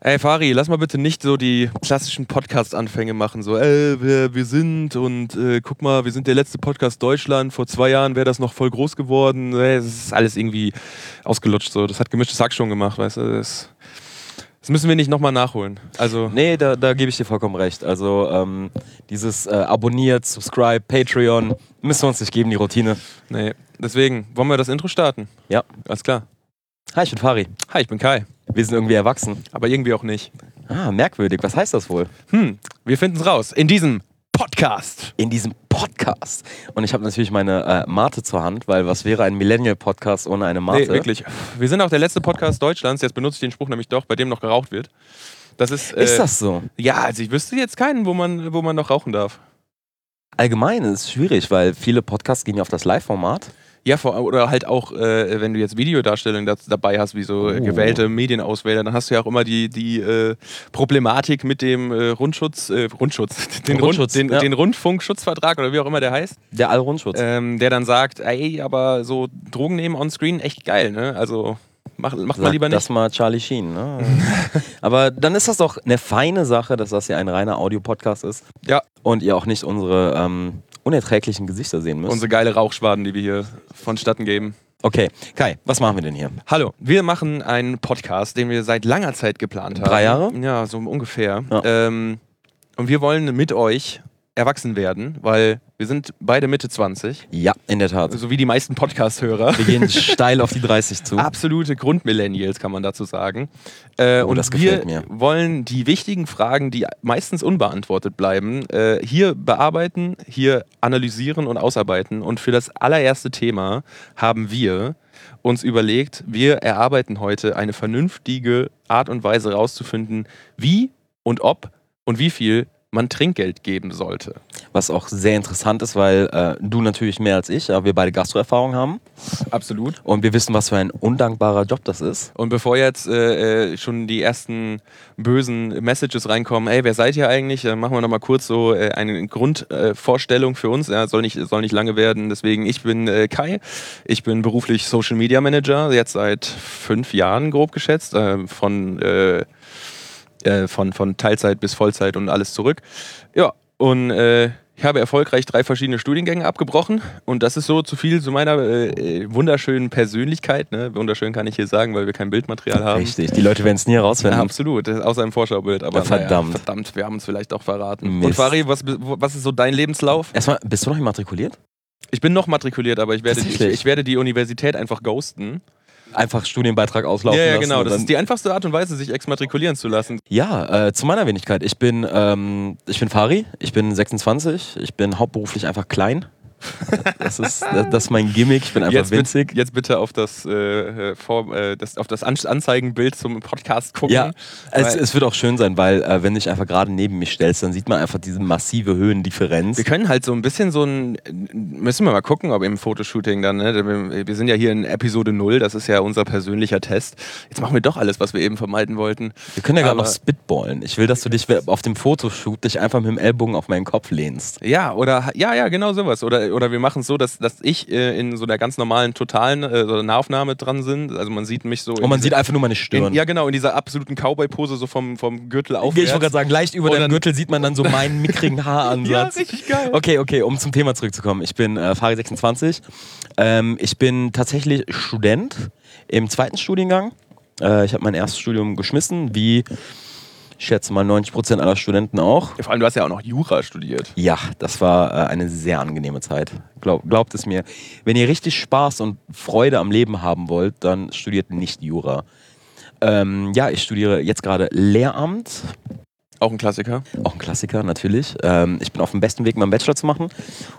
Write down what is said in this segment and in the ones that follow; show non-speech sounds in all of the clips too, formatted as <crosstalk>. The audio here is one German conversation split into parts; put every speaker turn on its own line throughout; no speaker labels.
Ey, Fari, lass mal bitte nicht so die klassischen Podcast-Anfänge machen. So, ey, wir, wir sind und äh, guck mal, wir sind der letzte Podcast Deutschland. Vor zwei Jahren wäre das noch voll groß geworden. Ey, das ist alles irgendwie ausgelutscht. So. Das hat gemischtes Hack schon gemacht, weißt du? Das, das müssen wir nicht nochmal nachholen. Also,
Nee, da, da gebe ich dir vollkommen recht. Also ähm, dieses äh, abonniert, subscribe, Patreon, müssen wir uns nicht geben, die Routine.
nee. Deswegen, wollen wir das Intro starten?
Ja.
Alles klar.
Hi, ich bin Fari.
Hi, ich bin Kai.
Wir sind irgendwie erwachsen.
Aber irgendwie auch nicht.
Ah, merkwürdig. Was heißt das wohl?
Hm, wir finden's raus. In diesem Podcast.
In diesem Podcast. Und ich habe natürlich meine äh, Mate zur Hand, weil was wäre ein Millennial-Podcast ohne eine Mate?
Nee, wirklich. Wir sind auch der letzte Podcast Deutschlands, jetzt benutze ich den Spruch nämlich doch, bei dem noch geraucht wird. Das ist. Äh,
Ist das so?
Ja, also ich wüsste jetzt keinen, wo man, wo man noch rauchen darf.
Allgemein ist es schwierig, weil viele Podcasts gehen ja auf das Live-Format.
Ja, vor, oder halt auch, äh, wenn du jetzt Videodarstellung da, dabei hast, wie so äh,
Oh.
gewählte Medienauswähler, dann hast du ja auch immer die, die äh, Problematik mit dem äh, Rundschutz, äh, Rundschutz, <laughs> den,
Rundschutz,
Rund, den,
ja.
den Rundfunkschutzvertrag oder wie auch immer der heißt,
Der Allrundschutz.
ähm, der dann sagt, ey, aber so Drogen nehmen on screen, echt geil, ne? Also mach, mach mal
Sag
lieber nicht.
Das mal Charlie Sheen. Ne? <laughs> Aber dann ist das doch eine feine Sache, dass das hier ein reiner Audio-Podcast ist.
Ja.
Und ihr auch nicht unsere ähm, unerträglichen Gesichter sehen müsst.
Unsere geile Rauchschwaden, die wir hier vonstatten geben.
okay, Kai, was machen wir denn hier?
Hallo, wir machen einen Podcast, den wir seit langer Zeit geplant haben.
Drei Jahre?
Ja, so ungefähr.
Ja.
Ähm, und wir wollen mit euch erwachsen werden, weil wir sind beide Mitte 20,
Ja, in der Tat.
so wie die meisten Podcast-Hörer. <laughs>
Wir gehen steil auf die 30 zu.
Absolute Grundmillennials, kann man dazu sagen. Äh,
Oh,
und
das
wir
gefällt mir.
wollen die wichtigen Fragen, die meistens unbeantwortet bleiben, äh, hier bearbeiten, hier analysieren und ausarbeiten. Und für das allererste Thema haben wir uns überlegt, wir erarbeiten heute eine vernünftige Art und Weise herauszufinden, wie und ob und wie viel man Trinkgeld geben sollte.
Was auch sehr interessant ist, weil äh, du natürlich mehr als ich, aber wir beide Gastroerfahrung haben.
Absolut.
Und wir wissen, was für ein undankbarer Job das ist.
Und bevor jetzt äh, äh, schon die ersten bösen Messages reinkommen, ey, wer seid ihr eigentlich? Dann machen wir nochmal kurz so äh, eine Grundvorstellung äh, Vorstellung für uns. Ja, soll, nicht, soll nicht lange werden. Deswegen, ich bin äh, Kai. Ich bin beruflich Social Media Manager, jetzt seit fünf Jahren grob geschätzt, äh, von, äh, äh, von, von Teilzeit bis Vollzeit und alles zurück. Ja, und äh, ich habe erfolgreich drei verschiedene Studiengänge abgebrochen und das ist so zu viel zu meiner äh, äh, wunderschönen Persönlichkeit. Ne? Wunderschön kann ich hier sagen, weil wir kein Bildmaterial haben.
Richtig, die Leute werden es
Ähm.
nie
Ja,
herausfinden.
absolut, das ist außer im Vorschaubild. Aber
Ja, verdammt.
Naja, verdammt, wir haben uns vielleicht auch verraten. Und
Mist.
Fari, was, was ist so dein Lebenslauf?
Erstmal, bist du noch immatrikuliert?
Ich bin noch matrikuliert, aber ich werde, die, ich,
Tatsächlich?
ich werde die Universität einfach ghosten.
Einfach Studienbeitrag auslaufen
ja, ja,
lassen
genau.
und
Das
dann-
ist die einfachste Art und Weise, sich exmatrikulieren zu lassen.
Ja, äh, zu meiner Wenigkeit. Ich bin, ähm, ich bin Fari, ich bin 26, ich bin hauptberuflich einfach klein. <laughs> Das ist, das ist mein Gimmick, ich bin einfach
Jetzt, bit-
winzig.
jetzt bitte auf das, äh, äh, Vor, äh, das, auf das An Anzeigenbild zum Podcast gucken.
Ja, es,
Weil-
es wird auch schön sein, weil äh, wenn du dich einfach gerade neben mich stellst, dann sieht man einfach diese massive Höhendifferenz.
Wir können halt so ein bisschen so ein. Müssen wir mal gucken, ob im Fotoshooting dann, ne? Wir sind ja hier in Episode 0, das ist ja unser persönlicher Test. Jetzt machen wir doch alles, was wir eben vermeiden wollten.
Wir können ja gerade noch
Aber-
spitballen. Ich will, dass du dich auf dem Fotoshoot dich einfach mit dem Ellbogen auf meinen Kopf lehnst.
Ja, oder ja, ja, genau sowas. Oder, oder wir machen es so, dass, dass ich äh, in so einer ganz normalen totalen äh, so einer Nahaufnahme dran sind. Also man sieht mich so.
Und man sieht einfach nur meine Stirn.
in, ja genau in dieser absoluten Cowboy-Pose so vom, vom Gürtel auf.
ich wollte gerade sagen, leicht über
Und
deinem
dann-
Gürtel sieht man dann so meinen <laughs> mickrigen
ja,
Haaransatz.
richtig geil.
Okay, okay, um zum Thema zurückzukommen. Ich bin äh, Fahrer 26. Ähm, ich bin tatsächlich Student im zweiten Studiengang. Äh, ich habe mein erstes Studium geschmissen, wie ich schätze mal 90% aller Studenten auch.
Ja, Vor allem du hast ja auch noch Jura studiert.
Ja, das war äh, eine sehr angenehme Zeit. Glaub, glaubt es mir. Wenn ihr richtig Spaß und Freude am Leben haben wollt, dann studiert nicht Jura. Ähm, ja, ich studiere jetzt gerade Lehramt
Auch ein Klassiker.
auch ein Klassiker, natürlich. Ähm, ich bin auf dem besten Weg, meinen Bachelor zu machen.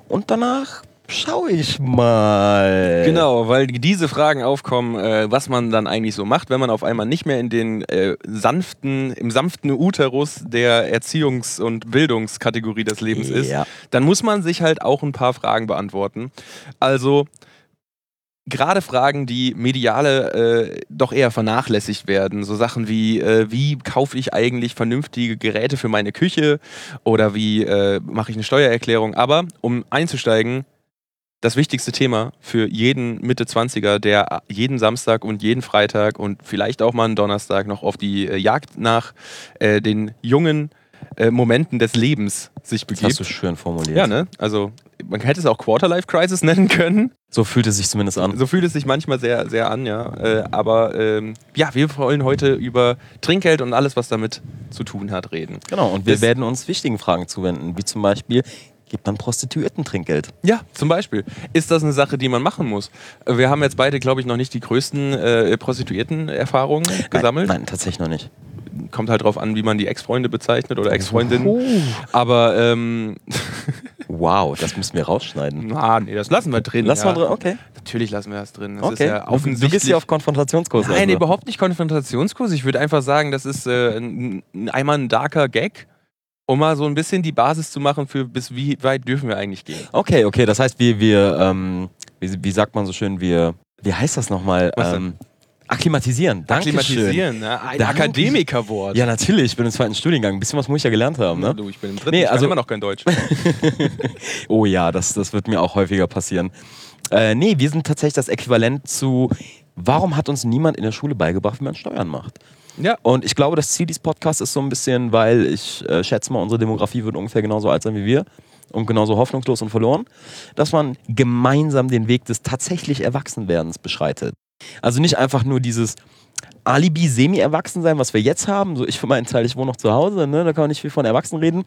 Und danach schaue ich mal.
Genau, weil diese Fragen aufkommen, äh, was man dann eigentlich so macht, wenn man auf einmal nicht mehr in den äh, sanften, im sanften Uterus der Erziehungs- und Bildungskategorie des Lebens ist.
Ja.
dann muss man sich halt auch ein paar Fragen beantworten. Also gerade Fragen, die mediale äh, doch eher vernachlässigt werden. So Sachen wie, äh, wie kaufe ich eigentlich vernünftige Geräte für meine Küche oder wie äh, mache ich eine Steuererklärung. Aber um einzusteigen, das wichtigste Thema für jeden Mitte 20er, der jeden Samstag und jeden Freitag und vielleicht auch mal einen Donnerstag noch auf die äh, Jagd nach äh, den jungen äh, Momenten des Lebens sich
Das hast
begibt.
du schön formuliert.
Ja, ne? Also man hätte es auch Quarterlife Crisis <laughs> nennen können.
So fühlt es sich zumindest an.
So fühlt es sich manchmal sehr, sehr an, ja. Äh, aber ähm, ja, wir wollen heute über Trinkgeld und alles, was damit zu tun hat, reden.
Genau, und wir
Das-
werden uns wichtigen Fragen zuwenden, wie zum Beispiel, gibt man Prostituierten Trinkgeld?
Ja, zum Beispiel. Ist das eine Sache, die man machen muss? Wir haben jetzt beide, glaube ich, noch nicht die größten äh, Prostituierten-Erfahrungen gesammelt.
Nein, nein, tatsächlich noch nicht.
Kommt halt drauf an, wie man die Ex-Freunde bezeichnet oder
Oh.
Ex-Freundinnen. Aber, ähm,
Wow, das müssen wir rausschneiden.
na, nee, das lassen wir drin.
Lass
ja.
mal drin, okay.
Natürlich lassen wir das drin. <laughs> Das ist
okay.
ja
du
offensichtlich.
bist hier auf Konfrontationskurs.
Nein,
also.
überhaupt nicht Konfrontationskurs. Ich würde einfach sagen, das ist äh, ein, ein, einmal ein darker Gag, um mal so ein bisschen die Basis zu machen für bis wie weit dürfen wir eigentlich gehen.
Okay, okay, das heißt, wir, wir ähm, wie, wie sagt man so schön, wir, wie heißt das nochmal?
Was denn?
Ähm, akklimatisieren, danke schön.
Akklimatisieren, ne? ein
Dankeschön.
Akademikerwort.
Ja, natürlich, ich bin im zweiten Studiengang, ein bisschen was muss ich ja gelernt haben, ne?
Du, ich bin im dritten,
Nee,
ich kann
also-
immer noch kein
<laughs>
Deutsch.
Oh ja, das, das wird mir auch häufiger passieren. Äh, nee, wir sind tatsächlich das Äquivalent zu, warum hat uns niemand in der Schule beigebracht, wie man Steuern macht?
ja,
Und ich glaube, das Ziel dieses Podcasts ist so ein bisschen, weil ich äh, schätze mal, unsere Demografie wird ungefähr genauso alt sein wie wir und genauso hoffnungslos und verloren, dass man gemeinsam den Weg des tatsächlich Erwachsenwerdens beschreitet. Also nicht einfach nur dieses Alibi Semi-Erwachsensein, was wir jetzt haben. So ich für meinen Teil, ich wohne noch zu Hause, ne? da kann man nicht viel von Erwachsenen reden.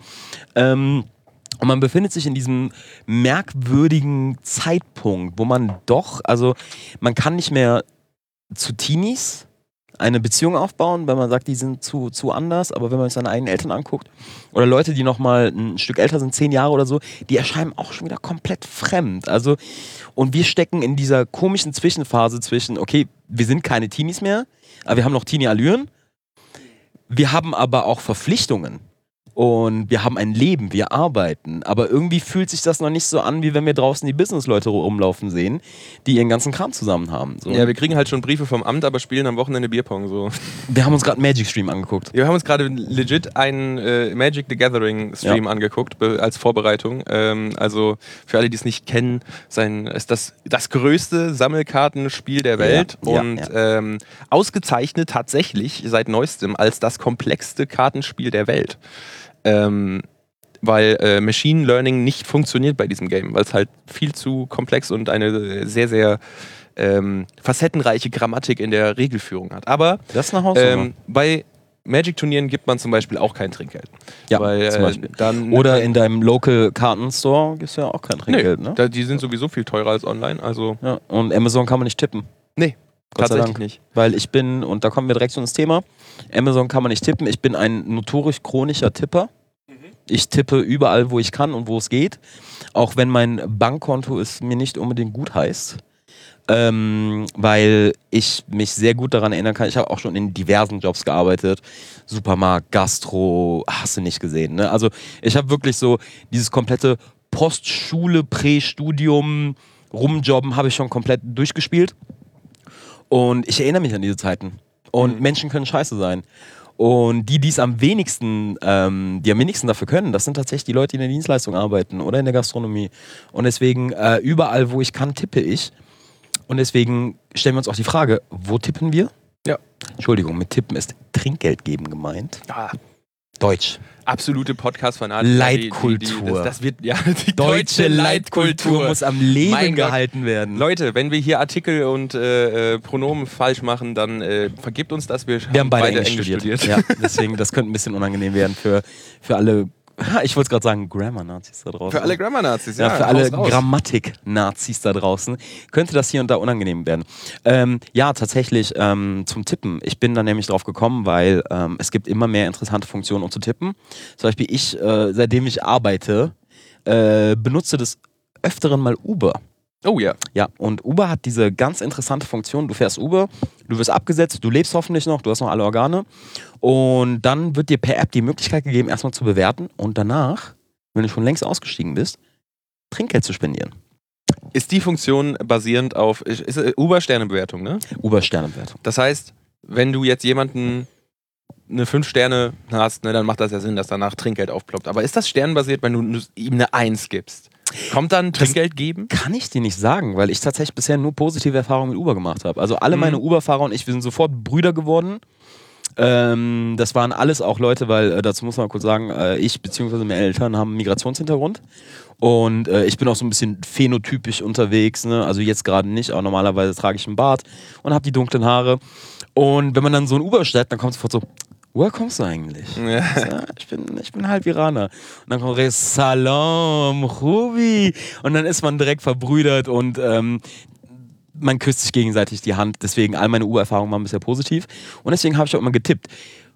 Ähm, und man befindet sich in diesem merkwürdigen Zeitpunkt, wo man doch, also man kann nicht mehr zu Teenies eine Beziehung aufbauen, weil man sagt, die sind zu, zu anders, aber wenn man sich seine eigenen Eltern anguckt, oder Leute, die nochmal ein Stück älter sind, zehn Jahre oder so, die erscheinen auch schon wieder komplett fremd. Also, und wir stecken in dieser komischen Zwischenphase zwischen, okay, wir sind keine Teenies mehr, aber wir haben noch Teenie-Allüren, wir haben aber auch Verpflichtungen. Und wir haben ein Leben, wir arbeiten. Aber irgendwie fühlt sich das noch nicht so an, wie wenn wir draußen die Businessleute rumlaufen sehen, die ihren ganzen Kram zusammen haben. So.
ja, wir kriegen halt schon Briefe vom Amt, aber spielen am Wochenende Bierpong so.
wir haben uns gerade Magic Stream angeguckt.
Wir haben uns gerade legit einen äh, Magic the Gathering Stream angeguckt be- als Vorbereitung. Ähm, also für alle, die es nicht kennen, sein, ist das das größte Sammelkartenspiel der Welt
Ja, ja,
und Ähm, ausgezeichnet tatsächlich seit neuestem als das komplexste Kartenspiel der Welt. Ähm, weil äh, Machine Learning nicht funktioniert bei diesem Game, weil es halt viel zu komplex und eine äh, sehr, sehr ähm, facettenreiche Grammatik in der Regelführung hat. Aber
Das ist eine Hausnummer.
ähm, bei Magic-Turnieren gibt man zum Beispiel auch kein Trinkgeld.
ja,
weil,
zum
äh,
Beispiel.
dann-
Oder in deinem Local Kartenstore gibt es ja auch kein Trinkgeld, ne?
da, die sind sowieso viel teurer als online. Also
Ja. Und Amazon kann man nicht tippen.
nee,
Gott sei
tatsächlich
Dank.
nicht.
Weil ich bin, und da kommen wir direkt zu uns Thema, Amazon kann man nicht tippen. Ich bin ein notorisch chronischer Tipper. Ich tippe überall, wo ich kann und wo es geht. Auch wenn mein Bankkonto es mir nicht unbedingt gut heißt. Ähm, weil ich mich sehr gut daran erinnern kann. Ich habe auch schon in diversen Jobs gearbeitet. Supermarkt, Gastro, hast du nicht gesehen. Ne? Also ich habe wirklich so dieses komplette Postschule, Prästudium, Rumjobben habe ich schon komplett durchgespielt. Und ich erinnere mich an diese Zeiten. Und
Mhm.
Menschen können scheiße sein. Und die, die es am wenigsten, ähm, die am wenigsten dafür können, das sind tatsächlich die Leute, die in der Dienstleistung arbeiten oder in der Gastronomie. Und deswegen, äh, überall, wo ich kann, tippe ich. Und deswegen stellen wir uns auch die Frage, wo tippen wir?
Ja.
Entschuldigung, mit tippen ist Trinkgeld geben gemeint.
Ah,
Deutsch.
absolute Podcast-Fanatiker.
Leitkultur.
Die, die, das, das wird, ja, die
Deutsche Leitkultur muss am
Mein
Leben
Gott.
gehalten werden.
Leute, wenn wir hier Artikel und äh, äh, Pronomen falsch machen, dann äh, vergibt uns das. Wir,
Wir haben beide, Englisch studiert. Ja, deswegen, das könnte ein bisschen unangenehm werden für, für alle, Ha, ich wollte gerade sagen, Grammar-Nazis da draußen.
Für alle Grammar-Nazis, ja.
ja, für alle
raus, raus.
Grammatik-Nazis da draußen könnte das hier und da unangenehm werden. Ähm, ja, tatsächlich ähm, zum Tippen. Ich bin da nämlich drauf gekommen, weil ähm, es gibt immer mehr interessante Funktionen, um zu tippen. Zum Beispiel ich, äh, seitdem ich arbeite, äh, benutze des Öfteren mal Uber.
Oh ja.
Ja, und Uber hat diese ganz interessante Funktion. Du fährst Uber, du wirst abgesetzt, du lebst hoffentlich noch, du hast noch alle Organe. Und dann wird dir per App die Möglichkeit gegeben, erstmal zu bewerten und danach, wenn du schon längst ausgestiegen bist, Trinkgeld zu spendieren.
Ist die Funktion basierend auf ist, ist äh, Uber-Sternebewertung, ne?
Uber-Sternenwert.
Das heißt, wenn du jetzt jemanden eine 5 Sterne hast, ne, dann macht das ja Sinn, dass danach Trinkgeld aufploppt. Aber ist das sternenbasiert, wenn du ihm eine 1 gibst? Kommt dann Trinkgeld geben?
Kann ich dir nicht sagen, weil ich tatsächlich bisher nur positive Erfahrungen mit Uber gemacht habe. Also alle meine Uber-Fahrer und ich, wir sind sofort Brüder geworden. Ähm, das waren alles auch Leute, weil äh, dazu muss man kurz sagen, äh, ich bzw. meine Eltern haben einen Migrationshintergrund. Und äh, ich bin auch so ein bisschen phänotypisch unterwegs, ne? also jetzt gerade nicht, aber normalerweise trage ich einen Bart und habe die dunklen Haare. Und wenn man dann so ein Uber steigt, dann kommt sofort so, woher kommst du eigentlich?
Ja.
Ich so, "Ja, ich, bin, ich bin halb Iraner. Und dann kommt direkt, Salam, Rubi. Und dann ist man direkt verbrüdert und ähm, man küsst sich gegenseitig die Hand. Deswegen, all meine Uhr-Erfahrungen waren bisher positiv. Und deswegen habe ich auch immer getippt.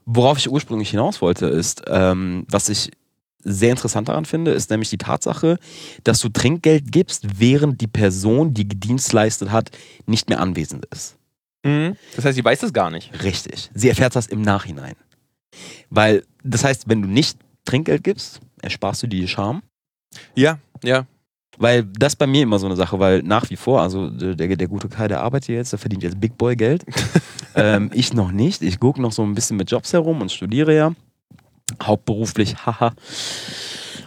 Worauf ich ursprünglich hinaus wollte, ist, ähm, was ich sehr interessant daran finde, ist nämlich die Tatsache, dass du Trinkgeld gibst, während die Person, die gedienstleistet hat, nicht mehr anwesend ist.
Mhm. Das heißt, sie weiß das gar nicht.
Richtig. Sie erfährt das im Nachhinein. Weil, das heißt, wenn du nicht Trinkgeld gibst, ersparst du dir die Scham.
Ja, ja.
Weil das bei mir immer so eine Sache, weil nach wie vor, also der, der gute Kai, der arbeitet jetzt, der verdient jetzt Big
<laughs>
Boy Geld. ähm, ich noch nicht. Ich gucke noch so ein bisschen mit Jobs herum und studiere ja. Hauptberuflich, haha.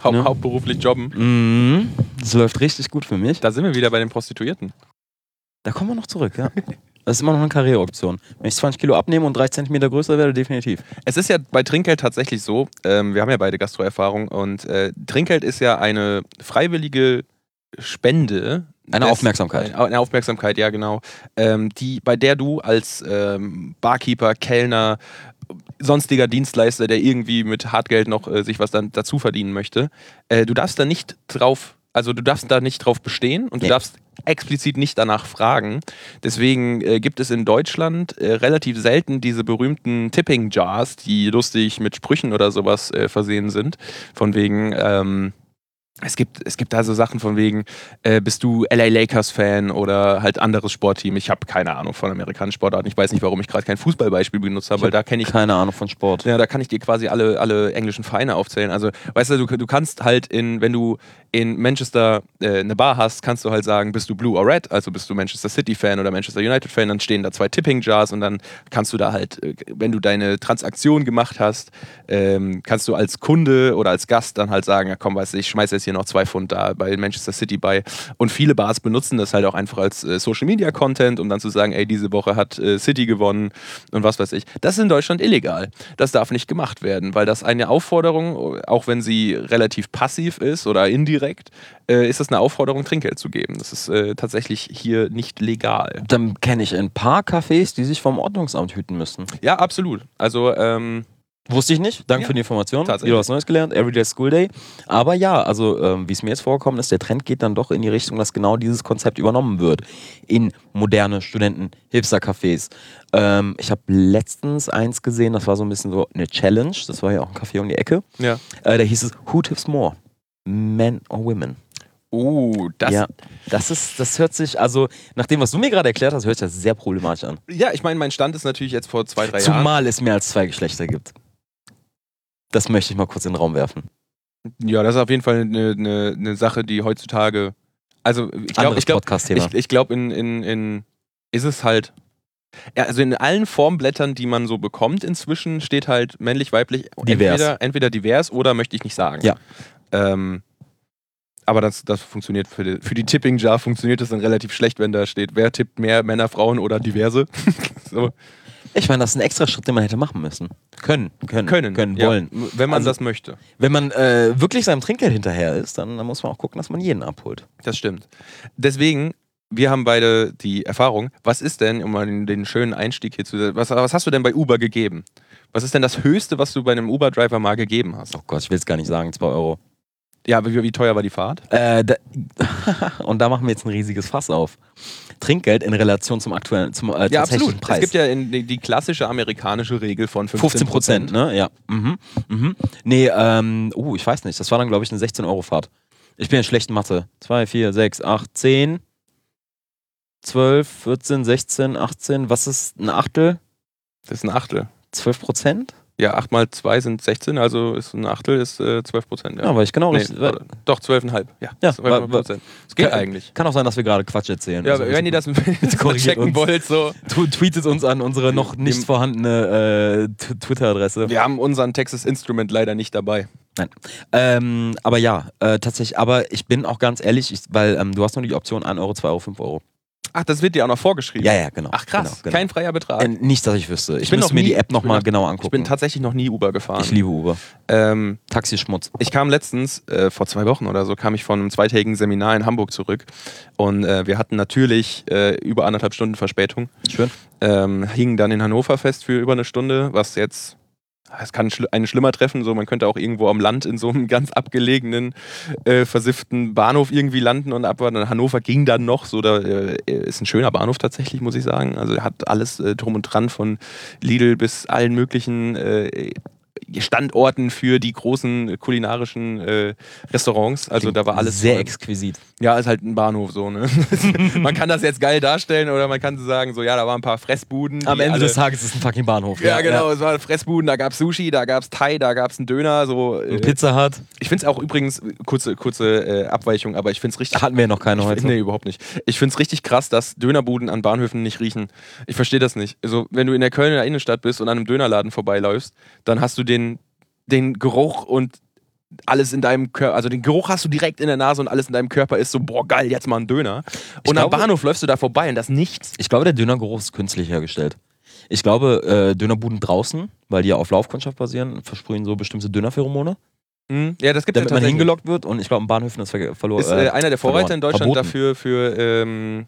Hau
Ne?
Hauptberuflich jobben.
Mhm. Das läuft richtig gut für mich.
Da sind wir wieder bei den Prostituierten.
Da kommen wir noch zurück, ja. Das ist immer noch eine Karriereoption. Wenn ich 20 Kilo abnehme und 3 Zentimeter größer werde, definitiv.
Es ist ja bei Trinkgeld tatsächlich so, ähm, wir haben ja beide Gastroerfahrung und äh, Trinkgeld ist ja eine freiwillige Spende.
Eine
des-
Aufmerksamkeit.
Eine eine Aufmerksamkeit, ja genau. Ähm, die, bei der du als ähm, Barkeeper, Kellner, sonstiger Dienstleister, der irgendwie mit Hartgeld noch äh, sich was dann dazu verdienen möchte, äh, du darfst da nicht drauf, also du darfst da nicht drauf bestehen und
Nee.
du darfst explizit nicht danach fragen. Deswegen äh, gibt es in Deutschland äh, relativ selten diese berühmten Tipping Jars, die lustig mit Sprüchen oder sowas äh, versehen sind. Von wegen, ähm, es gibt, es gibt da so Sachen von wegen, äh, bist du LA Lakers-Fan oder halt anderes Sportteam? Ich habe keine Ahnung von amerikanischen Sportarten. Ich weiß nicht, warum ich gerade kein Fußballbeispiel benutzt habe, weil da kenne ich
Keine Ahnung von Sport.
ja, da kann ich dir quasi alle, alle englischen Vereine aufzählen. Also, weißt du, du, du kannst halt in, wenn du in Manchester äh, eine Bar hast, kannst du halt sagen, bist du Blue or Red, also bist du Manchester City-Fan oder Manchester United-Fan, dann stehen da zwei Tipping-Jars und dann kannst du da halt, äh, wenn du deine Transaktion gemacht hast, ähm, kannst du als Kunde oder als Gast dann halt sagen, ja komm, weißt du, ich schmeiß jetzt hier noch zwei Pfund da bei Manchester City bei. Und viele Bars benutzen das halt auch einfach als äh, Social-Media-Content, um dann zu sagen, ey, diese Woche hat äh, City gewonnen und was weiß ich. Das ist in Deutschland illegal. Das darf nicht gemacht werden, weil das eine Aufforderung, auch wenn sie relativ passiv ist oder indirekt, äh, ist das eine Aufforderung, Trinkgeld zu geben. Das ist äh, tatsächlich hier nicht legal.
Dann kenne ich ein paar Cafés, die sich vom Ordnungsamt hüten müssen.
Ja, absolut. Also, ähm,
Wusste ich nicht. Danke
Ja,
für die Information.
tatsächlich.
Wieder was Neues gelernt. Everyday School Day. Aber ja, also ähm, wie es mir jetzt vorgekommen ist, der Trend geht dann doch in die Richtung, dass genau dieses Konzept übernommen wird. In moderne Studenten-Hipster-Cafés. Ähm, ich habe letztens eins gesehen, das war so ein bisschen so eine Challenge. Das war ja auch ein Café um die Ecke.
ja.
Äh, da hieß es, who tips more? Men or women?
Oh, das.
ja, das ist, das hört sich, also nach dem, was du mir gerade erklärt hast, hört sich das sehr problematisch an.
Ja, ich meine, mein Stand ist natürlich jetzt vor zwei, drei Jahren.
Zumal es mehr als zwei Geschlechter gibt. Das möchte ich mal kurz in den Raum werfen.
Ja, das ist auf jeden Fall eine, eine, eine Sache, die heutzutage. Also, ich glaube,
Anderes
ich glaub,
Podcast-Thema.
ich, ich glaub in, in, in. Ist es halt. Ja, also in allen Formblättern, die man so bekommt inzwischen, steht halt männlich, weiblich,
Divers.
Entweder, entweder divers oder möchte ich nicht sagen.
Ja.
Ähm, aber das, das funktioniert für die, für die Tipping Jar funktioniert das dann relativ schlecht, wenn da steht, wer tippt mehr Männer, Frauen oder diverse. <laughs> so,
Ich meine, das ist ein extra Schritt, den man hätte machen müssen. Können, können,
können,
können
ja,
wollen.
Wenn man
Also-
das möchte.
Wenn man äh, wirklich seinem Trinkgeld hinterher ist, dann, dann muss man auch gucken, dass man jeden abholt.
Das stimmt. Deswegen, wir haben beide die Erfahrung. Was ist denn, um mal den, den schönen Einstieg hier zu. Was, was hast du denn bei Uber gegeben? Was ist denn das Höchste, was du bei einem Uber-Driver mal gegeben hast?
Oh Gott, ich will es gar nicht sagen, 2 Euro.
Ja, wie, wie teuer war die Fahrt?
Äh, da, <laughs> und da machen wir jetzt ein riesiges Fass auf. Trinkgeld in Relation zum aktuellen, zum äh, tatsächlichen Preis.
Es gibt ja in, die, die klassische amerikanische Regel von 15%.
15 Prozent, ne? Ja. Mhm. Mhm. Nee, ähm, oh, ich weiß nicht. Das war dann, glaube ich, eine 16-Euro-Fahrt. Ich bin ja schlecht in Mathe. 2, 4, 6, 8, 10, 12, 14, 16, 18. Was ist ein Achtel?
Das ist ein Achtel.
12 Prozent?
Ja, 8 mal 2 sind 16, also ist ein Achtel ist äh, 12 Prozent.
Ja, weil ich genau
nee,
richtig-
warte, doch, 12,5. Ja,
Ja,
12,5
wa- wa-
Prozent. Es geht
Kann-
eigentlich.
Kann auch sein, dass wir gerade Quatsch erzählen.
Ja,
Also,
wenn
<laughs>
ihr das
korrigiert
checken
uns.
wollt, so.
Tu tweetet uns an unsere noch nicht
Im-
vorhandene äh, T- Twitter-Adresse.
Wir haben unseren Texas Instrument leider nicht dabei.
Nein. Ähm, aber ja, äh, tatsächlich, aber ich bin auch ganz ehrlich, ich, weil ähm, du hast nur die Option 1 Euro, 2 Euro, 5 Euro.
Ach, das wird dir auch noch vorgeschrieben.
Ja, ja, genau.
Ach krass,
Genau,
kein freier Betrag.
genau. Äh, nicht, dass ich wüsste. Ich,
bin
müsste
noch
mir
nie-
die App
ich bin
nochmal
noch-
genau
ich
angucken.
bin tatsächlich noch nie Uber gefahren.
ich liebe Uber.
ähm,
Taxi ist Schmutz.
Ich kam letztens, äh, vor zwei Wochen oder so, kam ich von einem zweitägigen Seminar in Hamburg zurück. Und äh, wir hatten natürlich äh, über anderthalb Stunden Verspätung.
Schön.
Ähm, hingen dann in Hannover fest für über eine Stunde, was jetzt, es kann schli- einen schlimmer treffen. So, man könnte auch irgendwo am Land in so einem <laughs> ganz abgelegenen, äh, versifften Bahnhof irgendwie landen und abwarten. Und Hannover ging dann noch. So, da äh, ist ein schöner Bahnhof tatsächlich, muss ich sagen. Also er hat alles äh, drum und dran von Lidl bis allen möglichen äh, Standorten für die großen kulinarischen äh, Restaurants. Also da war alles
Sehr
drin.
exquisit.
Ja, ist halt ein Bahnhof so,
<laughs>
ne? man kann das jetzt geil darstellen oder man kann sagen, so ja, da waren ein paar Fressbuden. die
Am Ende
alle-
des Tages ist es ein fucking Bahnhof.
ja, genau, es waren Fressbuden, da gab's Sushi, da gab's Thai, da gab's einen Döner, so äh,
Ein Pizza Hut
Ich find's auch übrigens kurze kurze äh, Abweichung, aber ich find's richtig
hatten wir noch keine heute.
Nee, überhaupt nicht. Ich find's richtig krass, dass Dönerbuden an Bahnhöfen nicht riechen. Ich verstehe das nicht. Also, wenn du in der Kölner Innenstadt bist und an einem Dönerladen vorbeiläufst, dann hast du den, den Geruch und alles in deinem Körper, also den Geruch hast du direkt in der Nase und alles in deinem Körper ist so, boah, geil, jetzt mal ein Döner.
Ich
Und am
glaube-
Bahnhof läufst du da vorbei und das nichts.
Ich glaube, der Dönergeruch ist künstlich hergestellt. Ich glaube, äh, Dönerbuden draußen, weil die ja auf Laufkundschaft basieren, versprühen so bestimmte Dönerpheromone,
Hm? Ja, das gibt
damit
ja
man
tatsächlich.
hingelockt wird. Und ich glaube, am Bahnhöfen ist verloren.
ist äh, einer der Vorreiter in Deutschland
verboten.
dafür für, ähm,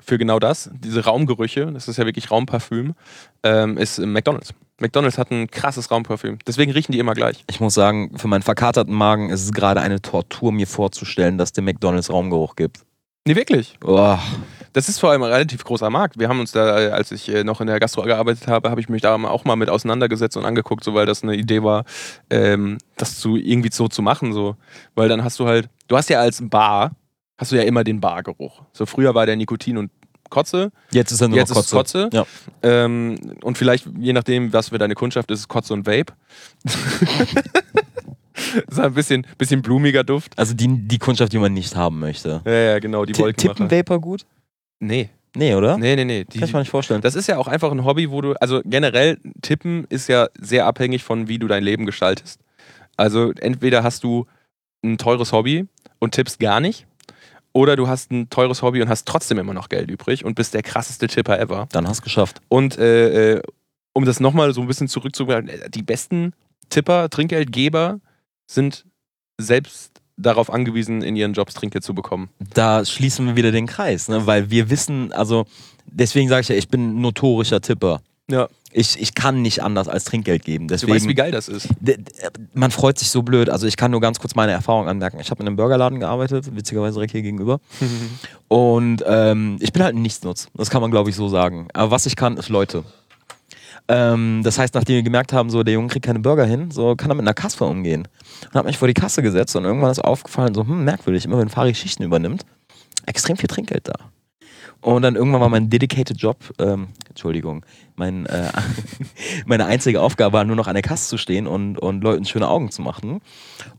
für genau das, diese Raumgerüche, das ist ja wirklich Raumparfüm, ähm, ist äh, McDonalds. McDonalds hat ein krasses Raumparfüm. Deswegen riechen die immer gleich.
Ich muss sagen, für meinen verkaterten Magen ist es gerade eine Tortur, mir vorzustellen, dass es den McDonalds Raumgeruch gibt. Oh,
Nee, wirklich.
Boah.
Das ist vor allem ein relativ großer Markt. Wir haben uns da, äh, als ich äh, noch in der Gastro gearbeitet habe, habe ich mich da mal- auch mal mit auseinandergesetzt und angeguckt, so weil das eine Idee war, ähm, das zu, irgendwie so zu machen. So. Weil dann hast du halt, du hast ja als Bar, hast du ja immer den Bargeruch. So früher war der Nikotin und Kotze,
Jetzt ist er nur
Jetzt
noch
ist
Kotze.
Kotze.
Ja.
Ähm, und vielleicht, je nachdem, was für deine Kundschaft ist, ist Kotze und Vape. <laughs> ist ein bisschen, bisschen blumiger Duft.
Also die, die Kundschaft, die man nicht haben möchte.
Ja, ja, genau, die
Ti-
Wolkenmacher.
Tippen Vapor gut?
Nee,
Nee, oder?
nee, nee, nee. Die,
Kann ich mir nicht vorstellen.
das ist ja auch einfach ein Hobby, wo du, also generell, Tippen ist ja sehr abhängig von, wie du dein Leben gestaltest. Also entweder hast du ein teures Hobby und tippst gar nicht, oder du hast ein teures Hobby und hast trotzdem immer noch Geld übrig und bist der krasseste Tipper ever.
Dann hast du geschafft.
Und äh, äh, um das nochmal so ein bisschen zurückzubringen, äh, die besten Tipper, Trinkgeldgeber sind selbst darauf angewiesen, in ihren Jobs Trinkgeld zu bekommen.
Da schließen wir wieder den Kreis, ne? weil wir wissen, also deswegen sage ich ja, ich bin ein notorischer Tipper.
Ja.
Ich, ich kann nicht anders als Trinkgeld geben.
Du
Deswegen,
weißt, wie geil das ist.
D- d- man freut sich so blöd. Also ich kann nur ganz kurz meine Erfahrung anmerken. Ich habe in einem Burgerladen gearbeitet, witzigerweise direkt hier gegenüber. Und ähm, ich bin halt ein Nichtsnutz. Das kann man, glaube ich, so sagen. Aber was ich kann, ist Leute. Ähm, das heißt, nachdem wir gemerkt haben, so der Junge kriegt keine Burger hin, so kann er mit einer Kasse umgehen. Und habe mich vor die Kasse gesetzt und irgendwann ist aufgefallen, so hm, merkwürdig, immer wenn Fari Schichten übernimmt, extrem viel Trinkgeld da. Und dann irgendwann war mein dedicated Job, ähm, Entschuldigung, mein, äh, <laughs> meine einzige Aufgabe war nur noch an der Kasse zu stehen und, und Leuten schöne Augen zu machen.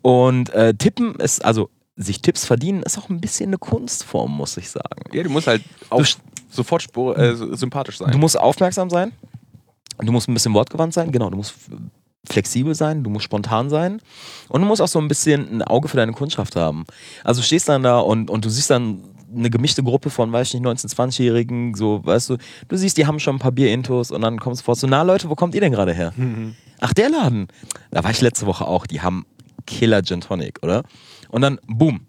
Und äh, tippen ist, also sich Tipps verdienen, ist auch ein bisschen eine Kunstform, muss ich sagen.
Ja, du musst halt
Du
auch
sch-
sofort spor- äh, so- sympathisch
Du
sein.
musst aufmerksam sein. Du musst ein bisschen wortgewandt sein. Genau, du musst f- flexibel sein, du musst spontan sein und du musst auch so ein bisschen ein Auge für deine Kundschaft haben. Also du stehst dann da und, und du siehst dann eine gemischte Gruppe von, weiß ich nicht, 19-, 20-Jährigen, so, weißt du, du siehst, die haben schon ein paar Bierintos und dann kommst du vor, so, na Leute, wo kommt ihr denn gerade her? Ach, der Laden. Da war ich letzte Woche auch, die haben Killer Gin Tonic, oder? Und dann, boom,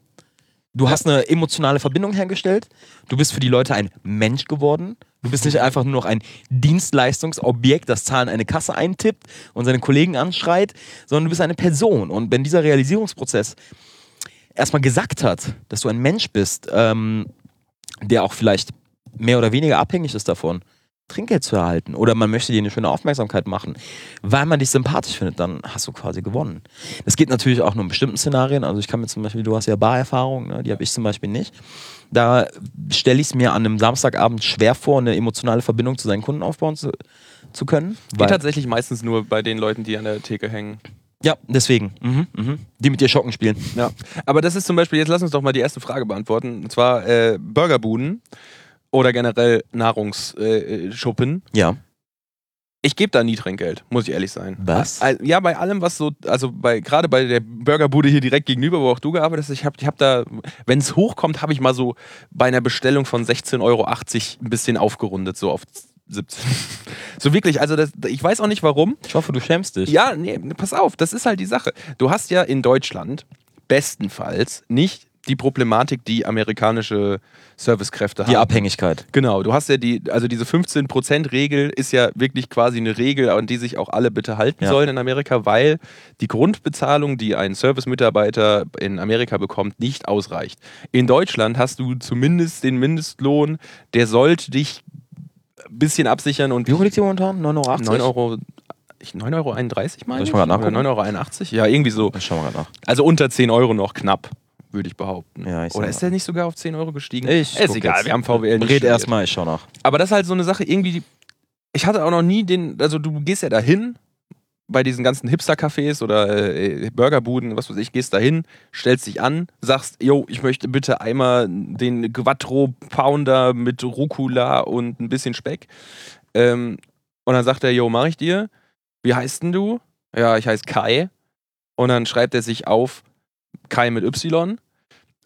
Du hast eine emotionale Verbindung hergestellt. Du bist für die Leute ein Mensch geworden. Du bist nicht einfach nur noch ein Dienstleistungsobjekt, das Zahlen eine Kasse eintippt und seine Kollegen anschreit, sondern du bist eine Person. Und wenn dieser Realisierungsprozess erstmal gesagt hat, dass du ein Mensch bist, ähm, der auch vielleicht mehr oder weniger abhängig ist davon, Trinkgeld zu erhalten oder man möchte dir eine schöne Aufmerksamkeit machen, weil man dich sympathisch findet, dann hast du quasi gewonnen. Das geht natürlich auch nur in bestimmten Szenarien. Also ich kann mir zum Beispiel, du hast ja Barerfahrung, ne? die habe ich zum Beispiel nicht. Da stelle ich es mir an einem Samstagabend schwer vor, eine emotionale Verbindung zu seinen Kunden aufbauen zu, zu können.
Geht
weil-
tatsächlich meistens nur bei den Leuten, die an der Theke hängen.
ja, deswegen. Mhm, mhm. Die mit dir Schocken spielen.
Ja. Aber das ist zum Beispiel, jetzt lass uns doch mal die erste Frage beantworten. Und zwar äh, Burgerbuden oder generell äh, Nahrungsschuppen.
Ja.
Ich gebe da nie Trinkgeld, muss ich ehrlich sein.
Was?
Al- Ja, bei allem, was so, also bei gerade bei der Burgerbude hier direkt gegenüber, wo auch du gearbeitet hast, ich habe ich hab da, wenn es hochkommt, habe ich mal so bei einer Bestellung von 16,80 Euro ein bisschen aufgerundet, so auf 17. <laughs> So wirklich, also das, ich weiß auch nicht warum.
Ich hoffe, du schämst dich.
Ja, nee, pass auf, das ist halt die Sache. Du hast ja in Deutschland bestenfalls nicht die Problematik, die amerikanische Servicekräfte
Die
haben.
Abhängigkeit.
Genau, du hast ja die, also diese 15%-Regel ist ja wirklich quasi eine Regel, an die sich auch alle bitte halten
Ja.
sollen in Amerika, weil die Grundbezahlung, die ein Service-Mitarbeiter in Amerika bekommt, nicht ausreicht. In Deutschland hast du zumindest den Mindestlohn, der sollte dich ein bisschen absichern und
Wie hoch liegt die momentan? 9,80
9 Euro. ich- 9,31 Euro meine
Soll ich
ich?
mal grad
Oder
nachgucken?
9,81 Euro? Ja, irgendwie so.
Das schauen wir gerade nach.
Also unter 10 Euro noch knapp, würde ich behaupten.
Ja, ich sag
Oder ist
mal.
der nicht sogar auf 10 Euro gestiegen?
Ich
ist
guck
egal,
jetzt.
wir haben VWL nicht
Red
studiert.
erstmal, ich schau nach.
Aber das ist halt so eine Sache, irgendwie, die- ich hatte auch noch nie den, also du gehst ja dahin, bei diesen ganzen Hipster-Cafés oder äh, Burgerbuden, was weiß ich, gehst dahin, stellst dich an, sagst, yo, ich möchte bitte einmal den Quattro Pounder mit Rucola und ein bisschen Speck. Ähm, und dann sagt er, yo, mach ich dir. Wie heißt denn du? Ja, ich heiße Kai. Und dann schreibt er sich auf Kai mit Y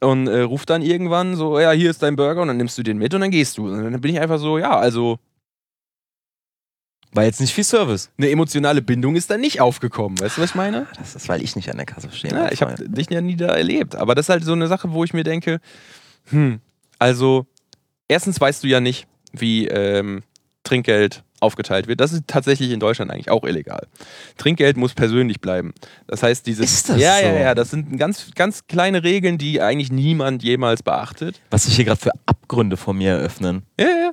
und äh, ruft dann irgendwann so, ja, hier ist dein Burger und dann nimmst du den mit und dann gehst du. Und dann bin ich einfach so, ja, also
War jetzt nicht viel Service.
eine emotionale Bindung ist da nicht aufgekommen. Weißt du, was ich meine?
Das ist, weil ich nicht an der Kasse stehe.
Ja, ich habe dich ja nie da erlebt. Aber das ist halt so eine Sache, wo ich mir denke, hm, also erstens weißt du ja nicht, wie ähm, Trinkgeld aufgeteilt wird. Das ist tatsächlich in Deutschland eigentlich auch illegal. Trinkgeld muss persönlich bleiben. Das heißt, dieses
Ist das
ja,
so?
ja, ja, das sind ganz, ganz kleine Regeln, die eigentlich niemand jemals beachtet.
Was sich hier gerade für Abgründe vor mir eröffnen.
Ja, ja. ja.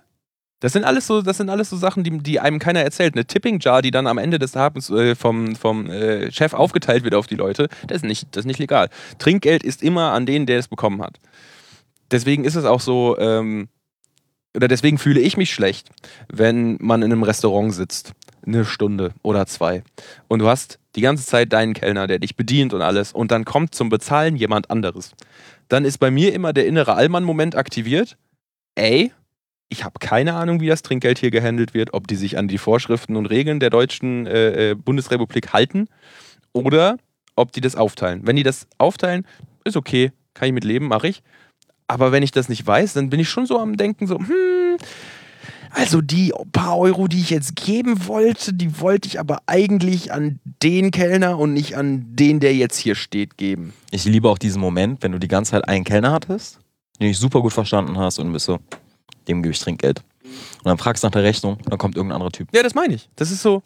Das sind alles so, das sind alles so Sachen, die, die einem keiner erzählt. Eine Tipping Jar, die dann am Ende des Abends äh, vom, vom äh, Chef aufgeteilt wird auf die Leute, das ist, nicht, das ist nicht legal. Trinkgeld ist immer an den, der es bekommen hat. Deswegen ist es auch so, ähm, oder deswegen fühle ich mich schlecht, wenn man in einem Restaurant sitzt, eine Stunde oder zwei, und du hast die ganze Zeit deinen Kellner, der dich bedient und alles, und dann kommt zum Bezahlen jemand anderes. Dann ist bei mir immer der innere Allmann-Moment aktiviert. Ey, ich habe keine Ahnung, wie das Trinkgeld hier gehandelt wird, ob die sich an die Vorschriften und Regeln der deutschen äh, äh, Bundesrepublik halten oder ob die das aufteilen. Wenn die das aufteilen, ist okay, kann ich mit leben, mache ich. Aber wenn ich das nicht weiß, dann bin ich schon so am Denken, so, hm, also die paar Euro, die ich jetzt geben wollte, die wollte ich aber eigentlich an den Kellner und nicht an den, der jetzt hier steht, geben.
Ich liebe auch diesen Moment, wenn du die ganze Zeit einen Kellner hattest, den ich super gut verstanden hast und bist so, dem gebe ich Trinkgeld. Und dann fragst du nach der Rechnung, dann kommt irgendein anderer Typ.
Ja, das meine ich. Das ist so.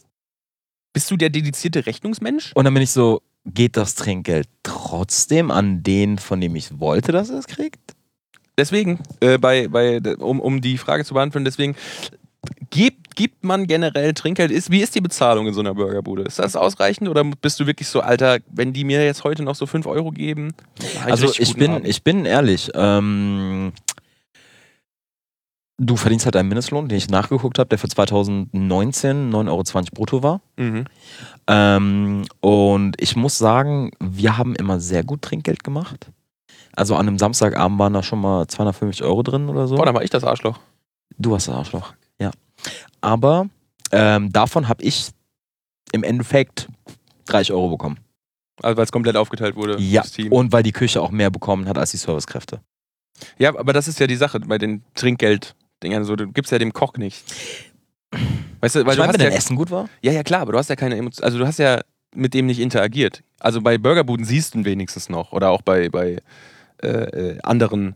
Bist du der dedizierte Rechnungsmensch?
Und dann bin ich so, geht das Trinkgeld trotzdem an den, von dem ich wollte, dass er es kriegt?
deswegen, äh, bei, bei, um, um die Frage zu beantworten, deswegen, gibt, gibt man generell Trinkgeld? Ist, wie ist die Bezahlung in so einer Burgerbude? Ist das ausreichend oder bist du wirklich so, Alter, wenn die mir jetzt heute noch so 5 Euro geben? hab einen
Also
richtig
ich
guten
bin,
Abend.
ich bin ehrlich, ähm, du verdienst halt einen Mindestlohn, den ich nachgeguckt habe, der für 2019 9,20 Euro brutto war.
Mhm.
Ähm, und ich muss sagen, wir haben immer sehr gut Trinkgeld gemacht. Also an einem Samstagabend waren da schon mal 250 Euro drin oder so.
Boah, dann war ich das Arschloch.
Du hast das Arschloch. Ja. Aber ähm, davon habe ich im Endeffekt 30 Euro bekommen.
Also weil es komplett aufgeteilt wurde.
Ja.
das Team.
Und weil die Küche auch mehr bekommen hat als die Servicekräfte.
ja, aber das ist ja die Sache bei den Trinkgeld-Dingern. So, du gibst ja dem Koch nicht. Weißt du, weil
ich
du
meine,
hast
wenn
ja
dein Essen gut war.
Ja, ja, klar, aber du hast ja keine Emotionen. Also, du hast ja mit dem nicht interagiert. Also, bei Burgerbuden siehst du ihn wenigstens noch. Oder auch bei, bei äh, äh, anderen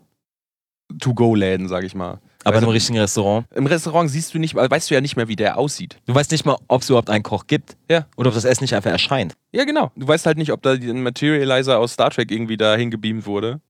To-Go-Läden, sag ich mal.
Aber
Weißt
in einem
du,
richtigen Restaurant.
Im Restaurant siehst du nicht, äh, weißt du ja nicht mehr, wie der aussieht.
Du weißt nicht mal, ob es überhaupt einen Koch gibt.
Ja.
Oder ob das Essen nicht einfach erscheint.
Ja, genau. Du weißt halt nicht, ob da ein Materializer aus Star Trek irgendwie da hingebeamt wurde.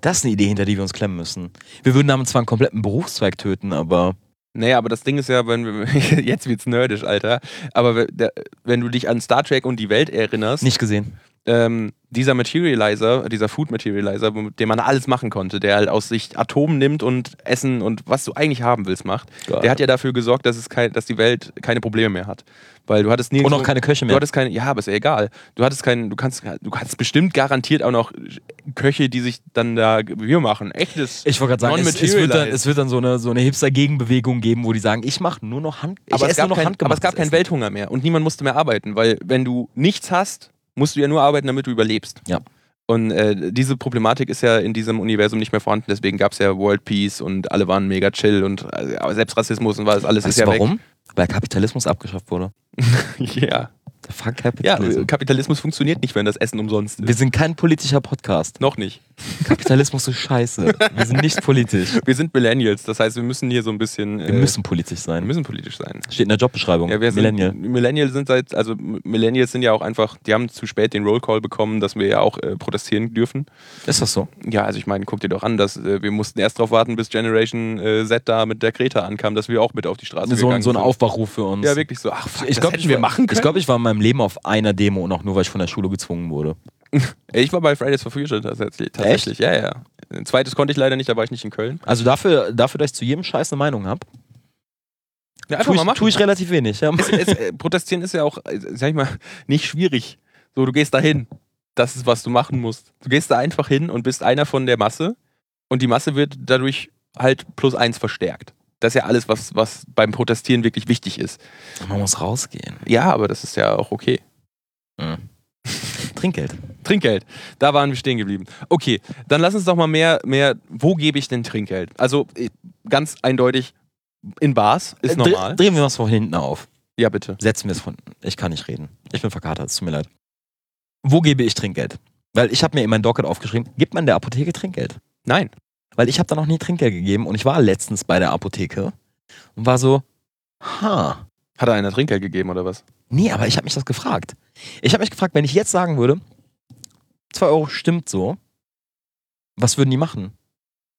Das ist eine Idee, hinter die wir uns klemmen müssen. Wir würden damit zwar einen kompletten Berufszweig töten, aber
Naja, aber das Ding ist ja, wenn wir, <laughs> jetzt wird's nerdisch, Alter. Aber we- der- wenn du dich an Star Trek und die Welt erinnerst,
nicht gesehen.
ähm, dieser Materializer, dieser Food Materializer, mit dem man alles machen konnte, der halt aus sich Atomen nimmt und Essen und was du eigentlich haben willst macht,
Geil.
der hat ja dafür gesorgt, dass, es kein, dass die Welt keine Probleme mehr hat. Weil du hattest nie
Und auch keine Köche mehr.
Du hattest keine, ja, aber ist ja egal. Du hattest keinen, du kannst, du kannst bestimmt garantiert auch noch Köche, die sich dann da, wir machen echtes.
Ich wollte gerade sagen, es, es, wird dann,
Non-Materialized.
es wird dann so eine, so eine Hipster-Gegenbewegung geben, wo die sagen, ich mache nur noch Hand. Ich
aber, es
esse
gab
nur noch
kein, aber
handgemachtes
es gab keinen
Essen.
Welthunger mehr und niemand musste mehr arbeiten, weil wenn du nichts hast, musst du ja nur arbeiten, damit du überlebst.
Ja.
Und äh, diese Problematik ist ja in diesem Universum nicht mehr vorhanden, deswegen gab es ja World Peace und alle waren mega chill und äh, aber selbst Rassismus und was alles
Weißt
ist ja
du warum? Weil Kapitalismus abgeschafft wurde.
weg. <laughs> Ja.
The fuck
ja,
Kapitalismus.
äh, Kapitalismus funktioniert nicht, wenn das Essen umsonst ist.
Wir sind kein politischer Podcast.
Noch nicht.
Kapitalismus ist scheiße. Wir sind nicht politisch.
Wir sind Millennials, das heißt, wir müssen hier so ein bisschen. äh,
Wir müssen politisch
wir
sein.
müssen politisch sein.
Steht in der Jobbeschreibung.
Ja, wir
Millennial.
Sind, Millennial sind seit, also M- Millennials sind ja auch einfach, die haben zu spät den Roll Call bekommen, dass wir ja auch äh, protestieren dürfen.
Ist das so?
Ja, also ich meine, guck dir doch an, dass äh, wir mussten erst drauf warten, bis Generation äh, Z da mit der Greta ankam, dass wir auch mit auf die Straße
Also So, ein-
gegangen
so ein
sind.
Aufwachruf für uns.
Ja, wirklich so. Ach, fuck,
Ich
das
glaube,
hätten
ich,
wir
war-
machen können.
ich, glaub, ich war in meinem Leben auf einer Demo und auch nur, weil ich von der Schule gezwungen wurde.
ich war bei Fridays for Future tatsächlich. tatsächlich. Ja, ja. Ein zweites konnte ich leider nicht, da war ich nicht in Köln.
Also dafür, dafür dass ich zu jedem Scheiß eine Meinung habe,
Ja,
tue ich, tu ich relativ
<laughs>
wenig. Ja.
es, es, äh, protestieren ist ja auch, äh, sag ich mal, nicht schwierig. So, du gehst da hin. Das ist, was du machen musst. Du gehst da einfach hin und bist einer von der Masse und die Masse wird dadurch halt plus eins verstärkt. Das ist ja alles, was, was beim Protestieren wirklich wichtig ist.
Man muss rausgehen.
Ja, aber das ist ja auch okay.
Trinkgeld.
Trinkgeld. Da waren wir stehen geblieben. Okay, dann lass uns doch mal mehr, mehr, wo gebe ich denn Trinkgeld? Also äh, ganz eindeutig, in Bars ist
Äh,
normal.
Dreh, drehen wir was von hinten auf.
Ja, bitte.
Setzen wir es von. Ich kann nicht reden. Ich bin verkatert, es tut mir leid. Wo gebe ich Trinkgeld? Weil ich habe mir in mein Docket aufgeschrieben, gibt man der Apotheke Trinkgeld?
Nein.
Weil ich habe da noch nie Trinkgeld gegeben und ich war letztens bei der Apotheke und war so, ha,
Hat er einer Trinkgeld gegeben oder was?
Nee, aber ich habe mich das gefragt. Ich habe mich gefragt, wenn ich jetzt sagen würde, 2 Euro stimmt so, was würden die machen?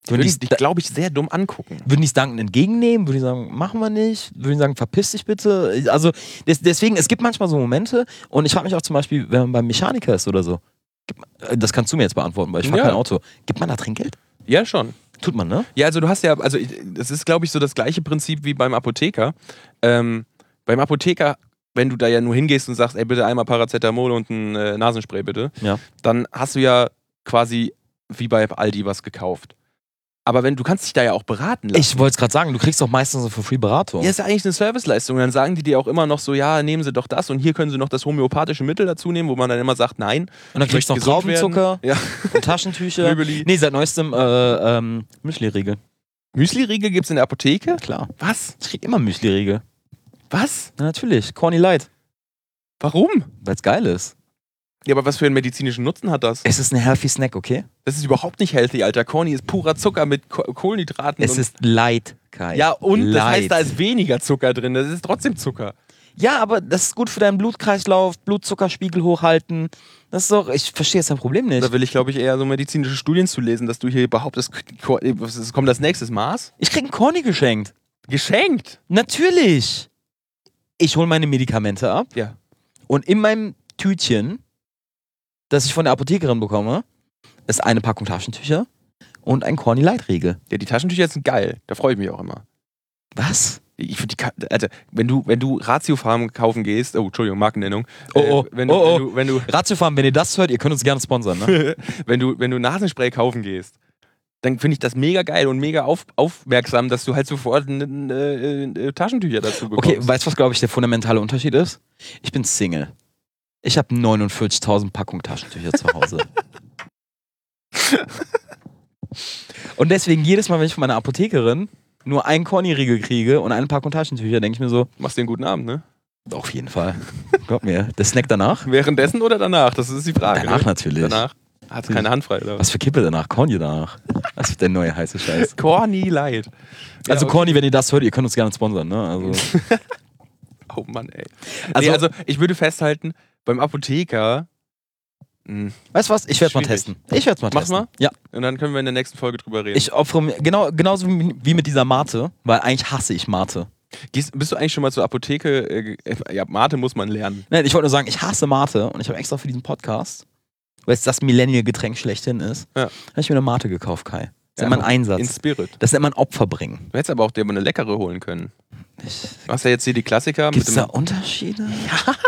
Würden
Würde
die
ich
es
dich, glaube ich, sehr dumm angucken.
würden die's dankend entgegennehmen? Würden die sagen, machen wir nicht? Würden die sagen, verpiss dich bitte? Also des, deswegen, es gibt manchmal so Momente und ich frage mich auch zum Beispiel, wenn man beim Mechaniker ist oder so, gibt man- äh, das kannst du mir jetzt beantworten, weil ich fahre
Ja.
kein Auto. Gibt man da Trinkgeld?
Ja, schon.
Tut man, ne?
Ja, also du hast ja, also ich- das ist, glaube ich, so das gleiche Prinzip wie beim Apotheker. Ähm, beim Apotheker, wenn du da ja nur hingehst und sagst, ey, bitte einmal Paracetamol und ein äh, Nasenspray bitte,
Ja.
dann hast du ja quasi wie bei Aldi was gekauft. Aber wenn du kannst dich da ja auch beraten lassen.
Ich wollte es gerade sagen, du kriegst doch meistens so für Free Beratung.
Ja, ist ja eigentlich eine Serviceleistung. Und dann sagen die dir auch immer noch so, ja, nehmen Sie doch das und hier können Sie noch das homöopathische Mittel dazu nehmen, wo man dann immer sagt, nein.
Und dann
ich
kriegst du noch
möchte gesund werden.
Traubenzucker,
Ja. <laughs>
und Taschentücher.
Möbeli.
Nee, seit neuestem äh, ähm, Müsli-Riegel.
Müsli-Riegel gibt's in der Apotheke?
Klar.
Was?
Ich krieg immer Müsli-Riegel.
Was?
Na, natürlich. Corny Light.
Warum?
Weil's geil ist.
Ja, aber was für einen medizinischen Nutzen hat das?
Es ist ein healthy Snack, okay?
Das ist überhaupt nicht healthy, Alter. Corny ist purer Zucker mit Ko Kohlenhydraten.
Es
und
ist halt light, Kai.
ja, und das heißt, da
Light.
ist weniger Zucker drin. Das ist trotzdem Zucker.
Ja, aber das ist gut für deinen Blutkreislauf, Blutzuckerspiegel hochhalten. Das ist doch. Ich verstehe jetzt dein Problem nicht.
Da will ich, glaube ich, eher so medizinische Studien zu lesen, dass du hier behauptest, Ko- äh, was ist- kommt das nächstes Maß?
Ich krieg ein Corny geschenkt.
Geschenkt!
Natürlich. Ich hole meine Medikamente ab
Ja.
und in meinem Tütchen, das ich von der Apothekerin bekomme, ist eine Packung Taschentücher und ein Corny Light Riegel.
Ja, die Taschentücher sind geil. Da freue ich mich auch immer.
Was?
Ich find die, Ka- also, wenn du, wenn du Ratiofarm kaufen gehst, oh, Entschuldigung, Markennennung. Äh,
Oh, oh,
wenn, du,
oh,
wenn du, wenn du,
Ratiofarm, wenn ihr das hört, ihr könnt uns gerne sponsern, ne?
wenn du, wenn du Nasenspray kaufen gehst, dann finde ich das mega geil und mega auf, aufmerksam, dass du halt sofort n, äh, äh, Taschentücher dazu bekommst.
Okay, weißt du, was, glaube ich, der fundamentale Unterschied ist? Ich bin Single. Ich habe 49.000 Packungen Taschentücher zu
<laughs>
Hause. und deswegen jedes Mal, wenn ich von meiner Apothekerin nur einen Corny-Riegel kriege und eine Packung Taschentücher, denke ich mir so,
Machst dir einen guten Abend, ne?
auf jeden Fall. Glaub mir, der Snack danach?
Währenddessen oder danach? Das ist die Frage.
Danach
ne?
natürlich.
Danach. Hat keine Hand frei. Oder?
Was für Kippe danach? Corny danach. Das wird der neue heiße Scheiß.
Corny Light.
Also
ja,
Corny, wenn ihr das hört, ihr könnt uns gerne sponsern, ne? Also,
Oh Mann, ey. Also,
Also-
nee, also ich würde festhalten, beim Apotheker. mh,
weißt du was? Ich werde mal
Schwierig.
testen. Ich werde mal
Mach
testen.
mal.
Ja.
Und dann können wir in der nächsten Folge drüber reden.
Ich opfere mir, genau, genauso wie wie mit dieser Mate, weil eigentlich hasse ich Mate.
Gehst, bist du eigentlich schon mal zur Apotheke? Äh, ge- ja, Mate muss man lernen.
Ne, Nein, ich wollte nur sagen, ich hasse Mate und ich habe extra für diesen Podcast weil es das Millennial-Getränk schlechthin ist,
Ja.
habe ich mir eine Mate gekauft, Kai. Das
Ja,
nennt man
In
Einsatz.
Spirit.
Das nennt man Opfer bringen.
Du hättest aber auch dir mal eine leckere holen können. Du hast ja jetzt hier die Klassiker
Gibt es
mit
da
dem.
Unterschiede? Ja. <laughs>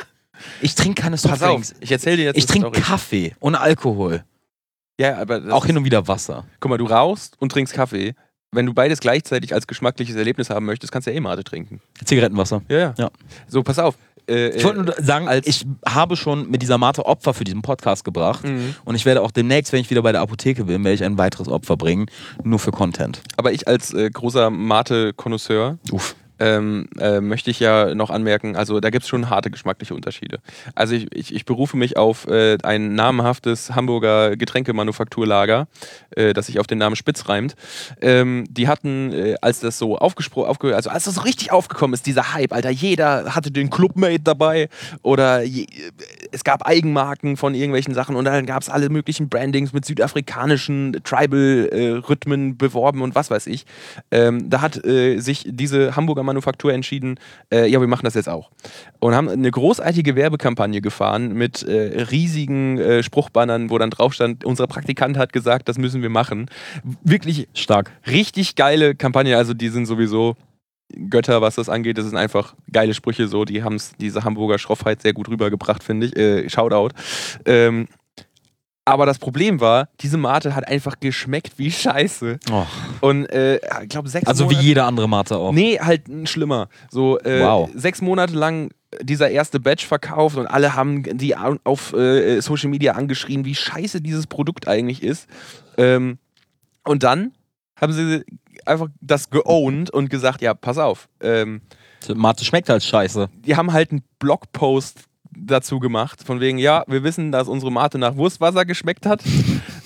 Ich trinke keine
Pass auf,
Softdrinks.
ich erzähl dir jetzt
Ich
eine
trinke
Story.
Kaffee und Alkohol.
Ja, aber das
Auch hin und wieder Wasser.
Guck mal, du rauchst und trinkst Kaffee. Wenn du beides gleichzeitig als geschmackliches Erlebnis haben möchtest, kannst du ja eh Mate trinken.
Zigarettenwasser.
Ja, ja.
Ja.
So, pass auf. Äh,
Ich wollte nur sagen,
als-
ich habe schon mit dieser Mate Opfer für diesen Podcast gebracht.
Mhm.
Und ich werde auch demnächst, wenn ich wieder bei der Apotheke bin, werde ich ein weiteres Opfer bringen. Nur für Content.
aber ich als äh, großer Mate-Konnoisseur
Uff.
ähm, äh, möchte ich ja noch anmerken, also da gibt es schon harte geschmackliche Unterschiede. Also ich, ich, ich berufe mich auf äh, ein namhaftes Hamburger Getränkemanufakturlager, äh, das sich auf den Namen Spitz reimt. Ähm, die hatten, äh, als das so aufgesprochen, aufge also als das so richtig aufgekommen ist, dieser Hype, Alter, jeder hatte den Clubmate dabei oder je, äh, es gab Eigenmarken von irgendwelchen Sachen und dann gab es alle möglichen Brandings mit südafrikanischen Tribal-Rhythmen beworben und was weiß ich. Ähm, da hat äh, sich diese Hamburger Manufaktur entschieden, äh, ja, wir machen das jetzt auch. Und haben eine großartige Werbekampagne gefahren mit äh, riesigen äh, Spruchbannern, wo dann drauf stand, unser Praktikant hat gesagt, das müssen wir machen. Wirklich
Stark.
richtig geile Kampagne. Also die sind sowieso Götter, was das angeht. Das sind einfach geile Sprüche so. Die haben diese Hamburger Schroffheit sehr gut rübergebracht, finde ich. Äh, Shoutout. Ähm, aber das Problem war, diese Mate hat einfach geschmeckt wie Scheiße.
Oh.
Und äh, ich glaube sechs
Also wie
Monate...
jede andere Mate auch.
Nee, halt n, schlimmer. So äh,
Wow.
sechs Monate lang äh, dieser erste Batch verkauft und alle haben die au- auf äh, Social Media angeschrien, wie scheiße dieses Produkt eigentlich ist. Ähm, und dann haben sie einfach das geowned und gesagt, ja, pass auf. Ähm,
Mate schmeckt halt scheiße.
die haben halt einen Blogpost dazu gemacht, von wegen, ja, wir wissen, dass unsere Mate nach Wurstwasser geschmeckt
<laughs>
hat.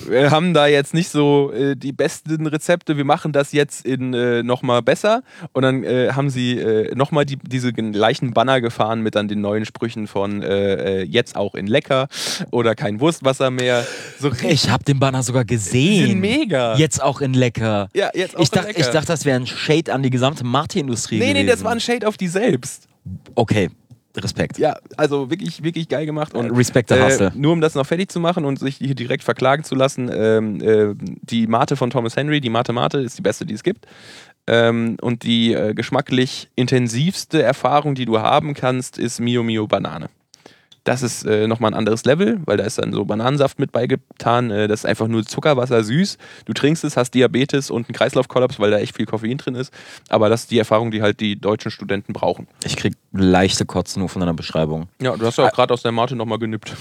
Wir haben da jetzt nicht so äh, die besten Rezepte, wir machen das jetzt in äh, nochmal besser. Und dann äh, haben sie äh, nochmal die, diese gleichen Banner gefahren mit dann den neuen Sprüchen von äh, äh, jetzt auch in lecker oder kein Wurstwasser mehr. So richtig.
Ich habe den Banner sogar
Die sind
gesehen.
mega.
Jetzt auch in lecker.
Ja, jetzt auch
ich,
in
dachte,
lecker.
ich dachte, das wäre ein Shade an die gesamte Mate-Industrie.
Nee,
gewesen.
nee, das war ein Shade auf die selbst.
Okay, Respekt.
Ja, also wirklich, wirklich geil gemacht. Und
Respekt der Hustle.
Nur um das noch fertig zu machen und sich hier direkt verklagen zu lassen, ähm, äh, die Mate von Thomas Henry, die Mate Mate, ist die beste, die es gibt. Ähm, und die äh, geschmacklich intensivste Erfahrung, die du haben kannst, ist Mio Mio Banane. Das ist äh, nochmal ein anderes Level, weil da ist dann so Bananensaft mit beigetan. Äh, das ist einfach nur Zuckerwasser süß. Du trinkst es, hast Diabetes und einen Kreislaufkollaps, weil da echt viel Koffein drin ist. Aber das ist die Erfahrung, die halt die deutschen Studenten brauchen.
Ich krieg leichte Kotzen nur von deiner Beschreibung.
Ja, du hast ja auch gerade aus der Mate nochmal genippt.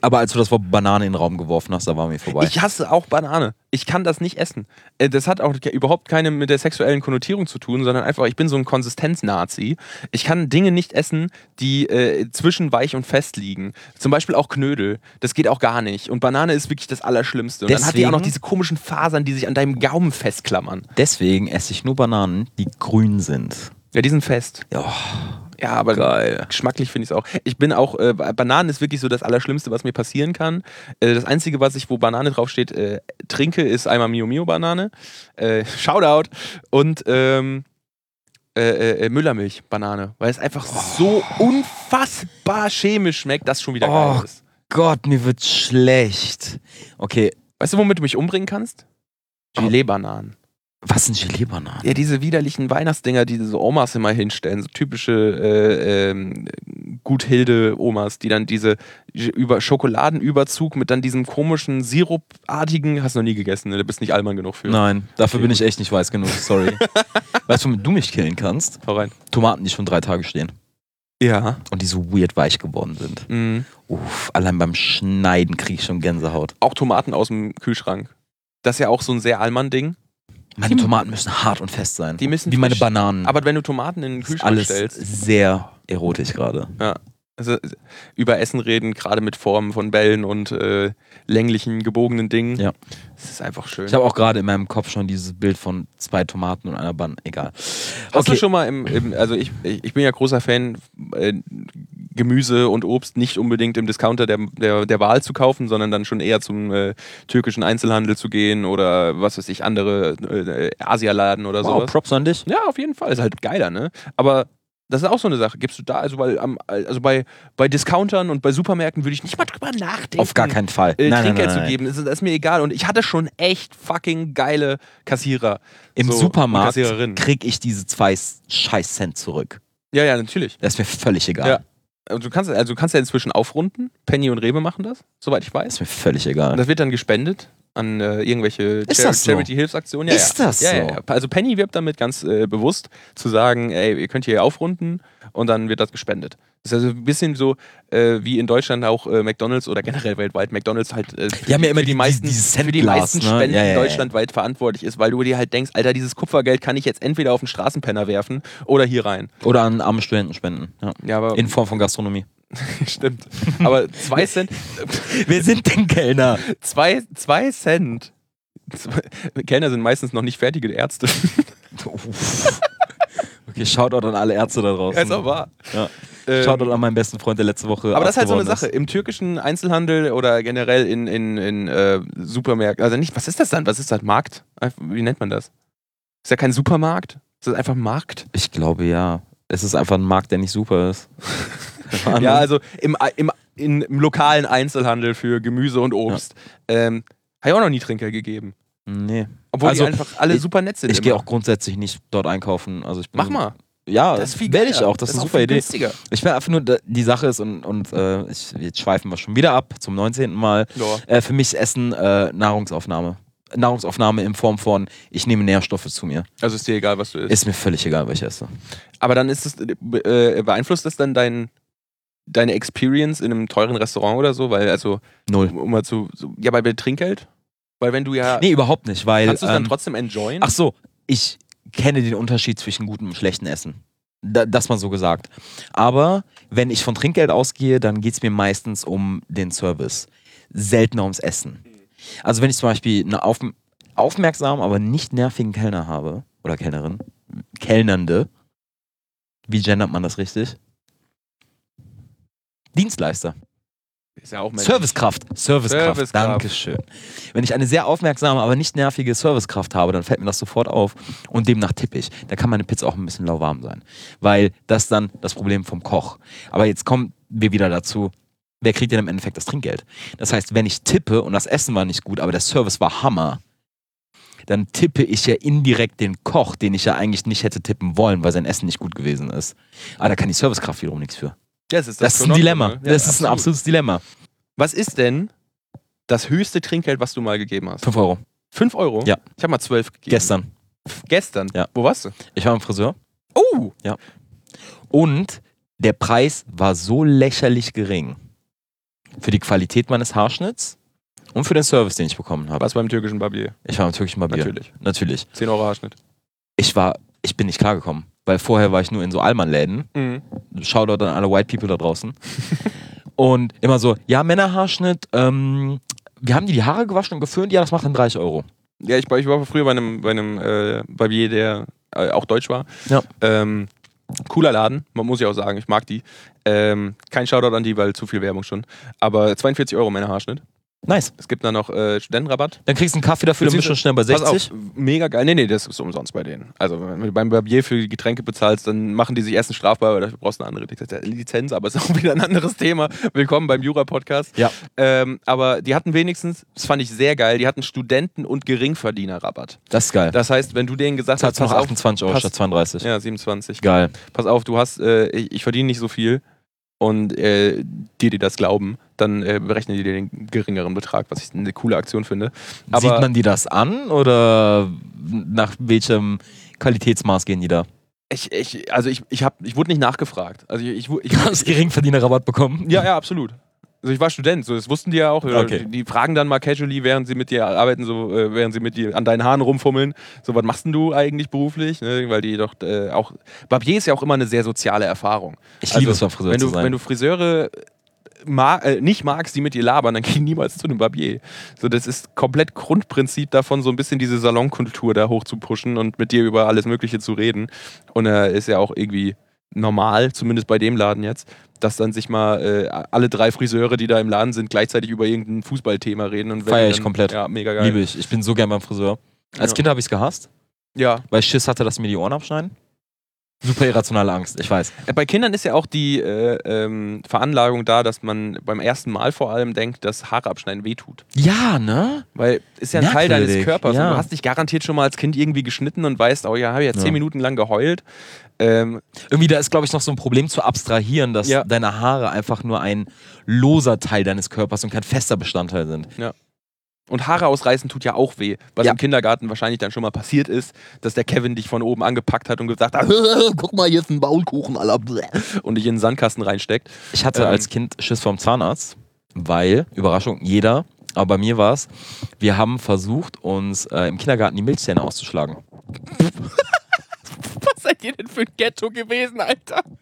Aber als du das Wort Banane in den Raum geworfen hast, da war mir vorbei.
Ich hasse auch Banane. Ich kann das nicht essen. Äh, Das hat auch ke- überhaupt keine mit der sexuellen Konnotierung zu tun, sondern einfach, ich bin so ein Konsistenz-Nazi. Ich kann Dinge nicht essen, die äh, zwischen weich und fest liegen. Zum Beispiel auch Knödel. Das geht auch gar nicht. Und Banane ist wirklich das Allerschlimmste. Und dann hat die auch noch
Deswegen-
diese komischen Fasern, die sich an deinem Gaumen festklammern.
Deswegen esse ich nur Bananen, die grün sind.
Ja, die sind fest.
Oh,
Ja, aber
Geil.
geschmacklich finde ich es auch. Ich bin auch, äh, Bananen ist wirklich so das Allerschlimmste, was mir passieren kann. Äh, das Einzige, was ich, wo Banane draufsteht, äh, trinke, ist einmal Mio Mio Banane. Äh, <laughs> Shoutout. Und ähm, äh, äh, Müllermilch Banane. Weil es einfach so unfassbar chemisch schmeckt, dass schon wieder
Oh.
geil ist.
Gott, mir wird schlecht. Okay,
Weißt du, womit du mich umbringen kannst?
Oh.
Gelee-Bananen.
was sind Gelee-Bananen?
Ja, diese widerlichen Weihnachtsdinger, die diese Omas immer hinstellen, so typische äh, ähm, Guthilde-Omas, die dann diese Sch- über Schokoladenüberzug mit dann diesem komischen Sirupartigen, hast du noch nie gegessen, ne? da bist nicht allmann genug für.
Nein, dafür
Okay,
bin ich echt nicht weiß genug,
<laughs>
sorry. weißt du, womit du mich killen kannst?
Hau rein.
Tomaten, die schon drei Tage stehen
Ja.
und die so weird weich geworden sind.
Mhm.
Uff, allein beim Schneiden kriege ich schon Gänsehaut.
Auch Tomaten aus dem Kühlschrank. Das ist ja auch so ein sehr Allmann-Ding.
Meine Tomaten müssen hart und fest sein.
Die müssen
Wie meine
frisch-
Bananen.
Aber wenn du Tomaten in den
Mhm. Das ist
Kühlschrank
alles
stellst,
sehr erotisch gerade.
also über Essen reden, gerade mit Formen von Bällen und äh, länglichen, gebogenen Dingen,
Ja.
das ist einfach schön.
Ich habe auch gerade in meinem Kopf schon dieses Bild von zwei Tomaten und einer Banane. Egal.
Hast
Okay.
du schon mal im, im also ich, ich ich bin ja großer Fan, äh, Gemüse und Obst nicht unbedingt im Discounter der, der, der Wahl zu kaufen, sondern dann schon eher zum äh, türkischen Einzelhandel zu gehen oder was weiß ich, andere äh, Asialaden oder
Wow,
sowas.
Props an dich.
Ja, auf jeden Fall. Ist halt geiler, ne? Aber Das ist auch so eine Sache. Gibst du da, also, weil, am- also bei, bei Discountern und bei Supermärkten würde ich nicht mal drüber nachdenken.
Auf gar keinen Fall.
äh,
Nein, nein,
Trinkgeld
nein,
zu
nein.
geben. Das ist, das ist mir egal. Und ich hatte schon echt fucking geile Kassierer.
Im
So, und
Supermarkt
Kassiererinnen.
krieg ich diese zwei scheiß Cent zurück.
Ja, ja, natürlich.
Das ist mir völlig egal.
Ja. Also du, kannst, also du kannst ja inzwischen aufrunden. Penny und Rewe machen das, soweit ich weiß.
Das ist mir völlig
Und
egal.
das wird dann gespendet an äh, irgendwelche
Ist das so?
Charity-Hilfsaktionen. Ja,
Ist
ja.
das
ja,
so?
ja, ja. Also Penny wirbt damit ganz äh, bewusst, zu sagen, ey, ihr könnt hier aufrunden und dann wird das gespendet. Das ist also ein bisschen so, äh, wie in Deutschland auch äh, McDonalds oder generell weltweit McDonalds halt äh, für,
Die haben ja immer die-
meisten,
die- dieses
für die
Centglas,
meisten
ne?
Spenden
Ja, ja, ja.
deutschlandweit verantwortlich ist, weil du dir halt denkst, Alter, dieses Kupfergeld kann ich jetzt entweder auf den Straßenpenner werfen oder hier rein.
Oder an arme Studenten spenden. Ja.
Ja, aber
In Form von Gastronomie.
<laughs> stimmt. Aber
<laughs>
zwei Cent,
Wir sind
<laughs>
den Kellner.
zwei, zwei Cent. <laughs> Zwei, Kellner sind meistens noch nicht fertige
<laughs>
Ärzte.
Uff. okay, Shoutout an alle Ärzte da draußen.
Als auch wahr.
Ja.
Ähm,
Shoutout an meinen besten Freund, der letzte Woche.
aber das ist halt
Arzt
so eine
geworden
Sache. Im türkischen Einzelhandel oder generell in, in, in äh, Supermärkten, also nicht, was ist das dann? Was ist das? Markt? Einf- Wie nennt man das? Ist ja kein Supermarkt. Ist das einfach Markt?
Ich glaube ja. Es ist einfach ein Markt, der nicht super ist. Keine
<laughs>
Ahnung.
Ja, also im, im, in, im lokalen Einzelhandel für Gemüse und Obst. Ähm, Habe ich auch noch nie Trinker gegeben.
nee.
Obwohl die
Also,
einfach alle
ich-
super nett sind.
Ich gehe
immer.
auch grundsätzlich nicht dort einkaufen. Also ich bin,
Mach mal.
Ja, das werde ich
geiler.
auch. Das, ist eine
auch
super
viel
Idee.
Günstiger.
Ich will einfach nur, da- die Sache ist, und, und äh, ich, jetzt schweifen wir schon wieder ab zum 19. Mal.
Ja.
Äh, für mich ist Essen äh, Nahrungsaufnahme. Nahrungsaufnahme in Form von, ich nehme Nährstoffe zu mir.
Also ist dir egal, was du isst.
Ist mir völlig egal, was ich esse.
Aber dann ist es, äh, be- äh, beeinflusst das dann dein, deine Experience in einem teuren Restaurant oder so? Weil, also,
Null.
um um mal zu, so, ja, bei bei Trinkgeld? halt? Weil wenn du ja,
Nee, überhaupt nicht, weil.
kannst du es dann
ähm,
trotzdem enjoyen?
Ach so, ich kenne den Unterschied zwischen gutem und schlechtem Essen. Da, das mal so gesagt. Aber wenn ich von Trinkgeld ausgehe, dann geht es mir meistens um den Service. Seltener ums Essen. Also wenn ich zum Beispiel einen auf, aufmerksamen, aber nicht nervigen Kellner habe, oder Kellnerin, Kellnernde, wie gendert man das richtig? Dienstleister.
ist ja auch Mensch.
Servicekraft. Servicekraft.
Servicekraft.
Dankeschön. Wenn ich eine sehr aufmerksame, aber nicht nervige Servicekraft habe, dann fällt mir das sofort auf und demnach tippe ich. Da kann meine Pizza auch ein bisschen lauwarm sein. Weil das dann das Problem vom Koch. Aber jetzt kommen wir wieder dazu, wer kriegt denn im Endeffekt das Trinkgeld? Das heißt, wenn ich tippe und das Essen war nicht gut, aber der Service war Hammer, dann tippe ich ja indirekt den Koch, den ich ja eigentlich nicht hätte tippen wollen, weil sein Essen nicht gut gewesen ist. Aber da kann die Servicekraft wiederum nichts für.
Ja, es ist
Das, ist ein
schon
Dilemma.
noch so, ne?
das
Ja,
ist ein
absolut.
absolutes Dilemma.
Was ist denn das höchste Trinkgeld, was du mal gegeben hast?
5 Euro.
Fünf Euro?
Ja.
Ich habe mal zwölf gegeben.
Gestern.
Gestern?
Ja.
Wo warst du?
Ich war im Friseur
Oh!
und der Preis war so lächerlich gering. Für die Qualität meines Haarschnitts und für den Service, den ich bekommen habe.
Warst beim türkischen Barbier.
Ich war im türkischen Barbier.
Natürlich.
Natürlich.
10 Euro Haarschnitt.
Ich war, ich bin nicht klargekommen, weil vorher war ich nur in so Allmann-Läden.
Mhm.
Shoutout an alle White People da
<laughs>
draußen. und immer so, ja, Männerhaarschnitt, ähm, wir haben dir die Haare gewaschen und geföhnt, ja, das macht dann 30 Euro.
Ja, ich, war- ich war früher bei einem, bei einem äh, Barbier, der äh, auch deutsch war.
Ja.
Ähm, cooler Laden, man muss ja auch sagen, ich mag die. Ähm, kein Shoutout an die, weil zu viel Werbung schon. Aber 42 Euro mein Haarschnitt.
Nice.
Es gibt da noch äh, Studentenrabatt.
Dann kriegst du einen Kaffee dafür, dann bist du schon schnell bei 60.
Pass auf, mega geil. Nee, nee, das ist umsonst bei denen. Also, wenn du beim Barbier für die Getränke bezahlst, dann machen die sich erstens strafbar, weil dafür brauchst du eine andere Lizenz, aber ist auch <laughs> wieder ein anderes Thema. Willkommen beim Jura-Podcast.
Ja.
Ähm, aber die hatten wenigstens, das fand ich sehr geil, die hatten Studenten- und Geringverdiener-Rabatt.
Das ist geil. Das
Das heißt, wenn du denen gesagt hast,
zahlst du noch
pass auf,
28 Euro
pass-
statt 32.
ja, 27.
Geil.
Pass auf, du hast, äh, ich, ich verdiene nicht so viel und äh, die, die das glauben, dann äh, berechnen die dir den geringeren Betrag, was ich eine coole Aktion finde. Aber
Sieht man die das an oder nach welchem Qualitätsmaß gehen
<laughs>
die da?
ich, ich, also ich, ich, hab, ich wurde nicht nachgefragt. Also ich, ich, wu- ich,
Hast geringverdiener Rabatt bekommen?
ja, ja, absolut. Also ich war Student, so das wussten die ja auch. Äh,
Okay.
Die, die fragen dann mal casually, während sie mit dir arbeiten, so äh, während sie mit dir an deinen Haaren rumfummeln, so was machst denn du eigentlich beruflich? Ne? Weil die doch äh, auch Barbier ist ja auch immer eine sehr soziale Erfahrung. Also,
Ich liebe es, beim Friseur
wenn du,
zu sein.
Wenn du Friseure ma äh, nicht magst, die mit dir labern, dann <laughs> geh niemals zu einem Barbier. So, das ist komplett Grundprinzip davon, so ein bisschen diese Salonkultur da hoch zu pushen und mit dir über alles Mögliche zu reden. Und äh, ist ja auch irgendwie normal, zumindest bei dem Laden jetzt, dass dann sich mal äh, alle drei Friseure, die da im Laden sind, gleichzeitig über irgendein Fußballthema reden. und wenn
Feier
die
ich
dann-
komplett.
Ja, mega geil.
Liebe ich. Ich bin so gern beim Friseur. Als
Ja.
Kind habe ich es gehasst,
Ja,
weil ich Schiss hatte, dass mir die Ohren abschneiden. Super irrationale Angst, ich weiß.
Äh, Bei Kindern ist ja auch die äh, ähm, Veranlagung da, dass man beim ersten Mal vor allem denkt, dass Haare abschneiden wehtut.
Ja, ne?
Weil ist ja ein Teil deines
Merkwürdig,
Körpers.
ja.
Und du hast dich garantiert schon mal als Kind irgendwie geschnitten und weißt, oh ja, habe ja zehn Minuten lang geheult. Ähm,
Irgendwie, da ist, glaube ich, noch so ein Problem zu abstrahieren, dass
Ja.
deine Haare einfach nur ein loser Teil deines Körpers und kein fester Bestandteil sind.
und Haare ausreißen tut ja auch weh, was
Ja.
im Kindergarten wahrscheinlich dann schon mal passiert ist, dass der Kevin dich von oben angepackt hat und gesagt hat, <laughs> "Äh, guck mal, hier ist ein Baulkuchen, aller und dich in den Sandkasten reinsteckt.
Ich hatte
Ähm.
als Kind Schiss vom Zahnarzt, weil, Überraschung, jeder, aber bei mir war es, wir haben versucht, uns äh, im Kindergarten die Milchzähne auszuschlagen.
Was seid ihr denn für ein Ghetto gewesen, Alter? <laughs>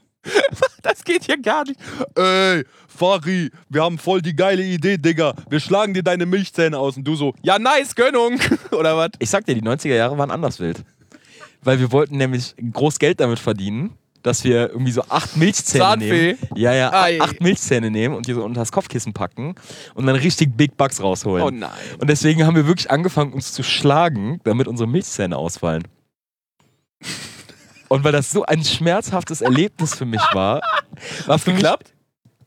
Das geht hier gar nicht. Ey, Fari, wir haben voll die geile Idee, Digga. Wir schlagen dir deine Milchzähne aus. Und du so, ja, nice, Gönnung. <laughs> Oder was?
Ich sag dir, die 90er Jahre waren anders wild. Weil wir wollten nämlich groß Geld damit verdienen, dass wir irgendwie so acht Milchzähne
Zahnfee?
nehmen. Ja, ja,
Ei.
acht Milchzähne nehmen und die so unter das Kopfkissen packen und dann richtig Big Bucks rausholen.
Oh nein.
Und deswegen haben wir wirklich angefangen, uns zu schlagen, damit unsere Milchzähne ausfallen. Und weil das so ein schmerzhaftes Erlebnis für mich war, war für mich
Klappt?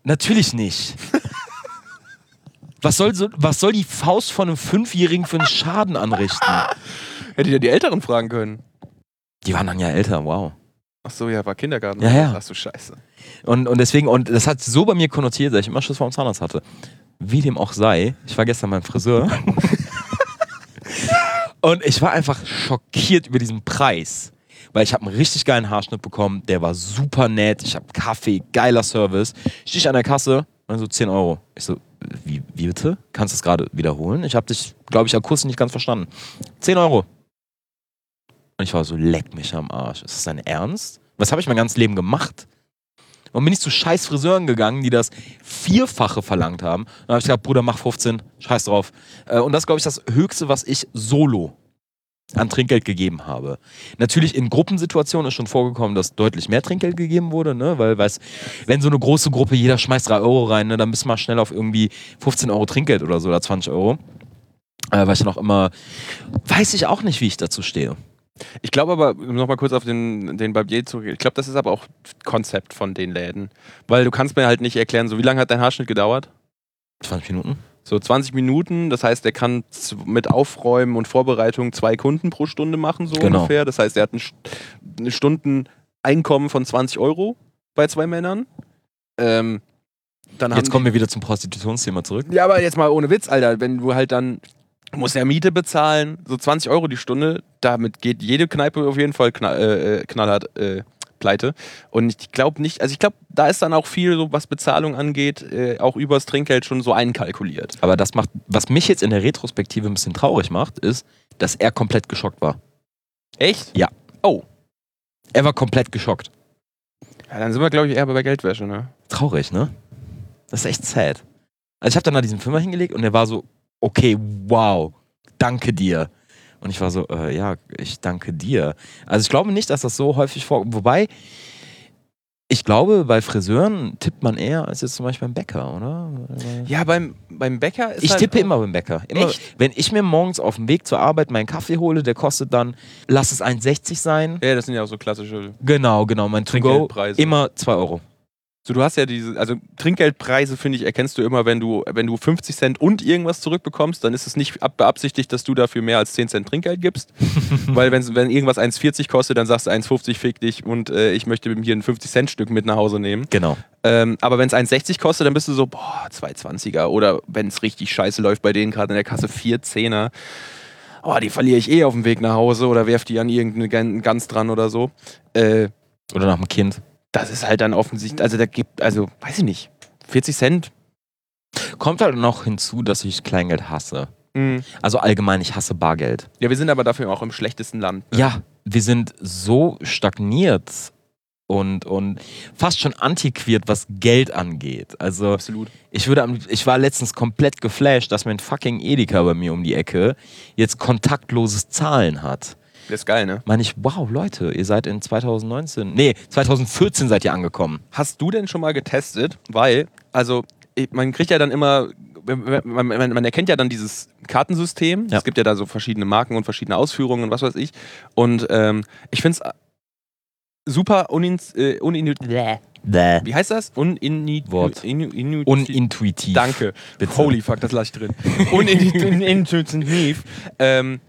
Natürlich nicht. Was soll, so, was soll die Faust von einem Fünfjährigen für einen Schaden anrichten?
Hättet ihr die Älteren fragen können.
Die waren dann ja älter, wow.
Ach so, ja, war Kindergarten.
Ja, ja.
Ach so, scheiße.
Und, und deswegen, und das hat so bei mir konnotiert, dass ich immer Schiss vor dem Zahnarzt hatte. Wie dem auch sei, ich war gestern beim Friseur. und ich war einfach schockiert über diesen Preis. Weil ich habe einen richtig geilen Haarschnitt bekommen, der war super nett, ich habe Kaffee, geiler Service. Steh ich an der Kasse und so 10 Euro. Ich so, wie, wie bitte? Kannst du das gerade wiederholen? Ich habe dich, glaube ich, akustisch nicht ganz verstanden. 10 Euro. Und ich war so, leck mich am Arsch. Ist das dein Ernst? Was habe ich mein ganzes Leben gemacht? Und bin ich zu scheiß Friseuren gegangen, die das Vierfache verlangt haben. Dann habe ich gesagt, Bruder, mach 15, scheiß drauf. Äh, Und das, glaube ich, das Höchste, was ich solo an Trinkgeld gegeben habe. Natürlich in Gruppensituationen ist schon vorgekommen, dass deutlich mehr Trinkgeld gegeben wurde, ne? weil, weißt, wenn so eine große Gruppe, jeder schmeißt 3 Euro rein, ne? dann bist du mal schnell auf irgendwie 15 Euro Trinkgeld oder so oder 20 Euro. Äh, weil ich dann auch immer, weiß ich auch nicht, wie ich dazu stehe.
Ich glaube aber, um nochmal kurz auf den, den Barbier zu Ich glaube, das ist aber auch Konzept von den Läden. Weil du kannst mir halt nicht erklären, so wie lange hat dein Haarschnitt gedauert?
20 Minuten?
So 20 Minuten, das heißt, er kann z- mit Aufräumen und Vorbereitung zwei Kunden pro Stunde machen, so
Genau.
ungefähr. Das heißt, er hat ein, Sch- ein Stundeneinkommen von 20 Euro bei zwei Männern. Ähm, dann haben
Jetzt kommen wir wieder zum Prostitutionsthema zurück.
die, ja, aber jetzt mal ohne Witz, Alter, wenn du halt dann du musst ja Miete bezahlen, so 20 Euro die Stunde, damit geht jede Kneipe auf jeden Fall knall, äh, äh, knallhart äh, pleite. Und ich glaube nicht, also ich glaube, da ist dann auch viel, so was Bezahlung angeht, äh, auch übers Trinkgeld schon so einkalkuliert.
Aber das macht, was mich jetzt in der Retrospektive ein bisschen traurig macht, ist, dass er komplett geschockt war.
Echt?
Er war komplett geschockt.
Ja, dann sind wir, glaube ich, eher bei Geldwäsche, ne?
Traurig, ne? Das ist echt sad. Also ich habe dann da diesen Firma hingelegt und er war so, okay, wow, danke dir. Und ich war so, äh, ja, ich danke dir. Also ich glaube nicht, dass das so häufig vorkommt. Wobei, ich glaube, bei Friseuren tippt man eher als jetzt zum Beispiel beim Bäcker, oder?
Ja, beim, beim Bäcker ist
Ich
halt
tippe
auch-
immer beim Bäcker. Immer,
Echt?
Wenn ich mir morgens auf dem Weg zur Arbeit meinen Kaffee hole, der kostet dann, lass es 1,60 sein.
Ja, das sind ja auch so klassische.
Genau, genau. Mein To-Go
Trinkgeldpreise.
immer 2 Euro.
So, du hast ja diese, also Trinkgeldpreise, finde ich, erkennst du immer, wenn du, wenn du 50 Cent und irgendwas zurückbekommst, dann ist es nicht ab, beabsichtigt, dass du dafür mehr als 10 Cent Trinkgeld gibst. Weil wenn, wenn irgendwas 1,40 kostet, dann sagst du 1,50 fick dich und äh, ich möchte mir hier ein 50 Cent Stück mit nach Hause nehmen.
Genau.
Ähm, aber wenn es 1,60 kostet, dann bist du so, boah, 2,20er. Oder wenn es richtig scheiße läuft bei denen gerade in der Kasse, 4,10er. Oh, die verliere ich eh auf dem Weg nach Hause oder werf die an irgendeine Gan- Gans dran oder so. Äh,
Oder nach dem Kind.
das ist halt dann offensichtlich, also da gibt, also weiß ich nicht, 40 Cent.
Kommt halt noch hinzu, dass ich Kleingeld hasse. Also allgemein, ich hasse Bargeld.
Ja, wir sind aber dafür auch im schlechtesten Land.
Ja, wir sind so stagniert und, und fast schon antiquiert, was Geld angeht. Also
Absolut.
Ich, würde am, ich war letztens komplett geflasht, dass mein fucking Edeka bei mir um die Ecke jetzt kontaktloses Zahlen hat.
Das ist geil, ne?
Meine ich, wow, Leute, ihr seid in 2019, nee, 2014 seid ihr angekommen.
Hast du denn schon mal getestet? Weil, also, ich- man kriegt ja dann immer, man, man, man erkennt ja dann dieses Kartensystem.
Ja.
Es gibt ja da so verschiedene Marken und verschiedene Ausführungen und was weiß ich. Und ähm, ich finde es äh, super unins, äh, uninit.
Bäh.
Wie heißt das? Uninit.
Wort.
Inu, inu,
Unintuitiv.
Danke.
Bitte.
Holy fuck, das lasse ich drin. Unintuitiv. ähm,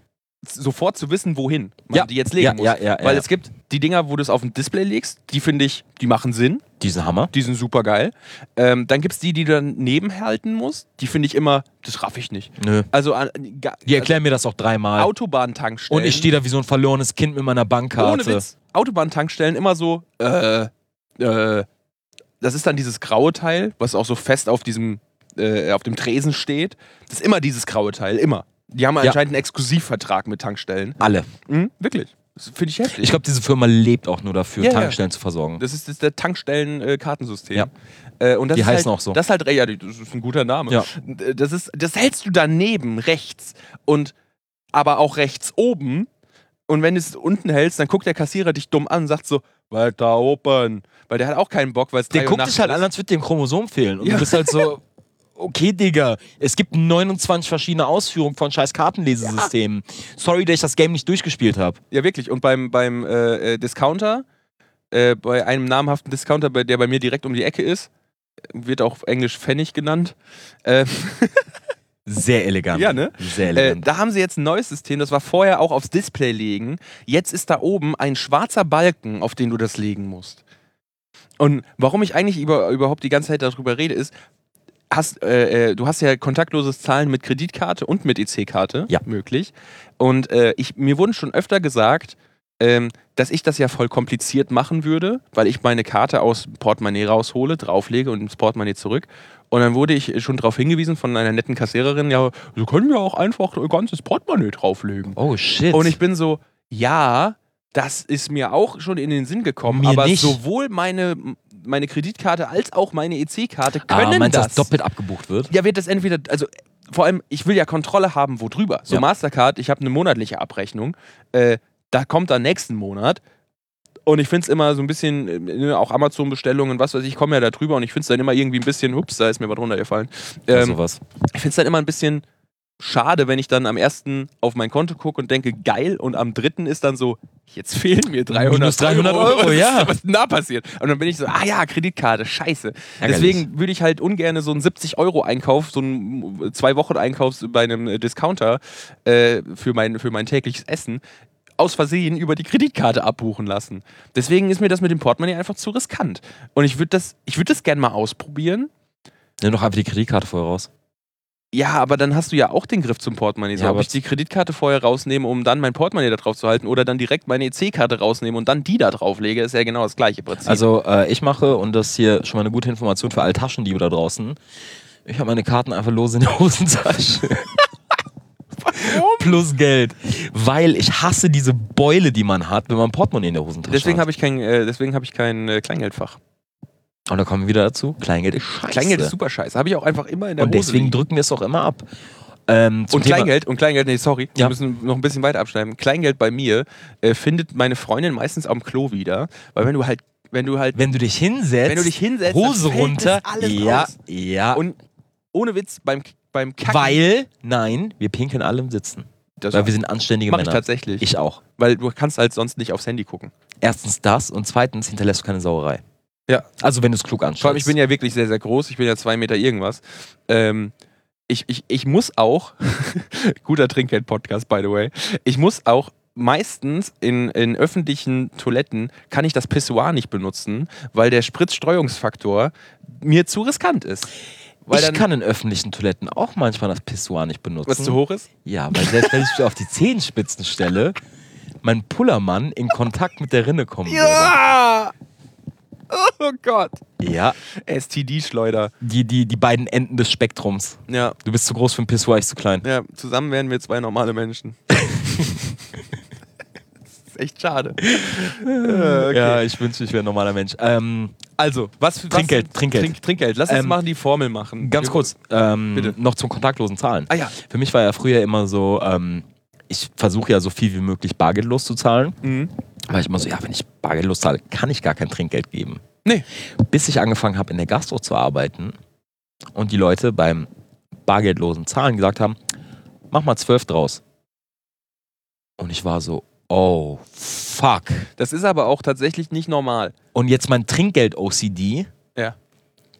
sofort zu wissen, wohin man
Ja.
die jetzt legen
Ja,
muss.
ja, ja, ja.
Weil es gibt die Dinger, wo du es auf ein Display legst, die finde ich, die machen Sinn,
Diesen Hammer.
die sind super geil. Ähm, dann gibt es die, die du daneben halten musst, die finde ich immer, das raff ich nicht.
Nö.
Also, an- ga-
Die erklären mir das auch
also
dreimal.
Autobahntankstellen.
Und ich stehe da wie so ein verlorenes Kind mit meiner Bankkarte.
ohne Witz, Autobahntankstellen immer so, äh, äh, das ist dann dieses graue Teil, was auch so fest auf diesem, äh, auf dem Tresen steht. Das ist immer dieses graue Teil, immer. Die haben anscheinend einen Exklusivvertrag mit Tankstellen.
Alle.
Mhm, wirklich. Das finde ich heftig.
Ich glaube, diese Firma lebt auch nur dafür,
Ja, ja.
Tankstellen zu versorgen.
das ist das der Tankstellen-Kartensystem.
Ja.
Äh, und das
Die
ist
heißen
halt,
auch so.
Das ist halt, ja, die- das ist ein guter Name.
Ja.
D- Das, ist, das hältst du daneben rechts und aber auch rechts oben. Und wenn du es unten hältst, dann guckt der Kassierer dich dumm an und sagt so, weiter oben. Weil der hat auch keinen Bock, weil es
Der
drei Uhr
guckt
nachts
dich halt
ist.
an, als würde dir ein Chromosom fehlen. Und
Ja.
du bist halt <laughs> so, okay, Digga, es gibt 29 verschiedene Ausführungen von scheiß Kartenlesesystemen. Sorry, dass ich das Game nicht durchgespielt habe.
Ja, wirklich. Und beim, beim äh, äh, Discounter, äh, bei einem namhaften Discounter, bei, der bei mir direkt um die Ecke ist, wird auch auf Englisch Pfennig genannt. Äh,
Sehr elegant.
Ja, ne?
Sehr
Äh,
elegant.
da haben sie jetzt ein neues System, das war vorher auch aufs Display legen. Jetzt ist da oben ein schwarzer Balken, auf den du das legen musst. Und warum ich eigentlich über, überhaupt die ganze Zeit darüber rede, ist, hast, äh, äh, du hast ja kontaktloses Zahlen mit Kreditkarte und mit EC-Karte
Ja.
möglich. Und äh, ich, mir wurden schon öfter gesagt, ähm, dass ich das ja voll kompliziert machen würde, weil ich meine Karte aus dem Portemonnaie raushole, drauflege und ins Portemonnaie zurück. Und dann wurde ich schon darauf hingewiesen von einer netten Kassiererin, ja, Sie können ja auch einfach ein ganzes Portemonnaie drauflegen.
oh, shit.
Und ich bin so, ja, das ist mir auch schon in den Sinn gekommen,
Mir
aber
nicht.
sowohl meine, meine Kreditkarte als auch meine EC-Karte
ah,
können
meinst du,
das.
dass doppelt abgebucht wird?
Ja, wird das entweder, also vor allem, ich will ja Kontrolle haben, wo drüber. So
Ja.
Mastercard, ich habe eine monatliche Abrechnung, äh, da kommt dann nächsten Monat. Und ich finde es immer so ein bisschen, äh, ne, auch Amazon-Bestellungen, was weiß ich, kommen ja da drüber und ich finde es dann immer irgendwie ein bisschen, hups, da ist mir was runtergefallen. Ähm,
Oder sowas.
ich finde es dann immer ein bisschen schade, wenn ich dann am ersten auf mein Konto gucke und denke, geil, und am dritten ist dann so, jetzt fehlen mir 300,
Minus 300
<laughs>
Euro,
was,
ja.
Ist, was ist denn da passiert? Und dann bin ich so, ah ja, Kreditkarte, scheiße.
Ärgerlich.
Deswegen würde ich halt ungern so einen 70-Euro-Einkauf, so einen Zwei-Wochen-Einkauf bei einem äh, Discounter äh, für, mein, für mein tägliches Essen aus Versehen über die Kreditkarte abbuchen lassen. Deswegen ist mir das mit dem Portemonnaie einfach zu riskant. Und ich würde das, ich würd das gerne mal ausprobieren.
Nimm doch einfach die Kreditkarte vorher raus.
Ja, aber dann hast du ja auch den Griff zum Portemonnaie. So,
Ja,
ob
aber-
ich die Kreditkarte vorher rausnehme, um dann mein Portemonnaie da drauf zu halten oder dann direkt meine EC-Karte rausnehme und dann die da drauf lege, ist ja genau das gleiche Prinzip.
Also äh, ich mache, und das ist hier schon mal eine gute Information für alle Taschendiebe da draußen, ich habe meine Karten einfach lose in der Hosentasche. Plus Geld. Weil ich hasse diese Beule, die man hat, wenn man Portemonnaie in der Hosentasche
deswegen
hat.
habe ich kein, äh, deswegen hab ich kein äh, Kleingeldfach.
Und da kommen wir wieder dazu, Kleingeld ist scheiße.
Kleingeld ist super scheiße. Habe ich auch einfach immer in der
Und
Hose
deswegen
liegen.
drücken wir es auch immer ab. Ähm, zum
und
Thema-
Kleingeld, und Kleingeld, nee, sorry, wir
Ja.
müssen noch ein bisschen weiter abschneiden. Kleingeld bei mir äh, findet meine Freundin meistens am Klo wieder, weil wenn du halt, wenn du halt,
Wenn du dich hinsetzt,
Wenn du dich hinsetzt,
Hose
dann fällt
runter,
das alles
ja,
raus.
ja,
und ohne Witz beim, beim Kacken,
weil, nein, wir pinkeln alle im Sitzen.
das
Weil wir sind anständige
mach ich
Männer.
tatsächlich,
Ich auch.
weil du kannst halt sonst nicht aufs Handy gucken.
Erstens das und zweitens hinterlässt du keine Sauerei.
Ja.
Also wenn du es klug anschaust.
Vor allem, ich bin ja wirklich sehr, sehr groß. Ich bin ja zwei Meter irgendwas. Ähm, ich, ich, ich muss auch, <laughs> guter Trinkgeld-Podcast, by the way, ich muss auch meistens in, in öffentlichen Toiletten, kann ich das Pissoir nicht benutzen, weil der Spritzstreuungsfaktor mir zu riskant ist. Weil
ich
dann
kann in öffentlichen Toiletten auch manchmal das Pissoir nicht benutzen.
was zu hoch ist.
Ja, weil selbst wenn ich auf die Zehenspitzen stelle, mein Pullermann in Kontakt mit der Rinne kommen
Ja! Oh Gott.
würde. Ja.
STD-Schleuder.
Die, die, die beiden Enden des Spektrums.
Ja,
Du bist zu groß für ein Pissoir, ich zu klein.
ja, zusammen wären wir zwei normale <laughs> Menschen. ist echt schade. Äh, okay.
Ja, ich wünschte, ich wäre ein normaler Mensch. Ähm,
Also, was für
Trinkgeld,
was,
Trinkgeld.
Trink, Trinkgeld. Lass uns
Ähm,
mal die Formel machen.
ganz
Wir-
kurz, ähm,
Bitte.
noch zum kontaktlosen Zahlen.
Ah ja.
Für mich war ja früher immer so, ähm, ich versuche ja so viel wie möglich bargeldlos zu zahlen.
Mhm.
Weil ich immer so, ja, wenn ich bargeldlos zahle, kann ich gar kein Trinkgeld geben.
Nee.
Bis ich angefangen habe, in der Gastro zu arbeiten und die Leute beim bargeldlosen Zahlen gesagt haben, mach mal zwölf draus. Und ich war so, Oh, fuck.
Das ist aber auch tatsächlich nicht normal.
Und jetzt mein Trinkgeld-OCD
Ja.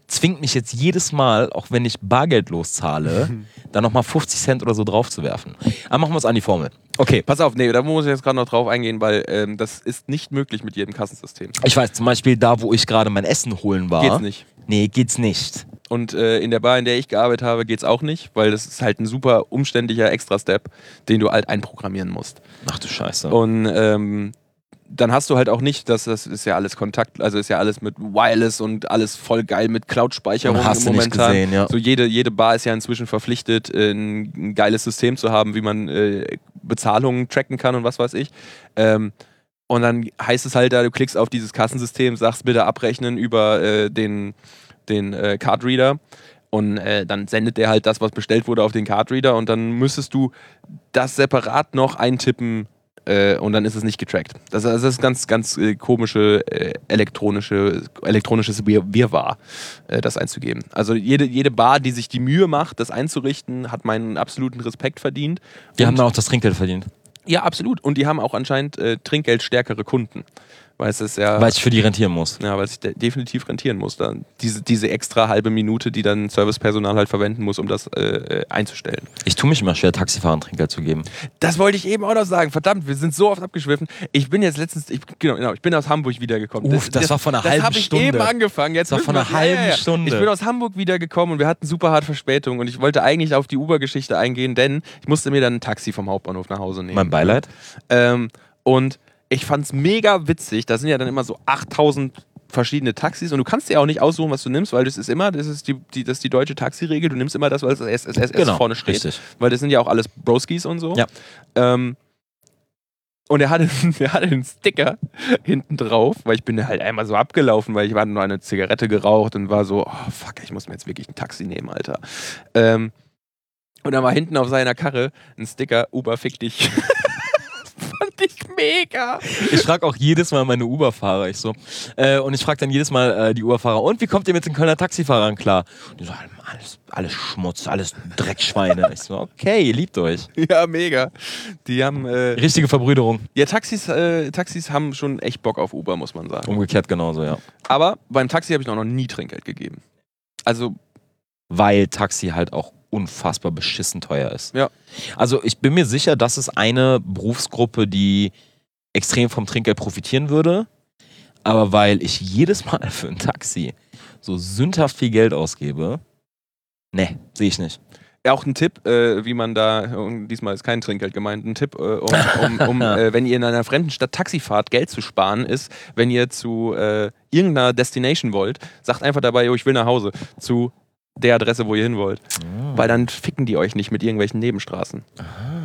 zwingt mich jetzt jedes Mal, auch wenn ich bargeldlos zahle,
<laughs>
da nochmal 50 Cent oder so drauf zu werfen. Aber machen wir es an die Formel. Okay,
Pass auf, nee, da muss ich jetzt gerade noch drauf eingehen, weil ähm, das ist nicht möglich mit jedem Kassensystem.
ich weiß, zum Beispiel da, wo ich gerade mein Essen holen war.
Geht's nicht.
Nee, geht's nicht.
Und äh, in der Bar, in der ich gearbeitet habe, geht's auch nicht, weil das ist halt ein super umständlicher Extra-Step, den du halt einprogrammieren musst.
Ach du Scheiße.
Und ähm, dann hast du halt auch nicht, dass das ist ja alles Kontakt, also ist ja alles mit Wireless und alles voll geil mit Cloud-Speicherung
Hast du nicht gesehen, ja.
So jede, jede Bar ist ja inzwischen verpflichtet, äh, ein, ein geiles System zu haben, wie man äh, Bezahlungen tracken kann und was weiß ich. Ähm, und dann heißt es halt da, du klickst auf dieses Kassensystem, sagst bitte abrechnen über äh, den, den äh, Cardreader. Und äh, dann sendet der halt das, was bestellt wurde, auf den Cardreader. Und dann müsstest du das separat noch eintippen äh, und dann ist es nicht getrackt. Das, das ist ganz, ganz äh, komische äh, elektronische, elektronisches Wir Wirrwarr, äh, das einzugeben. Also jede, jede Bar, die sich die Mühe macht, das einzurichten, hat meinen absoluten Respekt verdient.
Wir
Und-
haben da auch das Trinkgeld verdient.
ja, absolut. Und die haben auch anscheinend äh, trinkgeldstärkere Kunden. Weil es ist ja.
Weil ich für die rentieren muss.
ja, weil es sich de definitiv rentieren muss. Dann diese, diese extra halbe Minute, die dann Servicepersonal halt verwenden muss, um das äh, äh, einzustellen.
Ich tue mich immer schwer, Taxifahrern Trinkgeld zu geben.
Das wollte ich eben auch noch sagen. Verdammt, wir sind so oft abgeschwiffen. Ich bin jetzt letztens, ich, genau, genau, ich bin aus Hamburg wiedergekommen.
Uff, das war vor einer halben
hab ich
Stunde.
eben angefangen. Jetzt
Das war
müssen
vor einer
wir-
halben Stunde.
Ich bin aus Hamburg wiedergekommen und wir hatten super hart Verspätung und ich wollte eigentlich auf die Uber-Geschichte eingehen, denn ich musste mir dann ein Taxi vom Hauptbahnhof nach Hause nehmen.
Mein Beileid.
Ähm, und ich fand's mega witzig. Da sind ja dann immer so 8000 verschiedene Taxis und du kannst dir auch nicht aussuchen, was du nimmst, weil das ist immer, das ist die, die, das ist die deutsche Taxiregel, du nimmst immer das, was als SSS
Genau,
vorne steht.
richtig.
Weil das sind ja auch alles Broskis und so.
Ja.
Ähm, und er hatte, <laughs> er hatte einen Sticker hinten drauf, weil ich bin halt einmal so abgelaufen, weil ich war nur eine Zigarette geraucht und war so, oh fuck, ich muss mir jetzt wirklich ein Taxi nehmen, Alter. Ähm, und dann war hinten auf seiner Karre ein Sticker, Uber fick dich. <laughs> Fand ich mega.
Ich frage auch jedes Mal meine Uber-Fahrer. Ich so, äh, und ich frage dann jedes Mal äh, die Uber-Fahrer, und wie kommt ihr mit den Kölner Taxifahrern klar? Und die so, alles, alles Schmutz, alles Dreckschweine. ich so, okay, liebt euch.
Ja, mega. Die haben, äh,
Richtige Verbrüderung.
ja, Taxis, äh, Taxis haben schon echt Bock auf Uber, muss man sagen.
Umgekehrt genauso, ja.
Aber beim Taxi habe ich auch noch nie Trinkgeld gegeben. Also,
Weil Taxi halt auch unfassbar beschissen teuer ist.
Ja.
Also ich bin mir sicher, das ist eine Berufsgruppe, die extrem vom Trinkgeld profitieren würde. Aber weil ich jedes Mal für ein Taxi so sündhaft viel Geld ausgebe, ne, sehe ich nicht.
ja, auch ein Tipp, äh, wie man da, und diesmal ist kein Trinkgeld gemeint, ein Tipp, äh, um, um,
<laughs>
um äh, wenn ihr in einer fremden Stadt Taxi fahrt, Geld zu sparen, ist, wenn ihr zu äh, irgendeiner Destination wollt, sagt einfach dabei, oh, ich will nach Hause, zu der Adresse, wo ihr hin wollt.
Ah.
Weil dann ficken die euch nicht mit irgendwelchen Nebenstraßen.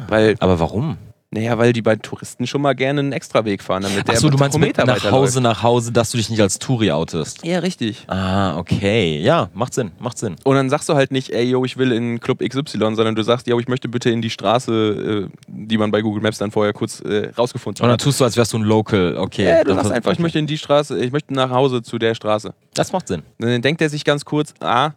Weil
Aber warum?
Naja, weil die bei Touristen schon mal gerne einen Extraweg fahren, damit der
Achso, du meinst mit
Tachometer
nach
weiterläuft.
Hause, nach Hause, dass du dich nicht als Touri outest.
Ja, richtig.
Ah, okay. Ja, macht Sinn, macht Sinn.
Und dann sagst du halt nicht, ey, yo, ich will in Club XY, sondern du sagst, yo, ich möchte bitte in die Straße, äh, die man bei Google Maps dann vorher kurz äh, rausgefunden
Und dann
hat.
tust du, als wärst du ein Local. Okay.
Ja, du
Dann
sagst
vers-
einfach, ich möchte in die Straße, ich möchte nach Hause zu der Straße.
Das macht Sinn.
Und dann denkt er sich ganz kurz, ah,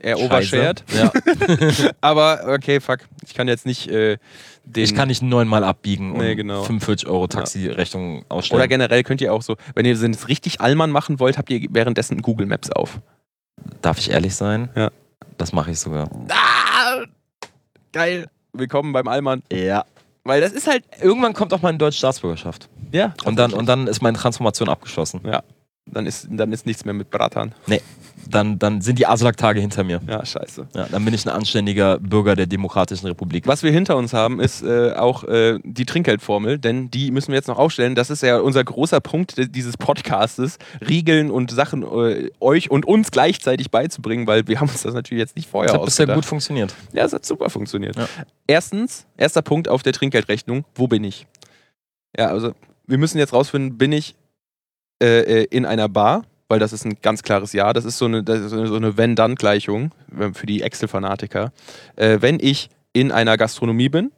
er overshared.
Scheiße.
<laughs>
Ja.
Aber okay, fuck, ich kann jetzt nicht äh, den...
Ich kann nicht neunmal abbiegen und
Nee, genau.
45 Euro Taxirechnung ausstellen.
oder generell könnt ihr auch so, wenn ihr es richtig Allmann machen wollt, habt ihr währenddessen Google Maps auf.
Darf ich ehrlich sein?
Ja.
Das mache ich sogar.
Ah, geil. Willkommen beim Allmann.
Ja.
Weil das ist halt.
Irgendwann kommt auch meine deutsche Staatsbürgerschaft.
Ja.
Und dann, und dann ist meine Transformation abgeschlossen.
Ja. Dann ist, dann ist nichts mehr mit Bratan.
Nee, dann, dann sind die Aslak-Tage hinter mir.
Ja, scheiße.
Ja, dann bin ich ein anständiger Bürger der Demokratischen Republik.
Was wir hinter uns haben, ist äh, auch äh, die Trinkgeldformel, denn die müssen wir jetzt noch aufstellen. Das ist ja unser großer Punkt de- dieses Podcastes, Riegeln und Sachen äh, euch und uns gleichzeitig beizubringen, weil wir haben uns das natürlich jetzt nicht vorher
Das hat bisher
ausgedacht.
gut funktioniert.
Ja, es hat super funktioniert.
Ja.
Erstens, erster Punkt auf der Trinkgeldrechnung, wo bin ich? Ja, also wir müssen jetzt rausfinden, bin ich äh, äh, in einer Bar, weil das ist ein ganz klares Ja. Das ist so eine, das ist so eine- so eine Wenn-Dann-Gleichung äh, für die Excel-Fanatiker. Äh, wenn ich in einer Gastronomie bin,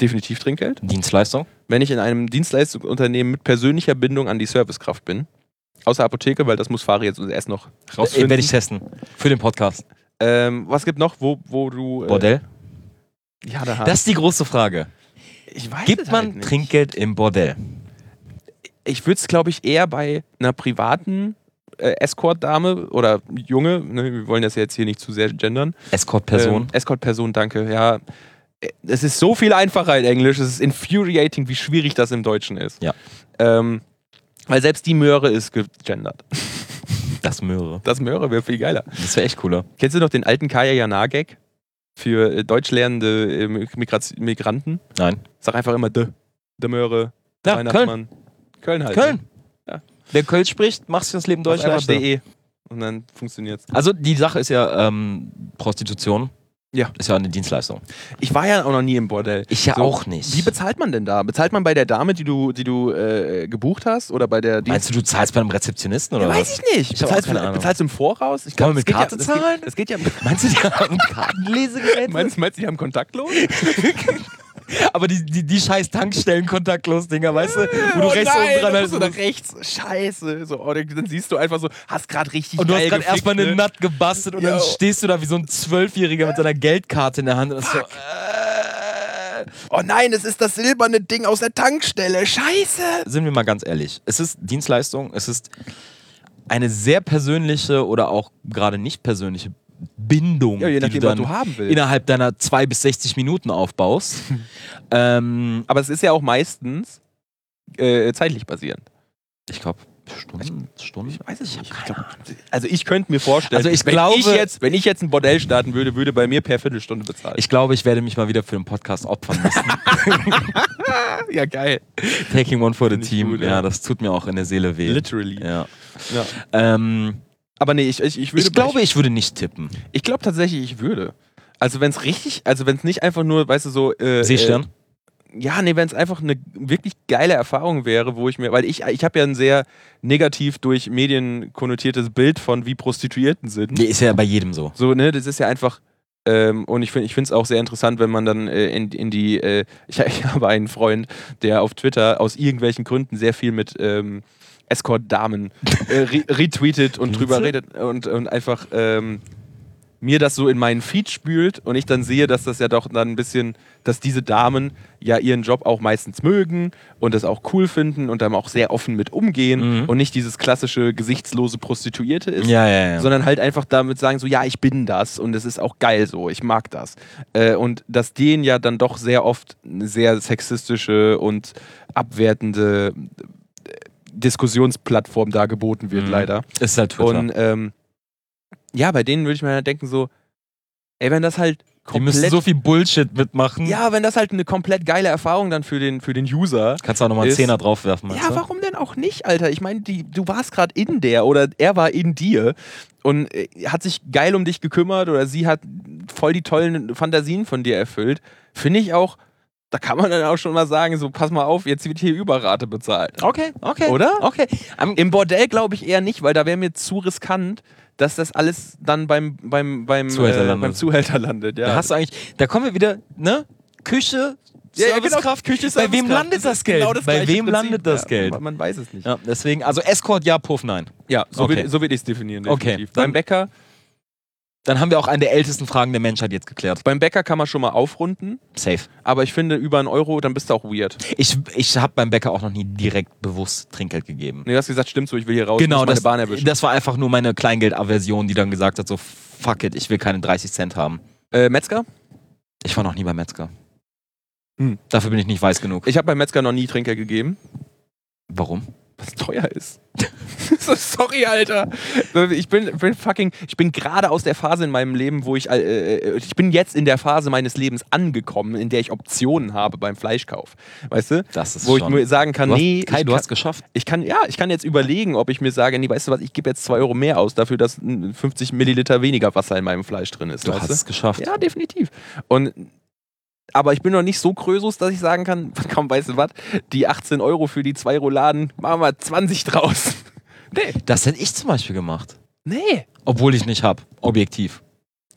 definitiv Trinkgeld.
Dienstleistung?
Wenn ich in einem Dienstleistungsunternehmen mit persönlicher Bindung an die Servicekraft bin, außer Apotheke, weil das muss Fari jetzt erst noch
Äh,
rausfinden.
Werde ich testen. Für den Podcast.
ähm, was gibt noch, wo, wo du... äh,
Bordell?
Ja, da
Das ist die große Frage.
Ich weiß
Gibt
es
man
ah. halt nicht.
Trinkgeld im Bordell?
ich würde es, glaube ich, eher bei einer privaten äh, Escort-Dame oder Junge, ne, wir wollen das jetzt hier nicht zu sehr gendern.
Escort-Person?
Ähm, Escort-Person, danke, ja. Äh, Es ist so viel einfacher in Englisch, es ist infuriating, wie schwierig das im Deutschen ist.
Ja.
Ähm, weil selbst die Möhre ist gegendert.
das Möhre.
Das Möhre wäre viel geiler.
Das wäre echt cooler.
Kennst du noch den alten Kaya Jana-Gag für äh, deutschlernende äh, Migraz- Migranten?
Nein.
Sag einfach immer de, de Möhre,
Ja,
Weihnachtsmann. Köln. halt. ne?
Köln.
Ja.
Wer Köln spricht, macht sich das Leben
Auf
deutsch
einfach
leichter.
de. E. Und dann funktioniert's.
Also die Sache ist ja ähm, Prostitution.
Ja.
Ist ja eine Dienstleistung.
Ich war ja auch noch nie im Bordell.
Ich ja
So,
auch nicht.
Wie bezahlt man denn da? Bezahlt man bei der Dame, die du, die du äh, gebucht hast? Oder bei der
Meinst du, du zahlst bei einem Rezeptionisten
Ja,
oder
weiß
was?
ich nicht.
Ich hab auch
bezahlst,
keine
du,
Ahnung.
bezahlst du im Voraus? Ich
Kann man
glaub,
mit
das
Karte
geht
zahlen?
ja, um das
<laughs>
geht, das geht ja.
Meinst du, die
<laughs>
haben Kartenlesegerät?
Meinst, meinst du, die haben <laughs> kontaktlos?
Aber die, die, die scheiß Tankstellen kontaktlos Dinger, weißt du?
Oh
Wo du rechts oben dran
musst du nach
hast.
rechts. Scheiße. So, oh, dann siehst du einfach so, hast gerade richtig
Und du hast
geil
gerade
gefickt,
erstmal eine
ne?
Nut gebastelt und dann
Jo.
stehst du da wie so ein Zwölfjähriger mit seiner Geldkarte in der Hand und das so.
Oh nein, es ist das silberne Ding aus der Tankstelle. Scheiße.
sind wir mal ganz ehrlich, es ist Dienstleistung, es ist eine sehr persönliche oder auch gerade nicht persönliche Bindung,
Ja, je
die
nachdem,
du
was
dann
du haben willst.
innerhalb deiner 2 bis 60
<laughs>
Minuten aufbaust. ähm,
Aber es ist ja auch meistens äh, zeitlich basierend.
ich glaube, Stunden, Stunden, ich weiß es nicht.
Ich glaub, also ich könnte mir vorstellen,
Also ich
wenn,
glaube-
ich jetzt, wenn ich jetzt ein Bordell starten würde, würde bei mir per Viertelstunde bezahlt.
Ich glaube, ich werde mich mal wieder für den Podcast opfern müssen.
ja, geil.
Taking one for
<laughs>
the
Finde ich
team.
gut,
ja.
ja.
das tut mir auch in der Seele weh.
Literally.
Ja.
Ja.
Ähm,
Aber nee, ich, ich, ich würde
ich glaube, ich würde nicht tippen.
ich, ich glaube tatsächlich, ich würde. Also wenn es richtig, also wenn es nicht einfach nur, weißt du, so äh,
Seestern?
Äh, ja, nee, wenn es einfach eine wirklich geile Erfahrung wäre, wo ich mir, weil ich ich habe ja ein sehr negativ durch Medien konnotiertes Bild von wie Prostituierten sind.
Nee, ist ja bei jedem so.
So, ne, das ist ja einfach. Ähm, und ich finde es auch sehr interessant, wenn man dann äh, in, in die. Äh, <laughs> ich, ich habe einen Freund, der auf Twitter aus irgendwelchen Gründen sehr viel mit ähm, Escort-Damen äh, re retweetet und drüber redet und, und einfach ähm, mir das so in meinen Feed spült und ich dann sehe, dass das ja doch dann ein bisschen, dass diese Damen ja ihren Job auch meistens mögen und das auch cool finden und dann auch sehr offen mit umgehen
Mhm.
und nicht dieses klassische gesichtslose Prostituierte ist
Ja, ja, ja.
sondern halt einfach damit sagen, so ja, ich bin das und es ist auch geil so, ich mag das. Äh, und dass denen ja dann doch sehr oft eine sehr sexistische und abwertende äh, Diskussionsplattform da geboten wird,
Mhm.
leider.
ist halt Twitter.
Und ähm, ja, bei denen würde ich mir halt denken, so, ey, wenn das halt
Die müssen
komplett.
so viel Bullshit mitmachen.
ja, wenn das halt eine komplett geile Erfahrung dann für den, für den User
Kannst du auch nochmal einen
Ist-
Zehner draufwerfen, meinst
ja,
du?
warum denn auch nicht, Alter? Ich meine, die- du warst gerade in der oder er war in dir und äh, hat sich geil um dich gekümmert oder sie hat voll die tollen Fantasien von dir erfüllt. Finde ich auch, da kann man dann auch schon mal sagen, so pass mal auf, jetzt wird hier Überrate bezahlt.
Okay, okay.
Oder?
Okay.
Im Bordell glaube ich eher nicht, weil da wäre mir zu riskant, dass das alles dann beim, beim, beim,
Zuhälter
äh,
landet.
beim Zuhälter landet. Ja.
Da hast du eigentlich, da kommen wir wieder, ne? Küche,
Ja, ja, genau.
Servicekraft, Küche, Bei wem
Servicekraft.
landet das
ist
Geld?
genau das
Bei
gleiche
wem
Prinzip.
landet das
Ja,
Geld?
Man, man weiß es nicht.
Ja, deswegen, also Escort, ja, Puff, nein.
Ja, so
Okay.
würde so würd ich es definieren.
Okay,
definitiv.
dann-
Beim Bäcker
Dann haben wir auch eine der ältesten Fragen der Menschheit jetzt geklärt.
Beim Bäcker kann man schon mal aufrunden,
Safe.
aber ich finde, über einen Euro, dann bist du auch weird.
Ich, ich habe beim Bäcker auch noch nie direkt bewusst Trinkgeld gegeben.
Nee, du hast gesagt, stimmt so, ich will hier raus,
genau,
ich muss
das,
meine Bahn erwischen.
das war einfach nur meine Kleingeldaversion, die dann gesagt hat, so, fuck it, ich will keine 30 Cent haben.
Äh, Metzger?
Ich war noch nie beim Metzger.
Hm.
Dafür bin ich nicht weiß genug.
Ich habe beim Metzger noch nie Trinker gegeben,
Warum?
was teuer ist. <laughs> so, sorry, Alter. Ich bin, bin fucking, ich bin gerade aus der Phase in meinem Leben, wo ich, äh, äh, ich bin jetzt in der Phase meines Lebens angekommen, in der ich Optionen habe beim Fleischkauf. Weißt du?
Das ist
Wo ich
schon.
mir sagen kann,
du hast,
nee,
Kai,
ich
du
kann-
hast geschafft.
ich kann, ja, ich kann jetzt überlegen, ob ich mir sage, nee, weißt du was, ich gebe jetzt 2 Euro mehr aus dafür, dass mm, 50 Milliliter weniger Wasser in meinem Fleisch drin ist.
Du
weißt
hast
du?
es geschafft.
Ja, definitiv. Und aber ich bin noch nicht so Krösus, dass ich sagen kann, <laughs> komm, weißt du was, die 18 Euro für die zwei Rouladen, machen wir 20 draus. Nee.
Das hätte ich zum Beispiel gemacht.
<laughs> Nee.
Obwohl ich nicht hab. Objektiv.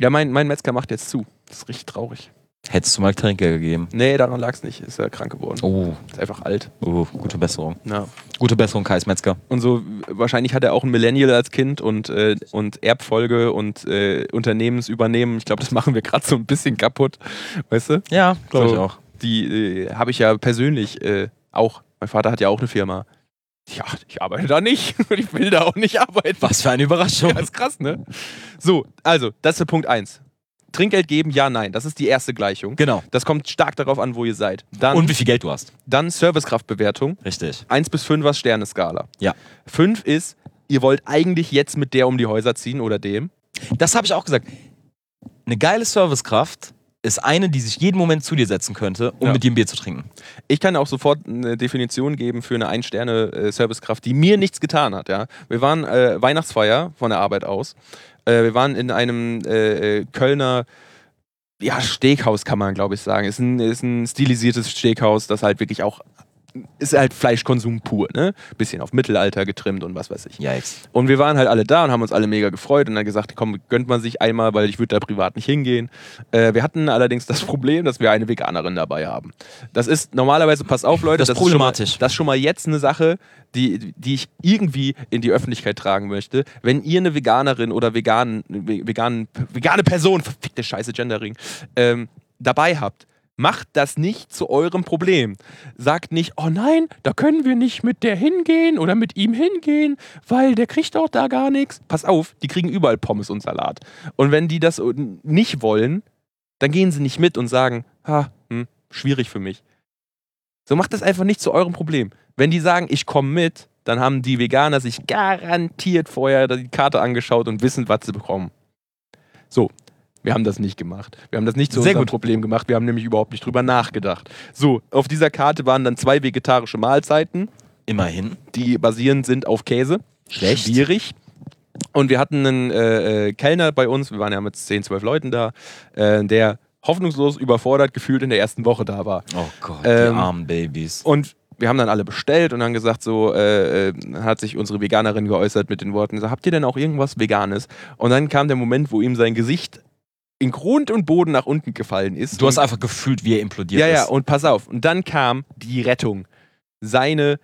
Ja, mein, mein Metzger macht jetzt zu. Das ist richtig traurig.
Hättest du mal Trinker gegeben.
Nee, daran lag's nicht. Ist ja krank geworden.
Oh,
Ist einfach alt.
oh, gute Besserung.
Ja.
Gute Besserung, Kais Metzger.
Und so, wahrscheinlich hat er auch ein Millennial als Kind und, äh, und Erbfolge und <laughs> äh, Unternehmensübernehmen. Ich glaube, das machen wir gerade so ein bisschen kaputt. Weißt du?
Ja,
glaub
glaube
ich
ich auch.
die äh, habe ich ja persönlich äh, auch. Mein Vater hat ja auch eine Firma. Ja, ich arbeite da nicht <laughs> und ich will da auch nicht arbeiten.
Was für eine Überraschung.
Ja, ist krass, ne? So, also, das ist der Punkt 1. Trinkgeld geben, ja, nein. Das ist die erste Gleichung.
Genau.
Das kommt stark darauf an, wo ihr seid. Dann,
Und wie viel Geld du hast.
dann Servicekraftbewertung.
Richtig.
1 bis 5 was Sterneskala.
Ja.
5 ist, ihr wollt eigentlich jetzt mit der um die Häuser ziehen oder dem.
Das habe ich auch gesagt. Eine geile Servicekraft ist eine, die sich jeden Moment zu dir setzen könnte, um
Ja.
mit dir ein Bier zu trinken.
Ich kann auch sofort eine Definition geben für eine Ein-Sterne-Servicekraft, die mir nichts getan hat. Ja? Wir waren äh, Weihnachtsfeier von der Arbeit aus. Äh, wir waren in einem äh, äh, Kölner ja, Steakhaus, kann man glaube ich sagen. Ist ein, ist ein stilisiertes Steakhaus, das halt wirklich auch ist halt Fleischkonsum pur, ne? Bisschen auf Mittelalter getrimmt und was weiß ich.
Yikes.
Und wir waren halt alle da und haben uns alle mega gefreut und dann gesagt, komm, gönnt man sich einmal, weil ich würde da privat nicht hingehen. Äh, wir hatten allerdings das <laughs> Problem, dass wir eine Veganerin dabei haben. Das ist normalerweise, passt auf, Leute,
Das ist
Ist schon
problematisch.
mal, das ist schon mal jetzt eine Sache, die, die ich irgendwie in die Öffentlichkeit tragen möchte. Wenn ihr eine Veganerin oder vegan, ve- vegan, vegane Person, verfickte Scheiße Gendering, ähm, dabei habt, macht das nicht zu eurem Problem. Sagt nicht, oh nein, da können wir nicht mit der hingehen oder mit ihm hingehen, weil der kriegt doch da gar nichts. Pass auf, die kriegen überall Pommes und Salat. Und wenn die das äh, nicht wollen, dann gehen sie nicht mit und sagen, ha, hm, schwierig für mich. So macht das einfach nicht zu eurem Problem. Wenn die sagen, ich komme mit, dann haben die Veganer sich garantiert vorher die Karte angeschaut und wissen, was sie bekommen. So, wir haben das nicht gemacht. Wir haben das nicht zu
Sehr
unserem
gut.
Problem gemacht. Wir haben nämlich überhaupt nicht drüber nachgedacht. So, auf dieser Karte waren dann zwei vegetarische Mahlzeiten,
Immerhin.
die basierend sind auf Käse.
Schlecht.
Schwierig. Und wir hatten einen äh, äh, Kellner bei uns, wir waren ja mit 10, 12 Leuten da, äh, der hoffnungslos überfordert gefühlt in der ersten Woche da war.
Oh Gott,
Ähm,
die armen Babys.
Und wir haben dann alle bestellt und dann gesagt, so äh, äh, hat sich unsere Veganerin geäußert mit den Worten, so, habt ihr denn auch irgendwas Veganes? Und dann kam der Moment, wo ihm sein Gesicht in Grund und Boden nach unten gefallen ist.
Du hast
und,
einfach gefühlt, wie er implodiert
ja,
ist.
ja, und pass auf. Und dann kam die Rettung. Seine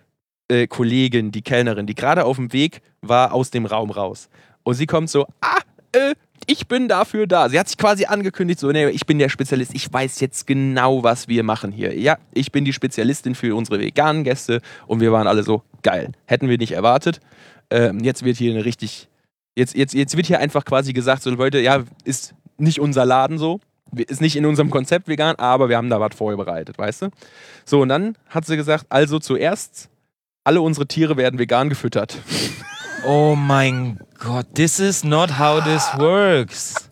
äh, Kollegin, die Kellnerin, die gerade auf dem Weg war, aus dem Raum raus. Und sie kommt so, ah, äh, ich bin dafür da. Sie hat sich quasi angekündigt, so, nee, ich bin der Spezialist, ich weiß jetzt genau, was wir machen hier. Ja, ich bin die Spezialistin für unsere veganen Gäste und wir waren alle so, geil. Hätten wir nicht erwartet. Ähm, jetzt wird hier eine richtig, jetzt, jetzt, jetzt wird hier einfach quasi gesagt, so Leute, ja, ist nicht unser Laden so, ist nicht in unserem Konzept vegan, aber wir haben da was vorbereitet, weißt du? So, und dann hat sie gesagt, also zuerst, alle unsere Tiere werden vegan gefüttert.
Oh mein Gott, this is not how this works.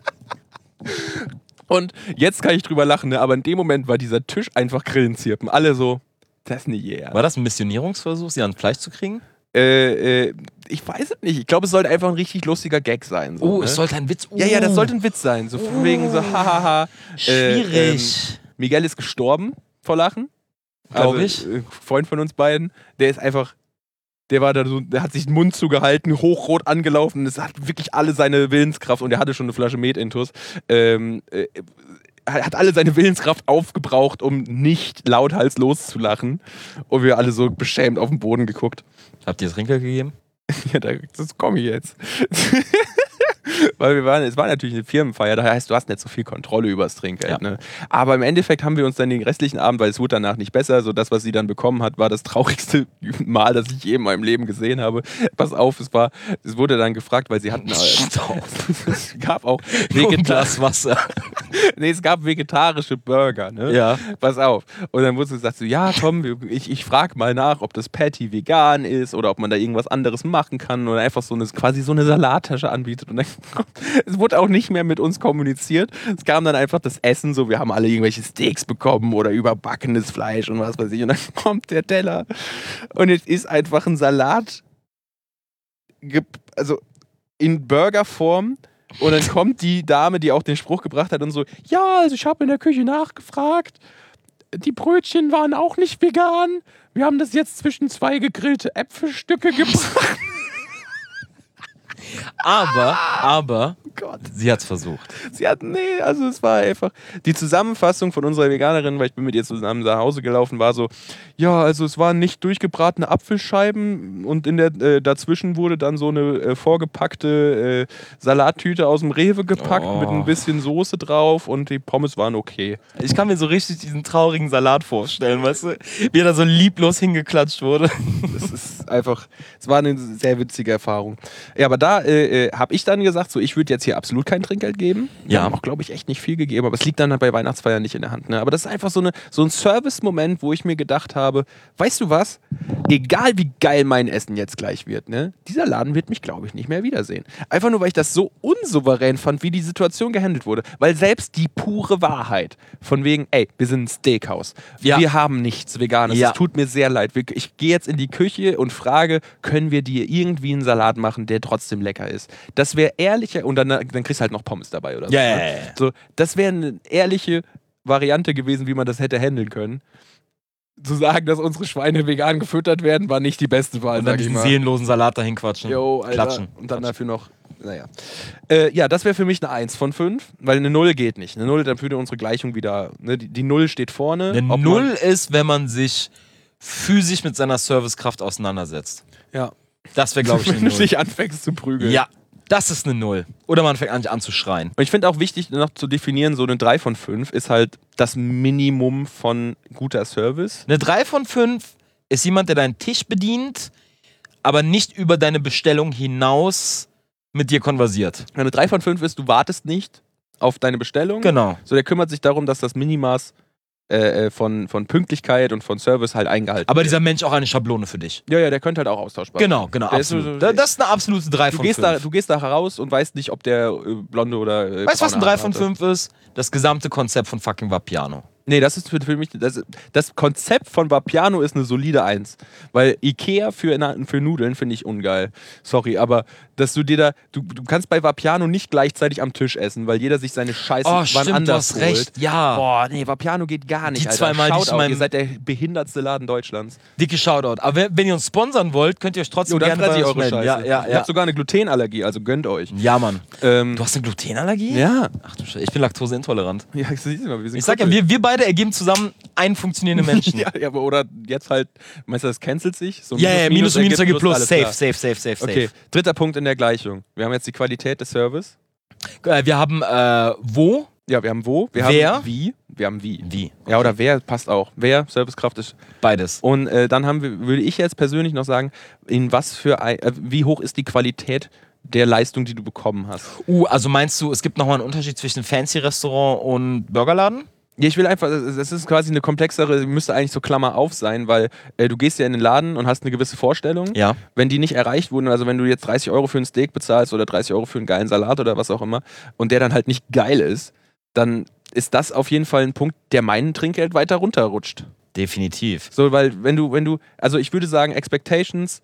Und jetzt kann ich drüber lachen, ne? aber in dem Moment war dieser Tisch einfach Grillenzirpen. Alle so, das ist nicht yeah.
War das ein Missionierungsversuch, sie an Fleisch zu kriegen?
Äh, äh, ich weiß es nicht. Ich glaube, es sollte einfach ein richtig lustiger Gag sein. So,
Oh,
ne?
es sollte ein Witz.
Ja, ja, das
Oh,
sollte ein Witz sein. So von wegen so, hahaha. Äh,
Schwierig.
ähm, Miguel ist gestorben vor Lachen.
Glaub ich.
äh, Freund von uns beiden, der ist einfach. Der war da so, der hat sich den Mund zugehalten, hochrot angelaufen. Das hat wirklich alle seine Willenskraft und er hatte schon eine Flasche Met intus. Ähm, äh, hat hat alle seine Willenskraft aufgebraucht, um nicht lauthals loszulachen. Und wir alle so beschämt auf den Boden geguckt.
Habt ihr das Trinkgeld gegeben?
<laughs> Ja, da, das komme ich jetzt. <laughs> Weil wir waren, es war natürlich eine Firmenfeier, das heißt, du hast nicht so viel Kontrolle über das Trinkgeld.
Ja.
Ne? Aber im Endeffekt haben wir uns dann den restlichen Abend, weil es wurde danach nicht besser, so das, was sie dann bekommen hat, war das traurigste <laughs> Mal, das ich je in meinem Leben gesehen habe. Pass auf, es war, es wurde dann gefragt, weil sie hatten,
Stopp.
<laughs> es gab auch
Nur ein
Vegetar
Glas Wasser. <laughs>
<laughs> nee, es gab vegetarische Burger, ne?
Ja.
Pass auf. Und dann wurde gesagt, so, ja, komm, wir- ich, ich frage mal nach, ob das Patty vegan ist oder ob man da irgendwas anderes machen kann oder einfach so eine, quasi so eine Salattasche anbietet. Und dann, <laughs> es wurde auch nicht mehr mit uns kommuniziert. Es kam dann einfach das Essen, so, wir haben alle irgendwelche Steaks bekommen oder überbackenes Fleisch und was weiß ich. Und dann <laughs> kommt der Teller und es ist einfach ein Salat, gep- also in Burgerform und dann kommt die Dame, die auch den Spruch gebracht hat und so, ja, also ich habe in der Küche nachgefragt, die Brötchen waren auch nicht vegan. Wir haben das jetzt zwischen zwei gegrillte Äpfelstücke gebracht.
aber, aber, sie hat's versucht.
<laughs> Sie hat, nee, also es war einfach die Zusammenfassung von unserer Veganerin, weil ich bin mit ihr zusammen nach Hause gelaufen, war so, ja, also es waren nicht durchgebratene Apfelscheiben und in der äh, dazwischen wurde dann so eine äh, vorgepackte äh, Salattüte aus dem Rewe gepackt
Oh.
mit ein bisschen Soße drauf und die Pommes waren okay.
Ich kann mir so richtig diesen traurigen Salat vorstellen, weißt du? Wie er da so lieblos hingeklatscht wurde.
Das ist einfach, es war eine sehr witzige Erfahrung. Ja, aber da äh, habe ich dann gesagt, so, ich würde jetzt hier absolut kein Trinkgeld geben. Wir
Ja.
haben auch, glaube ich, echt nicht viel gegeben, aber es liegt dann halt bei Weihnachtsfeiern nicht in der Hand. Ne? Aber das ist einfach so, eine, so ein Service-Moment, wo ich mir gedacht habe, weißt du was, egal wie geil mein Essen jetzt gleich wird, ne? dieser Laden wird mich, glaube ich, nicht mehr wiedersehen. Einfach nur, weil ich das so unsouverän fand, wie die Situation gehandelt wurde. Weil selbst die pure Wahrheit von wegen, ey, wir sind ein Steakhouse,
Ja.
wir haben nichts Veganes,
Ja.
es tut tut mir sehr leid. Wir- Ich gehe jetzt in die Küche und frage, können wir dir irgendwie einen Salat machen, der trotzdem lecker ist? Das wäre ehrlicher und dann, dann kriegst du halt noch Pommes dabei oder so.
Ja, ja,
ne?
ja, ja.
so das wäre eine ehrliche Variante gewesen, wie man das hätte handeln können. Zu sagen, dass unsere Schweine vegan gefüttert werden, war nicht die beste Wahl.
Und dann
sag ich
diesen
mal.
seelenlosen Salat dahin quatschen.
Jo, Alter.
Klatschen.
Und dann dafür noch, naja. Äh, ja, das wäre für mich eine 1 von 5, weil eine 0 geht nicht. Eine 0, dann würde unsere Gleichung wieder, ne, die, die 0 steht vorne.
Eine
Ob man-
Null ist, wenn man sich physisch mit seiner Servicekraft auseinandersetzt.
Ja.
Das wäre, glaube ich, eine
Wenn du
Null.
dich anfängst zu prügeln.
Ja, das ist eine Null. Oder man fängt an, an zu schreien.
Und ich finde auch wichtig noch zu definieren, so eine 3 von 5 ist halt das Minimum von guter Service.
Eine 3 von 5 ist jemand, der deinen Tisch bedient, aber nicht über deine Bestellung hinaus mit dir konversiert.
Eine 3 von 5 ist, du wartest nicht auf deine Bestellung.
Genau.
So, der kümmert sich darum, dass das Minimaß äh, äh, von, von Pünktlichkeit und von Service halt eingehalten
Aber
wird.
dieser Mensch auch eine Schablone für dich.
Ja, ja, der könnte halt auch austauschbar sein.
Genau, genau.
Der ist so-
Absolut.
so-
Da- das ist eine absolute 3
Du
von
gehst, da,
5.
du gehst da heraus und weißt nicht, ob der äh, blonde oder. Äh,
Weißt du, was ein
braune Haare
3 von
hatte.
5 ist? Das gesamte Konzept von fucking Vapiano.
Nee, das ist für, für mich. Das, das Konzept von Vapiano ist eine solide Eins. Weil Ikea für, na- für Nudeln finde ich ungeil. Sorry, aber dass du dir da. Du, du kannst bei Vapiano nicht gleichzeitig am Tisch essen, weil jeder sich seine Scheiße
Oh,
wann
stimmt, du
anders
hast
holt.
recht. Ja.
Boah, nee, Vapiano geht gar nicht.
Die
Alter.
zweimal, die ich
Shoutout,
in meinem-
Ihr seid der behindertste Laden Deutschlands.
Dicke Shoutout. Aber wenn, wenn ihr uns sponsern wollt, könnt ihr euch trotzdem
Jo, dann
gerne
fresse
bei
ich
uns
eure
melden.
Scheiße.
Ja, ja,
Ich
ja.
hab sogar eine Glutenallergie, also gönnt euch.
ja, Mann.
Ähm,
<laughs> Du hast eine Glutenallergie?
ja.
Ach du Scheiße, ich bin laktoseintolerant.
Ja, siehst du mal, wir <laughs> sind
Ich sag ja,
Kumpel.
wir, wir beide ergeben zusammen einen <laughs> funktionierenden Menschen.
Ja, ja, aber oder jetzt halt, meinst du, das cancelt sich? So
Ja, ja, minus, minus, minus ergibt plus.
alles
Safe,
klar.
safe, safe, safe, safe.
Okay, dritter Punkt in der Gleichung. Wir haben jetzt die Qualität des Service.
Äh, wir haben äh, wo?
Ja, wir haben wo, wir
Wer?
haben wie, wir haben wie.
Wie?
Ja, oder wer passt auch. Wer Servicekraft ist.
Beides.
Und äh, dann haben wir, würde ich jetzt persönlich noch sagen, in was für ein, äh, wie hoch ist die Qualität der Leistung, die du bekommen hast.
Uh, also meinst du, es gibt nochmal einen Unterschied zwischen Fancy-Restaurant und Burgerladen?
Ja, ich will einfach, es ist quasi eine komplexere, müsste eigentlich so Klammer auf sein, weil äh, du gehst ja in den Laden und hast eine gewisse Vorstellung.
Ja.
Wenn die nicht erreicht wurden, also wenn du jetzt 30 Euro für einen Steak bezahlst oder 30 Euro für einen geilen Salat oder was auch immer und der dann halt nicht geil ist, dann ist das auf jeden Fall ein Punkt, der mein Trinkgeld weiter runterrutscht.
Definitiv.
So, weil wenn du, wenn du, also ich würde sagen, Expectations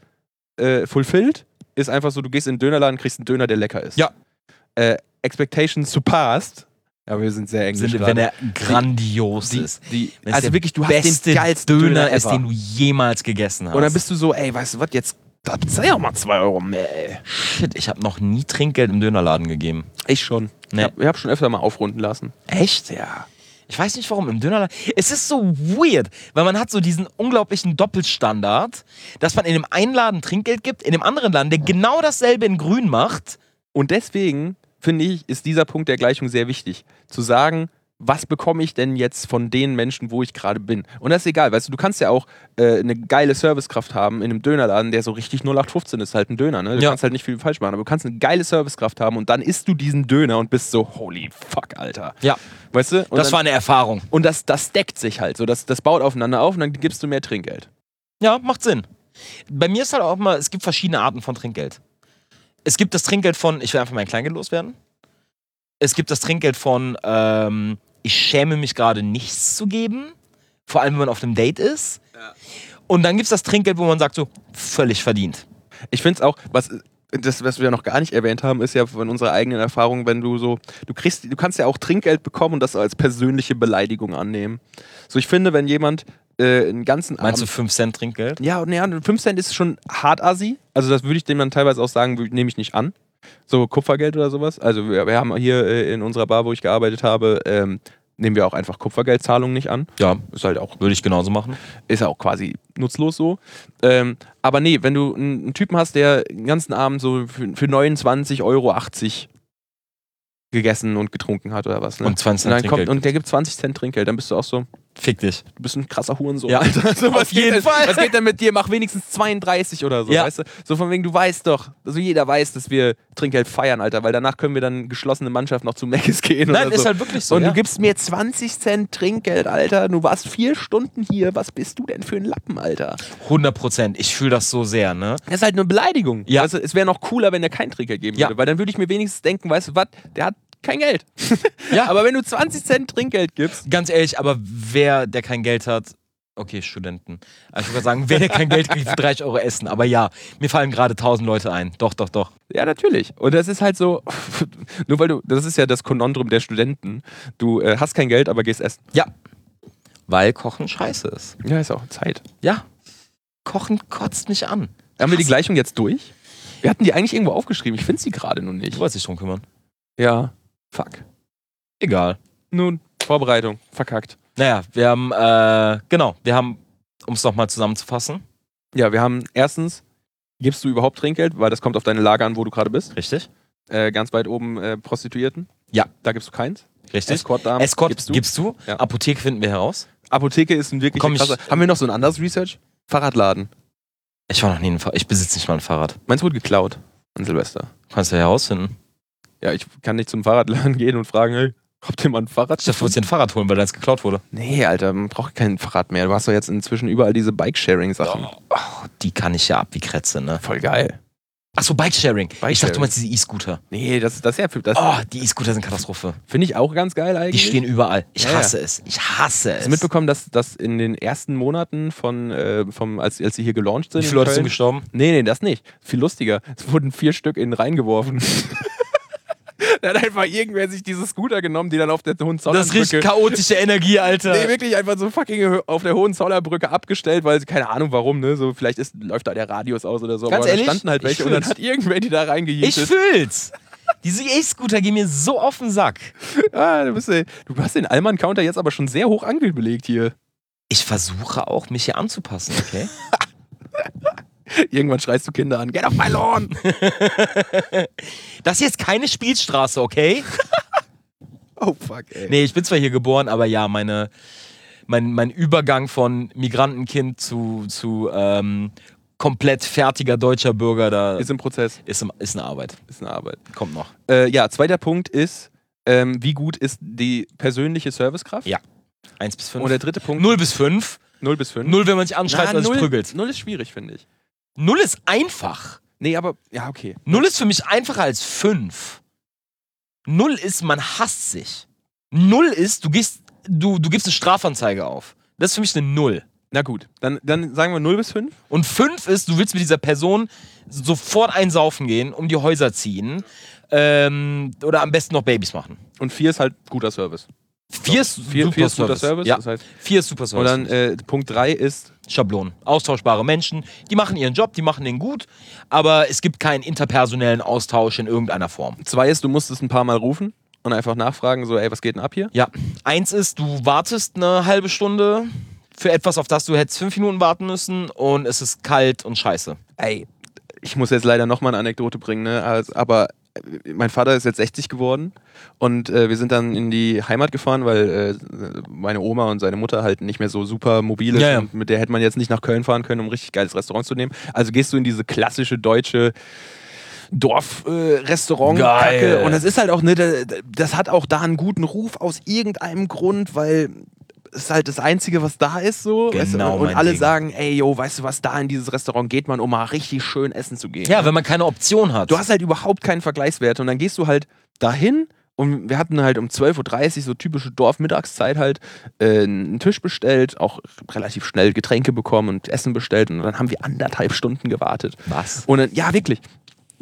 äh, fulfilled ist einfach so, du gehst in den Dönerladen, kriegst einen Döner, der lecker ist.
Ja.
Äh, Expectations surpassed. Ja, wir sind sehr englisch
Sind,
gerade.
wenn er grandios
Die-
ist.
die-
Wenn es
also
der
wirklich, du hast
beste
den geilsten
Döner,
Döner
ist,
ever.
den du jemals gegessen hast.
Und dann bist du so, ey, weißt du was, jetzt da bezahl ja mal 2 Euro mehr, ey.
Shit, ich habe noch nie Trinkgeld im Dönerladen gegeben.
Ich schon.
Nee.
Ich hab, ich hab schon öfter mal aufrunden lassen.
Echt?
Ja.
Ich weiß nicht warum, im Dönerladen. Es ist so weird, weil man hat so diesen unglaublichen Doppelstandard, dass man in dem einen Laden Trinkgeld gibt, in dem anderen Laden, der genau dasselbe in grün macht.
Und deswegen, finde ich, ist dieser Punkt der Gleichung sehr wichtig. Zu sagen, was bekomme ich denn jetzt von den Menschen, wo ich gerade bin? Und das ist egal, weißt du, du kannst ja auch äh, eine geile Servicekraft haben in einem Dönerladen, der so richtig 0815 ist, halt ein Döner, ne? Du
Ja.
kannst halt nicht viel falsch machen, aber du kannst eine geile Servicekraft haben und dann isst du diesen Döner und bist so, holy fuck, Alter.
Ja.
Weißt du? Und
das
dann,
war eine Erfahrung.
Und das, das deckt sich halt so. Das, das baut aufeinander auf und dann gibst du mehr Trinkgeld.
Ja, macht Sinn. Bei mir ist halt auch immer, es gibt verschiedene Arten von Trinkgeld. Es gibt das Trinkgeld von, ich will einfach mein Kleingeld loswerden. Es gibt das Trinkgeld von, ähm, ich schäme mich gerade nichts zu geben. Vor allem, wenn man auf einem Date ist. Und dann gibt es das Trinkgeld, wo man sagt, so, völlig verdient.
Ich finde es auch, was, das, was wir noch gar nicht erwähnt haben, ist ja von unserer eigenen Erfahrung, wenn du so, du kriegst, du kannst ja auch Trinkgeld bekommen und das als persönliche Beleidigung annehmen. So, ich finde, wenn jemand äh, einen ganzen
Meinst du
Abend.
5 Cent Trinkgeld?
Ja, und ja, 5 Cent ist schon hart assi. Also das würde ich dem dann teilweise auch sagen, nehme ich nicht an. So Kupfergeld oder sowas. Also wir, wir haben hier äh, in unserer Bar, wo ich gearbeitet habe, ähm, nehmen wir auch einfach Kupfergeldzahlungen nicht an.
Ja,
Ist halt auch,
würde ich genauso machen.
ist ja auch quasi nutzlos so. Ähm, aber nee, wenn du einen einen Typen hast, der den ganzen Abend so für, für 29,80 Euro gegessen und getrunken hat oder was. Ne?
Und 20
und, dann
Cent
kommt,
Trinkgeld.
und der gibt 20 Cent Trinkgeld, dann bist du auch so,
Fick dich.
du bist ein krasser Hurensohn. <laughs>
Ja.
Alter. Also, was
Auf jeden
geht denn,
Fall.
Was geht denn mit dir? Mach wenigstens 32 oder so,
Ja.
weißt du? So von wegen, du weißt doch, also jeder weiß, dass wir Trinkgeld feiern, Alter, weil danach können wir dann geschlossene Mannschaft noch zu Mc's gehen
Nein,
oder
ist
so.
halt wirklich so.
und
ja.
du gibst mir 20 Cent Trinkgeld, Alter. Du warst vier Stunden hier. Was bist du denn für ein Lappen, Alter?
100 Prozent. Ich fühle das so sehr, ne?
Das ist halt eine Beleidigung.
Ja.
Weißt du, es wäre noch cooler, wenn er kein Trinkgeld geben
Ja.
würde, weil dann würde ich mir wenigstens denken, weißt du was, der hat kein Geld.
<laughs> Ja.
Aber wenn du 20 Cent Trinkgeld gibst,
Ganz ehrlich, aber wer, der kein Geld hat, okay, Studenten. Also ich würde sagen, wer, der kein Geld kriegt, für 30 Euro essen. Aber ja, mir fallen gerade 1000 Leute ein. Doch, doch, doch.
ja, natürlich. Und das ist halt so, <laughs> nur weil du, das ist ja das Konundrum der Studenten. Du äh, hast kein Geld, aber gehst essen.
Ja. Weil Kochen scheiße ist.
Ja, ist auch Zeit.
Ja. Kochen kotzt mich an.
Haben wir die Gleichung jetzt durch? Wir hatten die eigentlich irgendwo aufgeschrieben. Ich finde sie gerade nur nicht.
Du wolltest dich drum kümmern.
Ja. Fuck.
Egal.
Nun, Vorbereitung. Verkackt.
Naja, wir haben, äh, genau, wir haben, um es nochmal zusammenzufassen.
Ja, wir haben erstens, gibst du überhaupt Trinkgeld? Weil das kommt auf deine Lage an, wo du gerade bist.
Richtig?
Äh, ganz weit oben äh, Prostituierten.
Ja.
Da gibst du keins.
Richtig.
Escort-Damen
Escort
gibst
gibst
du.
du.
Ja.
Apotheke finden wir heraus.
Apotheke ist ein wirklich
Komm, ich-
krasser. Haben wir noch so ein anderes Research? Fahrradladen.
Ich war noch nie ein Fahrrad. Ich besitze nicht mal ein Fahrrad.
Meins wurde geklaut an Silvester.
Kannst du herausfinden.
Ja, ich kann nicht zum Fahrradladen <laughs> gehen und fragen, hey, habt ihr mal ein Fahrrad?
Ich dachte, du wolltest dir ein Fahrrad holen, weil deins geklaut wurde.
Nee, Alter, man braucht kein Fahrrad mehr. Du hast doch jetzt inzwischen überall diese Bike-Sharing-Sachen.
Oh, Die kann ich ja ab wie Krätze, ne?
Voll geil.
Achso, Bikesharing. ich dachte,
Bikesharing.
du meinst diese E-Scooter.
Nee, das, das, ja, das
Oh, die E-Scooter sind Katastrophe.
finde ich auch ganz geil
Die
eigentlich.
stehen überall. Ich
Ja, ja.
hasse es. Ich hasse
Hast
es.
du mitbekommen, dass, dass in den ersten Monaten von, äh, vom, als, als sie hier gelauncht sind?
Wie viele Leute
in
sind
Köln,
gestorben?
Nee, nee, das nicht. Viel lustiger. Es wurden vier Stück in den Rhein
<laughs>
geworfen. da hat einfach irgendwer sich diese Scooter genommen, die dann auf der Hohenzollernbrücke...
chaotische Energie, Alter.
Nee, wirklich einfach so fucking auf der Hohenzollernbrücke abgestellt, weil sie- keine Ahnung warum, ne? So, vielleicht ist, läuft da der Radius aus oder so.
Ganz
aber
ehrlich?
da standen halt
Ich
welche und dann
fühl's.
hat irgendwer die da
ich
reingejietet.
fühl's. Diese E-Scooter gehen mir so auf den Sack.
Ah, du, bist, äh, du hast den Allmann-Counter jetzt aber schon sehr hoch angelegt hier.
Ich versuche auch, mich hier anzupassen,
<laughs>
okay?
Irgendwann schreist du Kinder an, get off my
<laughs>
lawn!
Das hier ist keine Spielstraße, okay?
Oh fuck, ey.
Nee, ich bin zwar hier geboren, aber ja, meine, mein, mein Übergang von Migrantenkind zu, zu ähm, komplett fertiger deutscher Bürger, da
Ist
ist,
im Prozess,
ist, im- ist eine Arbeit.
Also ist eine Arbeit.
Kommt noch.
Äh, ja, zweiter Punkt ist, ähm, wie gut ist die persönliche Servicekraft?
Ja. Eins bis fünf.
Und der dritte Punkt,
0 bis 5.
0 bis 5.
Null, wenn man sich anschreit oder sich prügelt.
0 ist schwierig, finde ich.
Null ist einfach.
Nee, aber, ja, okay.
Null ist für mich einfacher als fünf. Null ist, man hasst sich. Null ist, du, gehst, du, du gibst eine Strafanzeige auf. Das ist für mich eine Null.
Na gut, dann, dann sagen wir 0 bis 5.
Und fünf ist, du willst mit dieser Person sofort einsaufen gehen, um die Häuser ziehen. Ähm, oder am besten noch Babys machen.
Und 4 ist halt guter Service.
Vier ist
Vier-
super
vier ist
Service.
guter Service,
Ja.
das heißt-
Vier ist super
Und
Service.
dann äh, Punkt 3 ist,
Schablonen. Austauschbare Menschen, die machen ihren Job, die machen den gut, aber es gibt keinen interpersonellen Austausch in irgendeiner Form.
2 ist, du musst es ein paar Mal rufen und einfach nachfragen, so, ey, was geht denn ab hier?
Ja, eins ist, du wartest eine halbe Stunde für etwas, auf das du hättest fünf Minuten warten müssen und es ist kalt und scheiße.
Ey, ich muss jetzt leider nochmal eine Anekdote bringen, ne? als- aber äh, mein Vater ist jetzt 60 geworden und äh, wir sind dann in die Heimat gefahren, weil äh, meine Oma und seine Mutter halt nicht mehr so super mobil ist
Ja, ja.
und mit der hätte man jetzt nicht nach Köln fahren können, um ein richtig geiles Restaurant zu nehmen. Also gehst du in diese klassische deutsche Dorfrestaurant
Geil.
und das ist halt auch ne, da- da- das hat auch da einen guten Ruf aus irgendeinem Grund, weil es ist halt das einzige, was da ist so, weißt du,
Genau
und, und
mein
alle
Ding.
sagen, ey, yo, weißt du was, da in dieses Restaurant geht man, um mal richtig schön essen zu gehen.
Ja, wenn man keine Option hat.
Du hast halt überhaupt keinen Vergleichswert und dann gehst du halt dahin und wir hatten halt um 12.30 Uhr, so typische Dorfmittagszeit halt, äh, einen Tisch bestellt, auch relativ schnell Getränke bekommen und Essen bestellt und dann haben wir anderthalb Stunden gewartet.
was?
Und dann, ja, wirklich.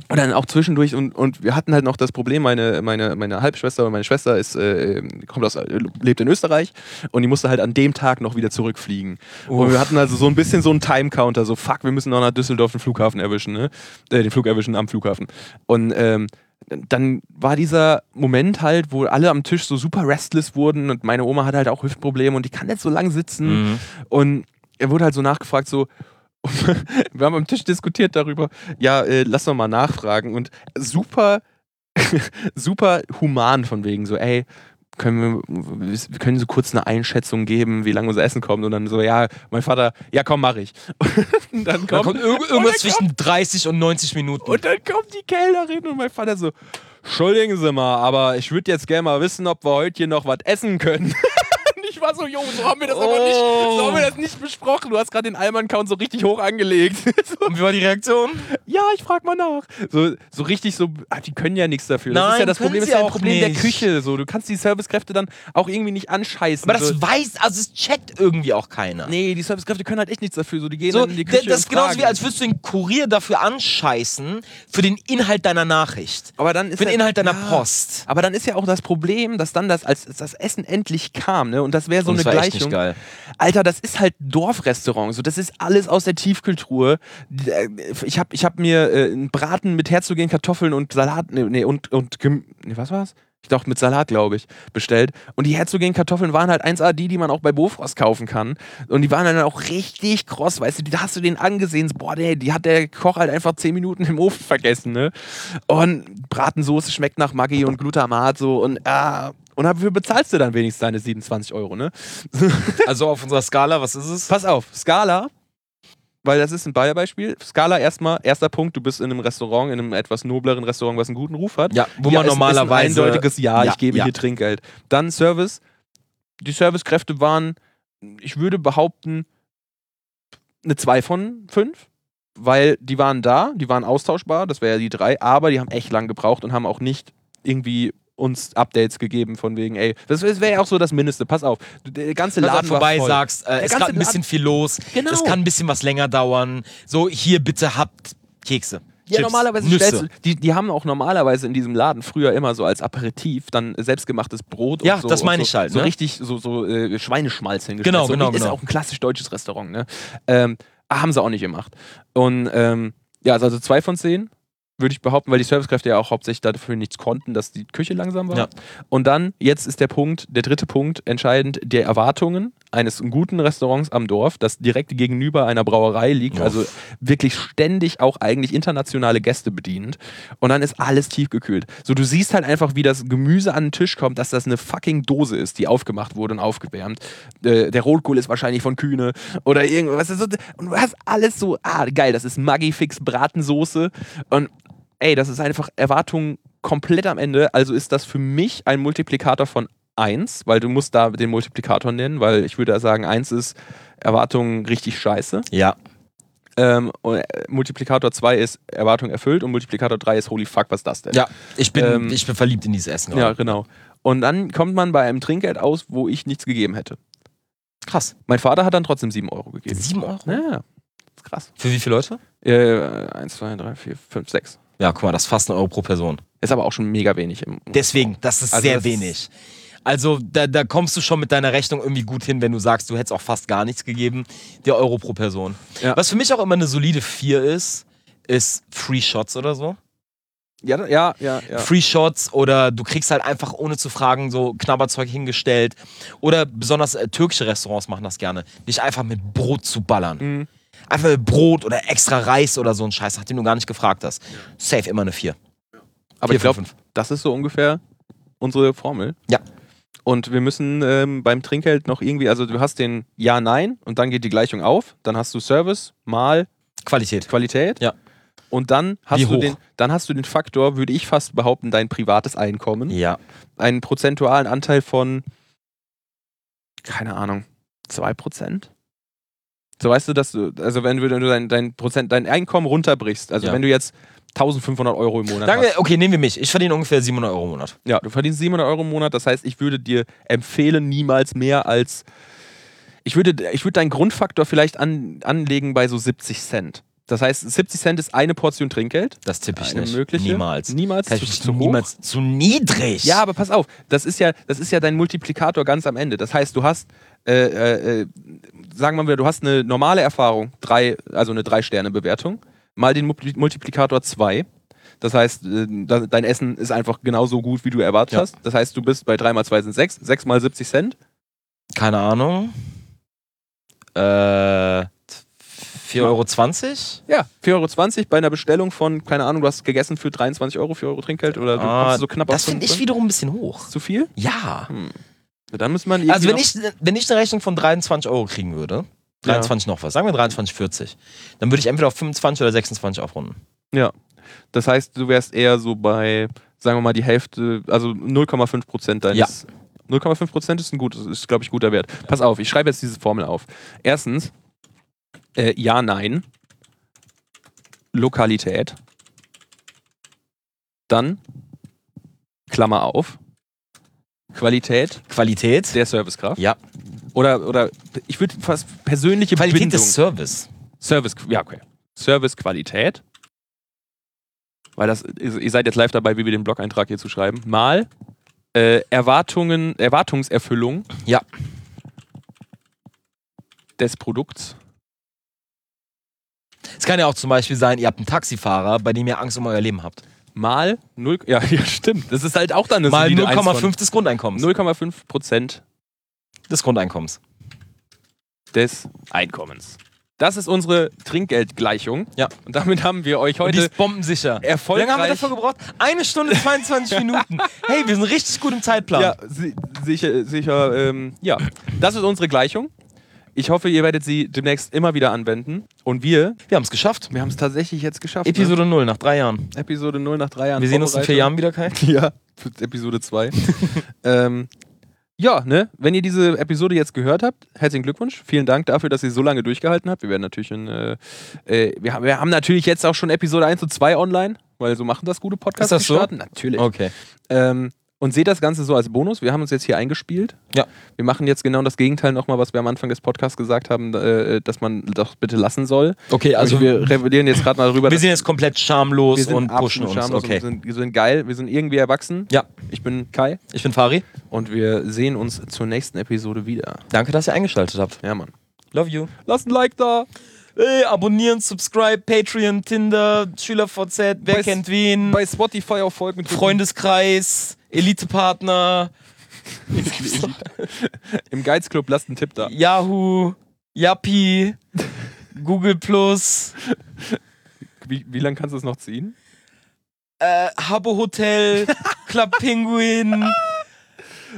Und dann auch zwischendurch und, und wir hatten halt noch das Problem, meine, meine, meine Halbschwester oder meine Schwester ist, äh, kommt aus, äh, lebt in Österreich und die musste halt an dem Tag noch wieder zurückfliegen. Und wir hatten also so ein bisschen so einen Time-Counter, so fuck, wir müssen noch nach Düsseldorf den Flughafen erwischen, ne? Äh, den Flug erwischen am Flughafen. Und ähm, dann war dieser Moment halt, wo alle am Tisch so super restless wurden und meine Oma hatte halt auch Hüftprobleme und die kann jetzt so lang sitzen. Und er wurde halt so nachgefragt, so, wir haben am Tisch diskutiert darüber. Ja, äh, lass doch mal nachfragen. Und super, <laughs> super human von wegen so, ey, können wir, wir können so kurz eine Einschätzung geben, wie lange unser Essen kommt. Und dann so, ja, mein Vater, ja komm, mach ich. <laughs> Und dann kommt,
Da kommt irg irgendwas zwischen 30 und 90 Minuten.
und dann kommt die Kellnerin und mein Vater so, entschuldigen Sie mal, aber ich würde jetzt gerne mal wissen, ob wir heute hier noch was essen können. <laughs> Und Ich war so, Junge, so haben wir das aber nicht, so
Oh.
haben wir das nicht besprochen. Du hast gerade den Allmann-Count so richtig hoch angelegt. <laughs> So,
Und wie war die Reaktion?
ja, ich frag mal nach. So, so richtig so, ah, die können ja nichts dafür. das ist
Nein,
ja das
können
Problem,
sie
ist ja ein
auch
Problem der
nicht.
Küche. So, du kannst die Servicekräfte dann auch irgendwie nicht anscheißen.
Aber das
so.
weiß, also es checkt irgendwie auch keiner.
Nee, die Servicekräfte können halt echt nichts dafür. So, die gehen
So,
dann in die Küche.
d- das
und
ist genauso wie,
fragen.
als würdest du den Kurier dafür anscheißen, für den Inhalt deiner Nachricht.
aber dann ist
für den
ja-
Inhalt deiner
ja.
Post.
Aber dann ist ja auch das Problem, dass dann das, als das Essen endlich kam, ne? Und das wäre so
Und
eine
es war echt
Gleichung.
nicht geil.
Alter, das ist halt Dorfrestaurant. So, das ist alles aus der Tiefkultur. äh, Ich habe ich hab mir äh, einen Braten mit herzugen, Kartoffeln und Salat, nee, nee und, und Gem nee, was war's? Ich dachte mit Salat, glaube ich, bestellt. Und die herzogen Kartoffeln waren halt 1A die, die man auch bei Bofrost kaufen kann. Und die waren dann auch richtig kross, weißt du, die, da hast du den angesehen, so, boah, der, die hat der Koch halt einfach 10 Minuten im Ofen vergessen, ne? Und Bratensoße schmeckt nach Maggi und Glutamat so und ah. Und dafür bezahlst du dann wenigstens deine 27 Euro, ne?
Also auf unserer Skala, was ist es?
Pass auf, Skala, weil das ist ein Bayer-Beispiel. Skala erstmal, erster Punkt, du bist in einem Restaurant, in einem etwas nobleren Restaurant, was einen guten Ruf hat.
Ja, wo man
es Ist
normalerweise.
ein eindeutiges Ja,
Ja,
ich gebe
ja.
hier Trinkgeld. Dann Service. Die Servicekräfte waren, ich würde behaupten, eine 2 von 5. Weil die waren da, die waren austauschbar, das wäre ja die drei, aber die haben echt lang gebraucht und haben auch nicht irgendwie uns Updates gegeben von wegen, ey, das wäre ja auch so das Mindeste, pass auf, der ganze
Laden
Laden
vorbei
war voll.
sagst, äh, ist
ganze
gerade ein bisschen viel los,
Genau.
es kann ein bisschen was länger dauern. So, hier bitte habt Kekse.
Ja,
Chips,
normalerweise
Nüsse.
stellst du, die, die haben auch normalerweise in diesem Laden früher immer so als Aperitiv dann selbstgemachtes Brot
Ja,
und so.
das meine
und so,
ich halt,
So
ne?
richtig so, so äh, Schweineschmalz hingestellt.
Genau,
so,
genau,
Ist
genau.
auch ein klassisch deutsches Restaurant, ne? Ähm, haben sie auch nicht gemacht. Und ähm, ja, also zwei von zehn würde ich behaupten, weil die Servicekräfte ja auch hauptsächlich dafür nichts konnten, dass die Küche langsam war.
Ja.
Und dann, jetzt ist der Punkt, der dritte Punkt, entscheidend, die Erwartungen eines guten Restaurants am Dorf, das direkt gegenüber einer Brauerei liegt,
Ja.
also wirklich ständig auch eigentlich internationale Gäste bedient. Und dann ist alles tiefgekühlt. So, du siehst halt einfach, wie das Gemüse an den Tisch kommt, dass das eine fucking Dose ist, die aufgemacht wurde und aufgewärmt. Äh, der Rotkohl ist wahrscheinlich von Kühne oder irgendwas. So, Und du hast alles so, ah, geil, das ist Maggi-Fix Bratensoße. Und ey, das ist einfach Erwartung komplett am Ende. Also ist das für mich ein Multiplikator von 1, weil du musst da den Multiplikator nennen, weil ich würde sagen, 1 ist Erwartung richtig scheiße.
Ja.
Ähm, und äh, Multiplikator 2 ist Erwartung erfüllt und Multiplikator 3 ist holy fuck, was ist das denn?
Ja, ich bin,
Ähm,
ich bin verliebt in dieses Essen.
ja
gerade.
genau. Und dann kommt man bei einem Trinkgeld aus, wo ich nichts gegeben hätte.
Krass.
Mein Vater hat dann trotzdem 7 Euro gegeben.
7 Euro?
Ja, ist krass.
Für wie viele Leute?
Äh, 1, 2, 3, 4, 5, 6.
Ja, guck mal, das ist fast ein Euro pro Person.
Ist aber auch schon mega wenig. Im
Deswegen, das ist
Also
sehr
das-
wenig. Also da, da kommst du schon mit deiner Rechnung irgendwie gut hin, wenn du sagst, du hättest auch fast gar nichts gegeben. Der Euro pro Person.
Ja.
Was für mich auch immer eine solide 4 ist, ist Free Shots oder so.
Ja, da- ja, ja. ja.
Free Shots oder du kriegst halt einfach ohne zu fragen so Knabberzeug hingestellt. Oder besonders äh, türkische Restaurants machen das gerne. Dich einfach mit Brot zu ballern.
Mhm.
Einfach mit Brot oder extra Reis oder so ein Scheiß, nachdem du gar nicht gefragt hast. Safe immer eine 4.
Aber
Vier
ich glaube,
von fünf.
das ist so ungefähr unsere Formel.
Ja.
Und wir müssen ähm, beim Trinkgeld noch irgendwie, also du hast den Ja-Nein und dann geht die Gleichung auf. Dann hast du Service mal
Qualität.
Qualität.
Ja.
Und dann hast,
Wie
du
hoch?
den, dann hast du den Faktor, würde ich fast behaupten, dein privates Einkommen.
Ja.
Einen prozentualen Anteil von, keine Ahnung, 2%? So weißt du, dass du, also wenn du wenn du dein, dein, Prozent, dein Einkommen runterbrichst, also
Ja.
wenn du jetzt 1500 Euro im Monat hast.
Danke, okay, nehmen wir mich. Ich verdiene ungefähr 700 Euro im Monat.
Ja, du verdienst 700 Euro im Monat. Das heißt, ich würde dir empfehlen, niemals mehr als. Ich würde, ich würde deinen Grundfaktor vielleicht an, anlegen bei so 70 Cent. Das heißt, 70 Cent ist eine Portion Trinkgeld.
Das tippe ich
Eine
nicht.
mögliche?
Niemals.
Niemals?
Kann
Zu-
ich mich
zu hoch?
niemals zu niedrig.
Ja, aber pass auf, das ist ja, das ist ja dein Multiplikator ganz am Ende. Das heißt, du hast, äh, äh, äh, sagen wir mal, du hast eine normale Erfahrung, drei, also eine Drei-Sterne-Bewertung, mal den Multi- Multiplikator 2. Das heißt, äh, da- dein Essen ist einfach genauso gut, wie du erwartet
Ja.
hast. Das heißt, du bist bei 3 mal 2 sind 6, 6 mal 70 Cent.
Keine Ahnung. Äh, 4,20
Ja, 4,20 Euro bei einer Bestellung von, keine Ahnung, du hast gegessen für 23 Euro, 4 Euro Trinkgeld oder Also du
Euro?
kommst so knapp
Ah, das
auf Hm.
finde ich
5.
wiederum ein bisschen hoch.
Zu viel?
Ja.
Dann muss man
Also
irgendwie
wenn ich, wenn ich eine Rechnung von 23 Euro kriegen würde, 23 noch was, sagen wir 23,40, dann würde ich entweder auf 25 oder 26 aufrunden.
Das heißt, du wärst eher so bei, sagen wir mal, die Hälfte, also 0,5 Prozent deines. 0,5 Prozent ist ein gutes, ist, glaube ich, guter Wert. Pass auf, ich schreibe jetzt diese Formel auf. Erstens, äh, ja, nein. Lokalität. Dann, Klammer auf. Qualität
Qualität.
der Servicekraft.
Ja.
Oder, oder ich würde fast persönliche
Qualität
Bindung.
des Service.
Service, ja, okay. Servicequalität. Weil das, ihr seid jetzt live dabei, wie wir den Blog-Eintrag hier zu schreiben. Mal äh, Erwartungen, Erwartungserfüllung.
Ja.
Des Produkts.
Es kann ja auch zum Beispiel sein, ihr habt einen Taxifahrer, bei dem ihr Angst um euer Leben habt.
Mal 0, ja, <laughs> ja, stimmt. Das ist halt auch dann eine
Mal
solide Eins von-
0,5 des Grundeinkommens.
0,5 Prozent
Des Grundeinkommens.
des Einkommens. Das ist unsere Trinkgeldgleichung.
Ja.
Und damit haben wir euch
Und die
heute
ist bombensicher. Wie
erfolgreich.
lange haben wir dafür gebraucht? Eine Stunde <laughs> 22 Minuten. Hey, wir sind richtig gut im Zeitplan.
Ja, si sicher, sicher ähm, ja. Das ist unsere Gleichung. Ich hoffe, ihr werdet sie demnächst immer wieder anwenden. Und wir,
Wir haben es geschafft.
wir haben es tatsächlich jetzt geschafft.
Episode 0 nach drei Jahren.
ne? Episode 0 nach drei Jahren.
Wir sehen uns in vier Jahren wieder, Kai.
Ja, <laughs> Episode 2.
<laughs>
ähm, ja, ne? Wenn ihr diese Episode jetzt gehört habt, herzlichen Glückwunsch. Vielen Dank dafür, dass ihr so lange durchgehalten habt. Wir werden natürlich in, äh, äh, wir, haben, wir haben natürlich jetzt auch schon Episode 1 und 2 online, weil so machen das gute Podcasts.
Ist das
die
so?
starten. Natürlich.
Okay.
Ähm, und seht das Ganze so als Bonus. Wir haben uns jetzt hier eingespielt.
Ja.
Wir machen jetzt genau das Gegenteil nochmal, was wir am Anfang des Podcasts gesagt haben, äh, dass man doch bitte lassen soll.
Okay, also wir,
wir rebellieren jetzt gerade mal darüber.
wir sind jetzt komplett schamlos
wir sind
und
absolut
pushen uns.
schamlos
Okay.
und wir, sind, wir sind geil, wir sind irgendwie erwachsen.
Ja,
Ich bin Kai
ich bin Fari.
und wir sehen uns zur nächsten Episode wieder.
Danke, dass ihr eingeschaltet habt.
Ja, Mann.
Love you.
Lasst ein Like da.
Ey, abonnieren, subscribe, Patreon, Tinder, SchülerVZ, wer
Bei-
kennt wen,
Bei Spotify auf Folgen drücken.
Freundeskreis, Elitepartner,
Im Geizclub lasst einen Tipp da.
Yahoo, Yappi, Google Plus,
Wie, wie lange kannst du es noch ziehen?
äh, Habbo Hotel, Club Penguin,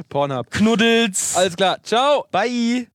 Pornhub.
Knuddels.
Alles klar. Ciao.
Bye.